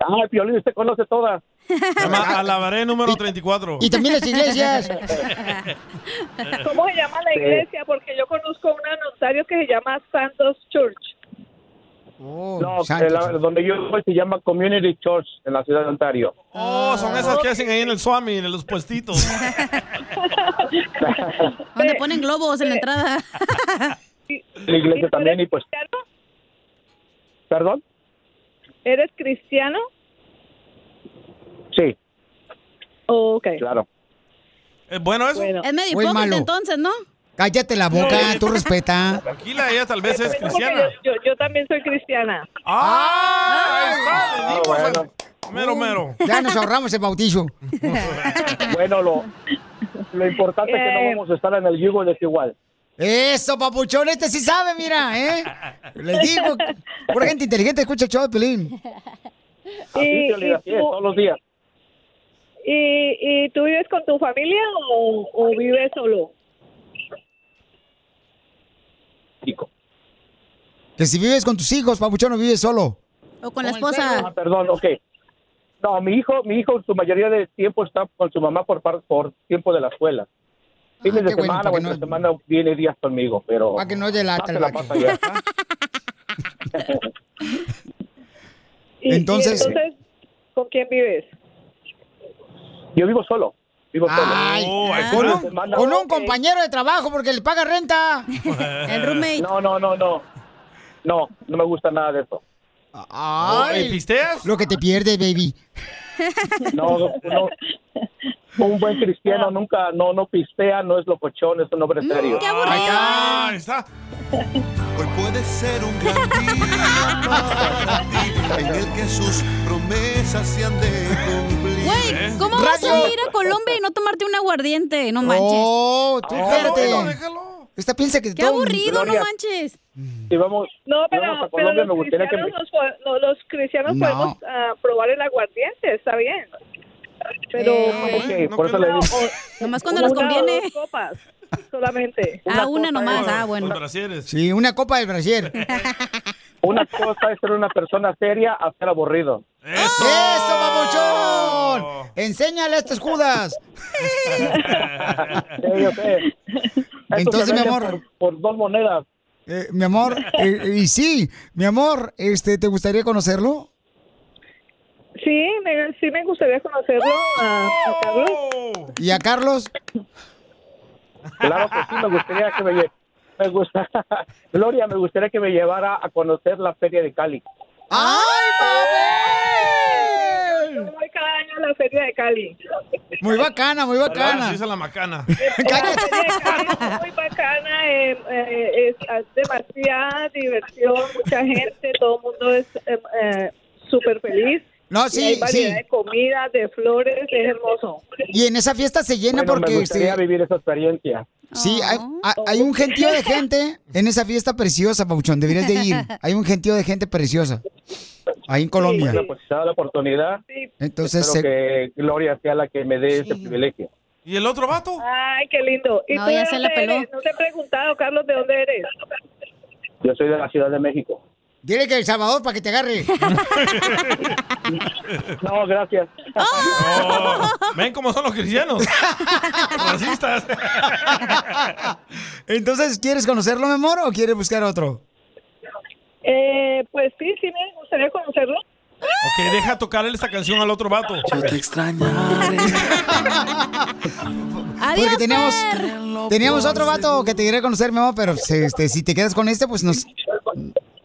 Speaker 29: Ah, el Piolín, usted conoce todas.
Speaker 2: Se llama Alabaré número 34.
Speaker 1: Y también las iglesias.
Speaker 31: ¿Cómo se llama la
Speaker 2: Sí.
Speaker 31: iglesia? Porque yo conozco una en Ontario que se llama Santos Church.
Speaker 1: Oh,
Speaker 29: no, el- donde yo voy se llama Community Church en la ciudad de Ontario.
Speaker 2: Oh, son esas que hacen ahí en el Swami, en los puestitos.
Speaker 31: Donde ponen globos en la entrada.
Speaker 29: La iglesia también y pues... ¿Perdón?
Speaker 31: ¿Eres cristiano?
Speaker 29: Sí, Oh,
Speaker 31: Ok.
Speaker 29: claro.
Speaker 2: ¿Es bueno eso?
Speaker 31: Bueno.
Speaker 6: Es medio
Speaker 1: Muy
Speaker 6: hipócrita
Speaker 1: Pues, malo.
Speaker 6: entonces, ¿no?
Speaker 1: Cállate la boca, tú respeta.
Speaker 2: Tranquila, ella tal vez Pues es
Speaker 31: Porque
Speaker 2: cristiana.
Speaker 31: Yo, yo- yo también soy cristiana.
Speaker 2: ¡Ah! Ahí está, le dimos al- pues, Mero, mero.
Speaker 1: Ya nos ahorramos el bautizo.
Speaker 29: Bueno, lo, lo importante es que
Speaker 1: Eh.
Speaker 29: no vamos a estar en el yugo desigual.
Speaker 1: Eso, papuchón, este sí sabe, mira, ¿eh? Les digo, pura gente inteligente escucha el show de Pelín.
Speaker 29: Así,
Speaker 31: Y-
Speaker 29: Piolín,
Speaker 31: y
Speaker 29: así es,
Speaker 31: tú-
Speaker 29: todos los días.
Speaker 31: ¿Y, y tú vives con tu familia o, o vives solo?
Speaker 1: Que si vives con tus hijos, papuchón, no vives solo.
Speaker 31: ¿O con
Speaker 6: la
Speaker 29: Ah,
Speaker 6: esposa?
Speaker 29: perdón, ok. No, mi hijo, mi hijo, su mayoría del tiempo está con su mamá por, par- por tiempo de la escuela. Fines de
Speaker 1: Ah, qué bueno,
Speaker 29: semana
Speaker 1: para
Speaker 29: o
Speaker 1: que
Speaker 29: entre
Speaker 1: no-
Speaker 29: semana viene días conmigo, pero...
Speaker 1: Para que no delata el
Speaker 29: la
Speaker 1: vato.
Speaker 29: pasa allá.
Speaker 31: Y- y
Speaker 29: Entonces-
Speaker 31: entonces, ¿con quién vives?
Speaker 29: Yo vivo solo. Vivo
Speaker 1: Ay,
Speaker 29: solo.
Speaker 1: con
Speaker 29: Fines
Speaker 1: un-
Speaker 29: de semana-
Speaker 1: Con un compañero de trabajo porque le paga renta. El roommate.
Speaker 29: No, no, no, no. No, no me gusta nada de eso.
Speaker 1: Ay, Lo que te pierdes, baby.
Speaker 29: No, no. Un buen
Speaker 6: Ah.
Speaker 29: cristiano nunca, no, no pistea, no es locochón, es un
Speaker 6: Mm,
Speaker 29: hombre serio.
Speaker 2: Ahí está, ahí está.
Speaker 15: Hoy puede ser un gran día para ti, en el que sus promesas se han de cumplir. ¿Eh?
Speaker 6: Güey, ¿cómo vas a ir a Colombia y no tomarte un aguardiente? No manches.
Speaker 1: Oh, tú espérate.
Speaker 6: déjalo,
Speaker 1: Esta piensa que
Speaker 6: Qué
Speaker 1: todo-
Speaker 6: aburrido, no manches.
Speaker 29: Si vamos,
Speaker 31: No,
Speaker 29: si
Speaker 31: pero,
Speaker 29: vamos a
Speaker 31: pero
Speaker 29: Colombia, me
Speaker 31: los,
Speaker 29: gustaría que
Speaker 31: cristianos
Speaker 29: me-
Speaker 31: nos po- no, los cristianos
Speaker 29: No.
Speaker 31: podemos ah, probar el aguardiente, está bien. Pero
Speaker 6: Eh,
Speaker 31: pues,
Speaker 29: Ok, por eso le digo.
Speaker 6: Nomás cuando nos
Speaker 31: Una o
Speaker 6: conviene.
Speaker 31: dos copas, solamente.
Speaker 6: Ah, una nomás. Ah, bueno.
Speaker 1: Sí, una copa del brasier.
Speaker 29: Una cosa es ser una persona seria a ser aburrido.
Speaker 1: ¡Eso, papuchón! Enséñale a estos judas.
Speaker 29: yo sé. Estos
Speaker 1: Entonces,
Speaker 29: se
Speaker 1: mi
Speaker 29: venden
Speaker 1: amor.
Speaker 29: Por, por dos monedas.
Speaker 1: Eh, mi amor, eh, eh, y sí, mi amor, este, ¿te gustaría conocerlo?
Speaker 31: Sí, me, sí me gustaría conocerlo Ah, a, a Carlos.
Speaker 2: Oh.
Speaker 1: ¿Y a Carlos?
Speaker 29: Claro que sí, me gustaría que me lle- me gusta, Gloria, me gustaría que me llevara a conocer la feria de Cali.
Speaker 1: ¡Ay,
Speaker 31: Yo voy cada año a la feria de Cali.
Speaker 1: Muy bacana, muy bacana.
Speaker 2: Sí, esa es la macana.
Speaker 31: muy bacana, eh, eh, es hay demasiada diversión, mucha gente, todo el mundo es eh, eh, súper feliz.
Speaker 1: No,
Speaker 31: Y
Speaker 1: sí,
Speaker 31: hay variedad
Speaker 1: sí.
Speaker 31: de comida, de flores, es hermoso.
Speaker 1: Y en esa fiesta se llena
Speaker 31: Bueno, me
Speaker 1: porque...
Speaker 29: gustaría
Speaker 1: este,
Speaker 29: vivir esa experiencia.
Speaker 1: Sí, hay,
Speaker 31: Ah.
Speaker 1: hay- hay un gentío de gente en esa fiesta preciosa, Pauchón. Deberías de ir. Hay un gentío de gente preciosa. Ahí en Colombia.
Speaker 29: Bueno, pues se da la oportunidad.
Speaker 1: Entonces,
Speaker 29: Espero que Gloria sea la que me dé ese privilegio.
Speaker 2: ¿Y el otro vato?
Speaker 31: Ay, qué lindo. ¿Y
Speaker 6: No,
Speaker 31: tú de
Speaker 6: ya se la
Speaker 31: dónde
Speaker 6: peló.
Speaker 31: eres? No te he preguntado, Carlos, ¿de dónde eres?
Speaker 29: Yo soy de la Ciudad de México.
Speaker 1: Dile que El Salvador para que te agarre.
Speaker 29: No, gracias.
Speaker 2: Oh. Ven cómo son los cristianos. Racistas.
Speaker 1: Entonces, ¿quieres conocerlo, mi amor, o quieres buscar otro?
Speaker 31: Eh, pues sí, sí me gustaría conocerlo.
Speaker 2: Ok, deja tocarle esta canción al otro vato. Yo te extrañaré.
Speaker 1: Porque teníamos,
Speaker 31: pues.
Speaker 1: teníamos otro vato que te quería conocer, mi amor, pero si, este, si te quedas con este, pues nos,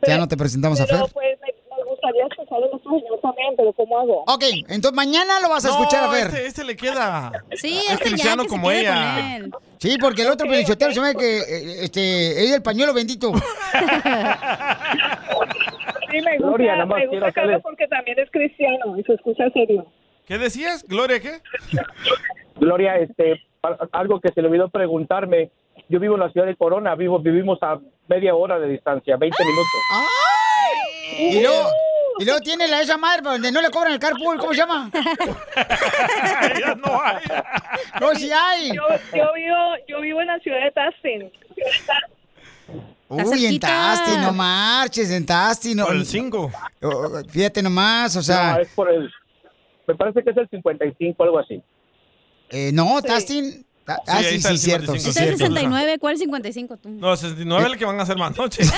Speaker 1: ya no te presentamos a Fer.
Speaker 31: Pero pues me, me gustaría escuchar a nuestro señor también, pero ¿cómo hago?
Speaker 1: Ok, entonces mañana lo vas a escuchar a Fer.
Speaker 2: Este, este le queda.
Speaker 6: Sí,
Speaker 2: es cristiano como ella.
Speaker 1: Sí, porque el otro pelichotero se ve que eh, este, es el pañuelo bendito.
Speaker 31: Sí, me gusta,
Speaker 1: Gloria, nada más
Speaker 31: me
Speaker 1: quiero
Speaker 31: gusta
Speaker 1: hacerle-
Speaker 31: Carlos porque también es cristiano y se escucha serio.
Speaker 2: ¿Qué decías? ¿Gloria qué?
Speaker 29: Gloria, este, pa- algo que se le olvidó preguntarme. Yo vivo en la ciudad de Corona, vivo, vivimos a media hora de distancia, 20 minutos.
Speaker 1: Y luego,
Speaker 31: Uh.
Speaker 1: y luego tiene la esa madre donde no le cobran el carpool, ¿cómo se llama? no hay. No, sí hay.
Speaker 31: Yo, yo vivo, yo vivo en la ciudad de Tassin.
Speaker 1: Uy, en Tasti, no marches, en Tasti. No, Oh,
Speaker 2: el 5.
Speaker 1: Fíjate nomás, o sea...
Speaker 29: No, es por el... Me parece que es el 55, algo así.
Speaker 1: Eh, no, Tastin. Ah, ah,
Speaker 2: ahí
Speaker 1: sí,
Speaker 2: está
Speaker 1: sí,
Speaker 2: el
Speaker 1: cierto.
Speaker 2: 55,
Speaker 1: sí,
Speaker 6: Este es el
Speaker 1: cierto.
Speaker 6: 69, ¿cuál 55? Tú.
Speaker 2: No, 69 es el que van a hacer más noches.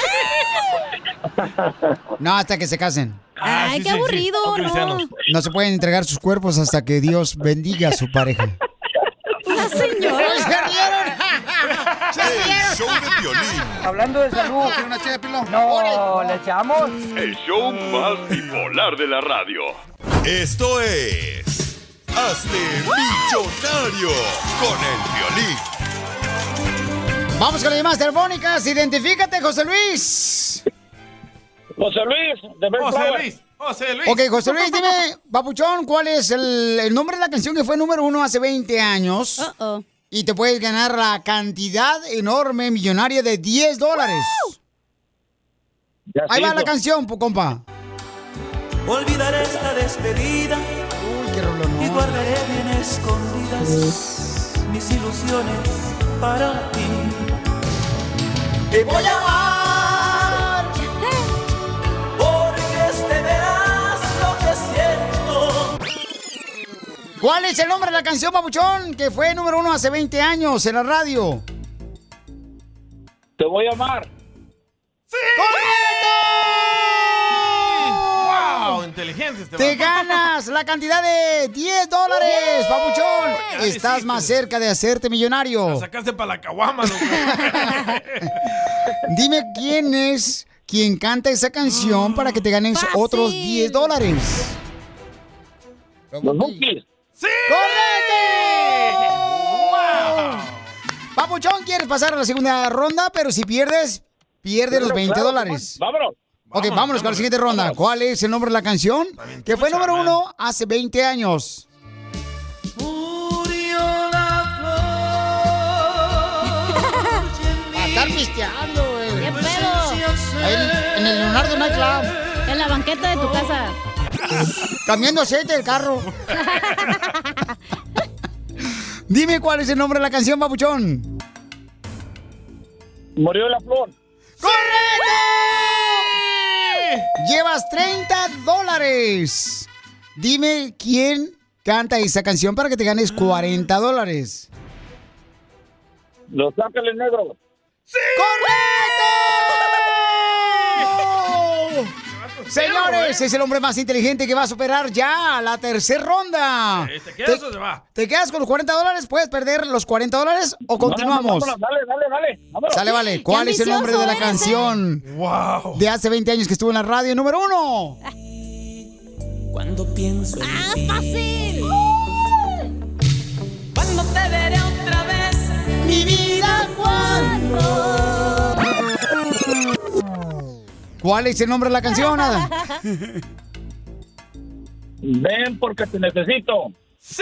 Speaker 1: No, hasta que se casen.
Speaker 2: Ah,
Speaker 6: Ay, qué aburrido, ¿no?
Speaker 1: No se pueden entregar sus cuerpos hasta que Dios bendiga a su pareja.
Speaker 6: La señora.
Speaker 9: ¡Ay, se
Speaker 1: rieron!
Speaker 9: El show de violín. Hablando de salud, ¿quiere una ché de pilón? No, ¿le echamos?
Speaker 10: El show más bipolar de la radio.
Speaker 15: Esto es. Hazte millonario con el violín.
Speaker 1: Vamos con las llamadas telefónicas. Identifícate, José Luis.
Speaker 2: José Luis, de José
Speaker 1: Flower.
Speaker 2: Luis, José Luis.
Speaker 1: Ok, José Luis, dime, Papuchón, ¿cuál es el, el nombre de la canción que fue número uno hace 20 años? Y te puedes ganar la cantidad enorme, millonaria de 10 dólares. Ahí va la canción, pu- compa.
Speaker 26: Olvidaré esta despedida y guardaré bien escondidas mis ilusiones para ti. Te voy a amar porque te verás lo que siento.
Speaker 1: ¿Cuál es el nombre de la canción, Papuchón, que fue número uno hace 20 años en la radio?
Speaker 29: Te voy a amar.
Speaker 2: ¡Wow! Inteligente este
Speaker 1: Te
Speaker 2: vato.
Speaker 1: ganas la cantidad de 10 dólares,
Speaker 2: Ya
Speaker 1: papuchón.
Speaker 2: lo
Speaker 1: Estás más cerca de hacerte millonario.
Speaker 2: Sacaste para la caguama, loco.
Speaker 1: Dime quién es quien canta esa canción para que te ganes otros 10 dólares.
Speaker 29: Los Bookies.
Speaker 2: ¡Sí!
Speaker 1: ¡Correcto! Papuchón, quieres pasar a la segunda ronda, pero si pierdes, pierdes los
Speaker 29: Claro,
Speaker 1: 20
Speaker 29: claro,
Speaker 1: dólares.
Speaker 29: Vámonos.
Speaker 1: Ok, vámonos con la siguiente ronda. ¿Cuál es el nombre de la canción? Que fue número uno hace 20 años.
Speaker 26: Murió la flor.
Speaker 1: Va a estar pisteando, güey. ¡Qué pedo! en el Leonardo Nightclub. En la banqueta de tu casa. Cambiando aceite del carro. Dime cuál es el nombre de la canción, papuchón.
Speaker 29: Murió la flor.
Speaker 1: Llevas 30 dólares. Dime quién canta esa canción para que te ganes 40 dólares.
Speaker 29: Los Ángeles Negros.
Speaker 2: ¡Oh!
Speaker 1: ¡Correcto! Señores,
Speaker 2: ¿eh?
Speaker 1: es el hombre más inteligente que va a superar ya la tercera ronda.
Speaker 2: Eh, ¿Te quedas o te vas?
Speaker 1: ¿Te quedas con los 40 dólares? ¿Puedes perder los 40 dólares o continuamos?
Speaker 2: vámonos,
Speaker 29: dale, dale, dale.
Speaker 1: Sale, vale. ¿Cuál es el nombre de la
Speaker 4: ¿eh?
Speaker 1: canción
Speaker 2: ¡Wow!
Speaker 1: de hace 20 años que estuvo en la radio número uno?
Speaker 26: Cuando pienso en ti.
Speaker 5: fácil!
Speaker 26: Cuando te veré otra vez. Mi vida, cuando.
Speaker 1: ¿Cuál es el nombre de la canción o nada?
Speaker 29: Ven porque te necesito.
Speaker 2: ¡Sí!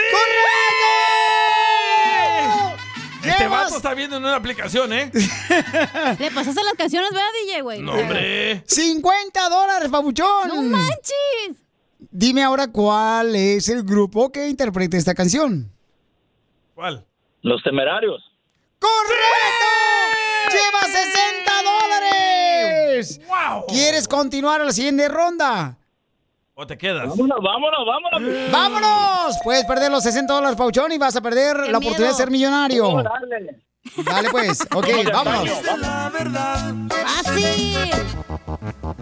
Speaker 2: Este
Speaker 6: Llevas-
Speaker 2: vato está viendo en una aplicación, ¿eh?
Speaker 1: Ah.
Speaker 6: Le pasaste las canciones, ¿verdad, DJ, güey?
Speaker 2: No, hombre.
Speaker 1: 50 dólares, babuchón. No
Speaker 6: manches.
Speaker 1: Dime ahora cuál es el grupo que interpreta esta canción.
Speaker 2: ¿Cuál?
Speaker 4: Los temerarios.
Speaker 1: ¡Correcto! ¡Lleva 60 dólares!
Speaker 2: ¡Wow!
Speaker 1: ¿Quieres continuar a la siguiente ronda?
Speaker 2: ¿O te quedas?
Speaker 4: Vámonos, vámonos, vámonos.
Speaker 1: ¡Vámonos! Puedes perder los 60 dólares, Pauchón, y vas a perder la oportunidad de ser millonario. Dale pues, ok, vámonos.
Speaker 5: ¡Fácil!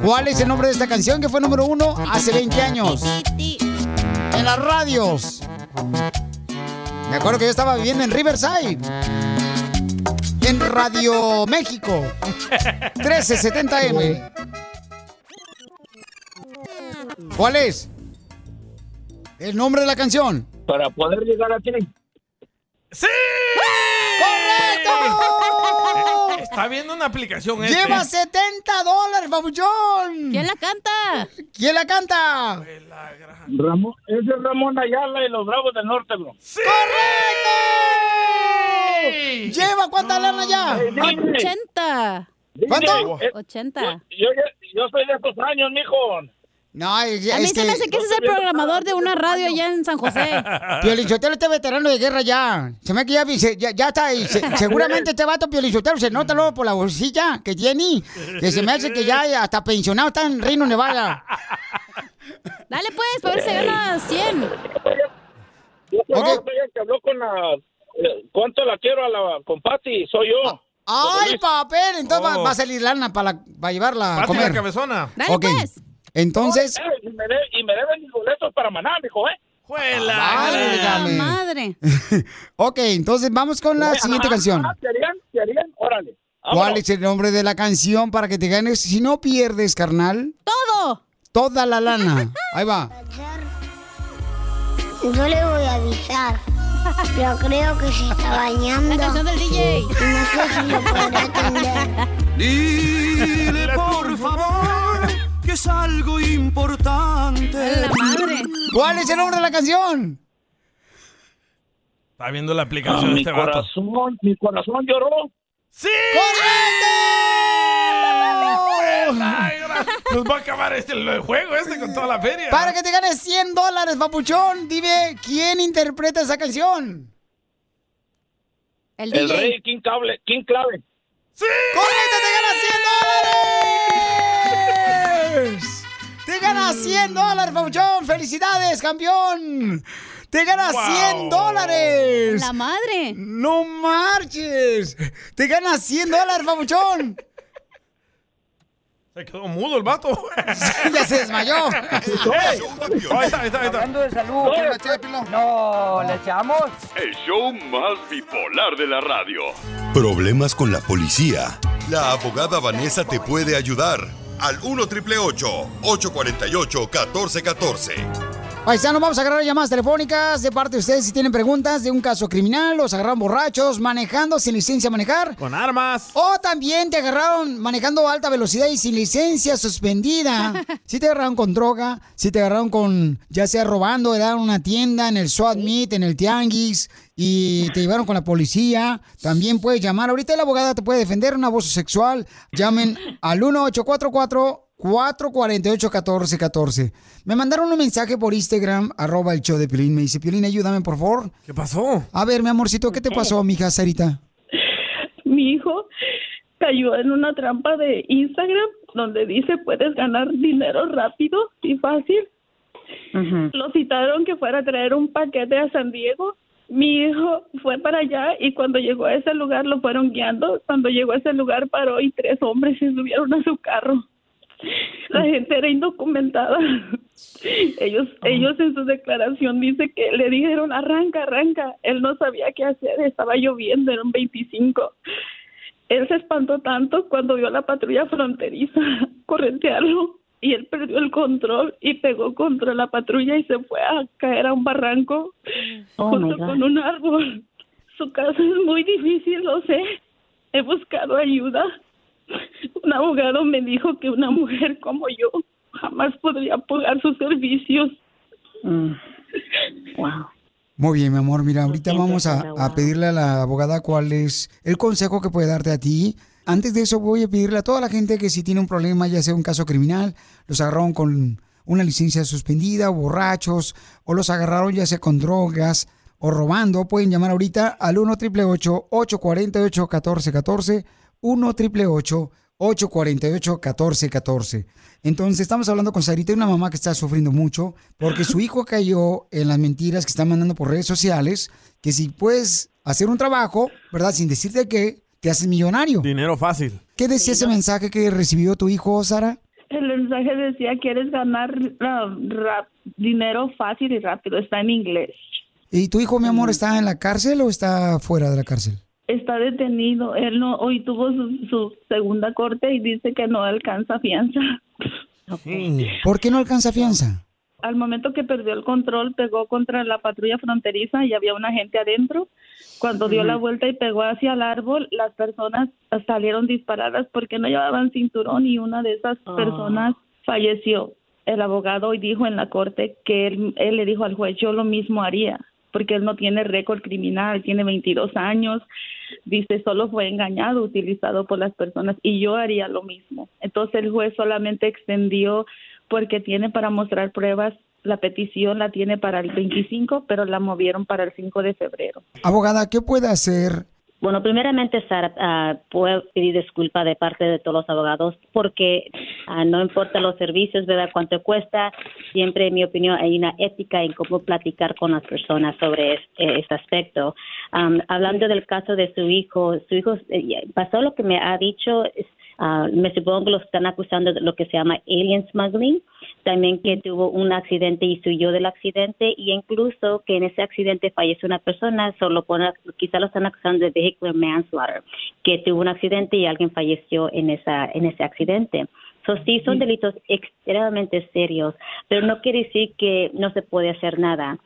Speaker 1: ¿Cuál es el nombre de esta canción que fue número uno hace 20 años? En las radios. Me acuerdo que yo estaba viviendo en Riverside. En Radio México. 1370M. ¿Cuál es? El nombre de la canción.
Speaker 4: Para poder llegar a ti.
Speaker 2: ¡Sí!
Speaker 1: ¡Correcto!
Speaker 2: Eh, Está viendo una aplicación, este.
Speaker 1: Lleva 70 dólares, babuchón.
Speaker 6: ¿Quién la canta?
Speaker 1: ¿Quién la canta?
Speaker 4: Ramón, ese es Ramón Ayala y los Bravos del Norte, bro.
Speaker 1: ¡Correcto! Lleva cuánta lana ya?
Speaker 6: 80.
Speaker 1: ¿Cuánto?
Speaker 6: 80.
Speaker 4: eh, Yo, yo soy de estos años, mijo.
Speaker 1: No, este, es,
Speaker 6: A mí
Speaker 1: es
Speaker 6: se me
Speaker 1: que-
Speaker 6: hace que ese es el programador de una radio allá en San José.
Speaker 1: Piolichotero este veterano de guerra ya. Se me que ya, dice- ya, ya está. y se- seguramente este vato Piolichotero se nota luego por la bolsilla que tiene. Que se me hace que ya hasta pensionado está en Rino Nevada.
Speaker 6: Dale pues, para ver si se gana 100.
Speaker 4: No, soy el que habló con la... eh, ¿Cuánto la quiero a la con Patty? Soy yo.
Speaker 1: ¡Ay, papel! Entonces va-
Speaker 4: Oh.
Speaker 1: va, a salir lana para, la- para llevarla a
Speaker 4: Pati la
Speaker 1: comer.
Speaker 4: cabezona. Dale,
Speaker 1: Ok.
Speaker 4: pues.
Speaker 1: Entonces,
Speaker 4: Eh, y, me de- y me deben mis boletos para Maná, mijo, ¿eh?
Speaker 1: Ah, válgame.
Speaker 6: Ah, madre!
Speaker 1: ok, entonces vamos con la siguiente canción.
Speaker 4: ¿Te harían? ¿Te harían? Órale.
Speaker 1: ¿Cuál es el nombre de la canción para que te ganes? Si no pierdes, carnal. ¡Todo! Toda la lana. Ahí va.
Speaker 27: Yo le voy a avisar. Pero creo que se está bañando. La canción del DJ. No sé si lo podrá atender.
Speaker 26: Dile por favor que es algo importante.
Speaker 1: ¿Cuál es el nombre de la canción?
Speaker 2: Está viendo la aplicación de este vato.
Speaker 4: Ah, corazón, mi corazón lloró.
Speaker 2: ¡Sí!
Speaker 1: ¡Correcto!
Speaker 2: Nos va a acabar este el juego este con toda la feria.
Speaker 1: Para que te ganes 100 dólares, papuchón, dime quién interpreta esa canción.
Speaker 4: El, rey, King Cable, King Clave.
Speaker 1: ¡Te ganas 100 dólares, papuchón! ¡Felicidades, campeón! ¡Te ganas 100 dólares!
Speaker 6: ¡La madre!
Speaker 1: ¡No marches! ¡Te ganas 100 dólares, papuchón!
Speaker 2: Se quedó mudo el vato.
Speaker 1: ya se desmayó.
Speaker 2: Ahí está, ahí está, ahí está.
Speaker 9: Hablando de salud, ¿quiere una ché de pilón? No, ¿le echamos?
Speaker 10: El show más bipolar de la radio.
Speaker 22: Problemas con la policía. La abogada Vanessa te puede ayudar. Al 1 triple 848 1414.
Speaker 1: Paisano, vamos a agarrar llamadas telefónicas de parte de ustedes si tienen preguntas de un caso criminal. Los agarraron borrachos, manejando sin licencia a manejar.
Speaker 2: Con armas.
Speaker 1: O también te agarraron manejando a alta velocidad y sin licencia suspendida. Si te agarraron con droga, si te agarraron con, ya sea robando, era una tienda, en el SWAT Meet, en el Tianguis, y te llevaron con la policía. También puedes llamar. Ahorita la abogada te puede defender un abuso sexual. Llamen al 1844 448-1414. Me mandaron un mensaje por Instagram, arroba el show de Piolín. Me dice, Piolín, ayúdame, por favor.
Speaker 2: ¿Qué pasó?
Speaker 1: A ver, mi amorcito, ¿qué te pasó, mija Sarita?
Speaker 23: Mi hijo cayó en una trampa de Instagram donde dice puedes ganar dinero rápido y fácil. Lo citaron que fuera a traer un paquete a San Diego. Mi hijo fue para allá y cuando llegó a ese lugar lo fueron guiando. Cuando llegó a ese lugar paró y tres hombres se subieron a su carro. La gente era indocumentada. Ellos, ellos en su declaración dice que le dijeron arranca, arranca. Él no sabía qué hacer, estaba lloviendo, era un 25. Él se espantó tanto cuando vio a la patrulla fronteriza corretearlo y él perdió el control y pegó contra la patrulla y se fue a caer a un barranco
Speaker 28: Oh, my
Speaker 23: junto
Speaker 28: God.
Speaker 23: con un árbol. Su caso es muy difícil, lo sé. He buscado ayuda. Un abogado me dijo que una mujer como yo jamás podría pagar sus servicios.
Speaker 28: Mm.
Speaker 1: Muy bien, mi amor. Mira, ahorita vamos a, a pedirle a la abogada cuál es el consejo que puede darte a ti. Antes de eso voy a pedirle a toda la gente que si tiene un problema, ya sea un caso criminal, los agarraron con una licencia suspendida, o borrachos, o los agarraron ya sea con drogas o robando, pueden llamar ahorita al 1 888 848 1414 1 888 848 1414 Entonces, estamos hablando con Sarita, una mamá que está sufriendo mucho porque su hijo cayó en las mentiras que están mandando por redes sociales, que si puedes hacer un trabajo, ¿verdad? Sin decirte que te haces millonario.
Speaker 32: Dinero fácil.
Speaker 1: ¿Qué decía ese mensaje que recibió tu hijo, Sara?
Speaker 23: El mensaje decía, ¿quieres ganar ah, ra- dinero fácil y rápido? Está en inglés.
Speaker 1: ¿Y tu hijo, mi amor, está en la cárcel o está fuera de la cárcel?
Speaker 23: Está detenido. Él no, hoy tuvo su, su segunda corte y dice que no alcanza fianza.
Speaker 1: ¿Por qué no alcanza fianza?
Speaker 23: Al momento que perdió el control, pegó contra la patrulla fronteriza y había una gente adentro. Cuando dio la
Speaker 28: Ujú.
Speaker 23: vuelta y pegó hacia el árbol, las personas salieron disparadas porque no llevaban cinturón y una de esas
Speaker 28: Ah.
Speaker 23: personas falleció. El abogado hoy dijo en la corte que él, él le dijo al juez, yo lo mismo haría, porque él no tiene récord criminal, tiene 22 años, dice, solo fue engañado, utilizado por las personas y yo haría lo mismo. Entonces el juez solamente extendió porque tiene para mostrar pruebas, la petición la tiene para el 25, pero la movieron para el 5 de febrero.
Speaker 1: Abogada, ¿qué puede hacer?
Speaker 33: Bueno, primeramente, Sara, ah, puedo pedir disculpa de parte de todos los abogados porque ah, no importa los servicios, ¿verdad? Cuánto cuesta, siempre, en mi opinión, hay una ética en cómo platicar con las personas sobre es- eh, este aspecto. Am, hablando del caso de su hijo, su hijo eh, ya- pasó lo que me ha dicho, es- ah, me supongo que lo están acusando de lo que se llama alien smuggling, también que tuvo un accidente y huyó del accidente y incluso que en ese accidente falleció una persona, solo pone, quizá lo están acusando de vehicular manslaughter, que tuvo un accidente y alguien falleció en esa en ese accidente. So, sí, son delitos extremadamente serios, pero no quiere decir que no se puede hacer nada.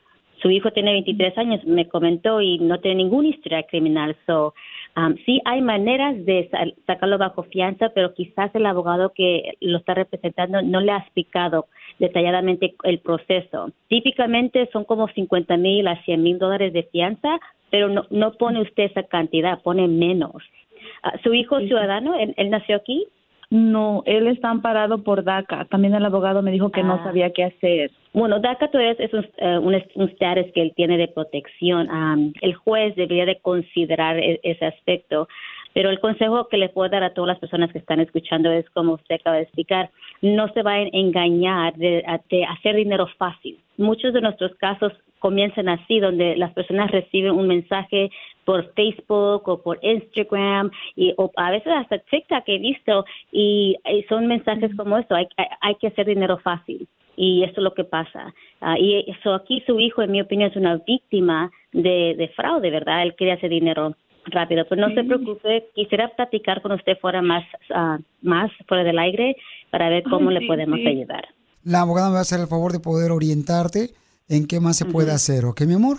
Speaker 33: Su hijo tiene 23 años, me comentó, y no tiene ninguna historia criminal. So, um, sí hay maneras de sa- sacarlo bajo fianza, pero quizás el abogado que lo está representando no le ha explicado detalladamente el proceso. Típicamente son como 50 mil a 100 mil dólares de fianza, pero no, no pone usted esa cantidad, pone menos. Ah, ¿Su hijo ciudadano? Él, él nació aquí?
Speaker 23: No, él está amparado por DACA. También el abogado me dijo que no
Speaker 33: Ah.
Speaker 23: sabía qué hacer.
Speaker 33: Bueno, DACA todavía es, es un, eh, un, es- un status que él tiene de protección. Am, el juez debería de considerar e- ese aspecto. Pero el consejo que le puedo dar a todas las personas que están escuchando es, como usted acaba de explicar, no se vayan a engañar de, a- de hacer dinero fácil. Muchos de nuestros casos comienzan así, donde las personas reciben un mensaje por Facebook o por Instagram y o a veces hasta TikTok he visto y, eh, son mensajes como eso, hay, hay- hay que hacer dinero fácil y eso es lo que pasa. Ah, y eso aquí su hijo, en mi opinión, es una víctima de, de fraude, ¿verdad? Él quiere hacer dinero rápido, pero no se preocupe, quisiera platicar con usted fuera más, ah, más fuera del aire para ver cómo
Speaker 23: Ay,
Speaker 33: le
Speaker 23: sí,
Speaker 33: podemos
Speaker 23: sí.
Speaker 33: ayudar.
Speaker 1: La abogada me va a hacer el favor de poder orientarte en qué más se puede hacer, ¿ok, mi amor?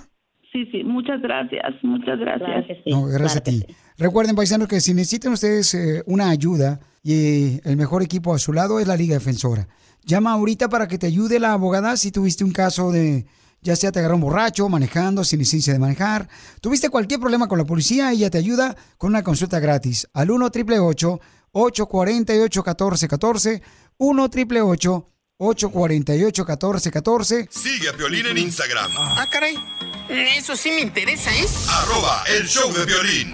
Speaker 23: Sí, sí, muchas gracias, muchas gracias.
Speaker 1: no, gracias a ti. Recuerden, paisanos, que si necesitan ustedes eh, una ayuda y eh, el mejor equipo a su lado es la Liga Defensora. Llama ahorita para que te ayude la abogada si tuviste un caso de, ya sea te agarraron borracho, manejando, sin licencia de manejar, tuviste cualquier problema con la policía, ella te ayuda con una consulta gratis al 1 888 848 1414 1 888 848 1414
Speaker 15: Sigue a Piolín en Instagram.
Speaker 11: Ah, caray. Eso sí me interesa, ¿eh?
Speaker 15: Arroba el show de Piolín.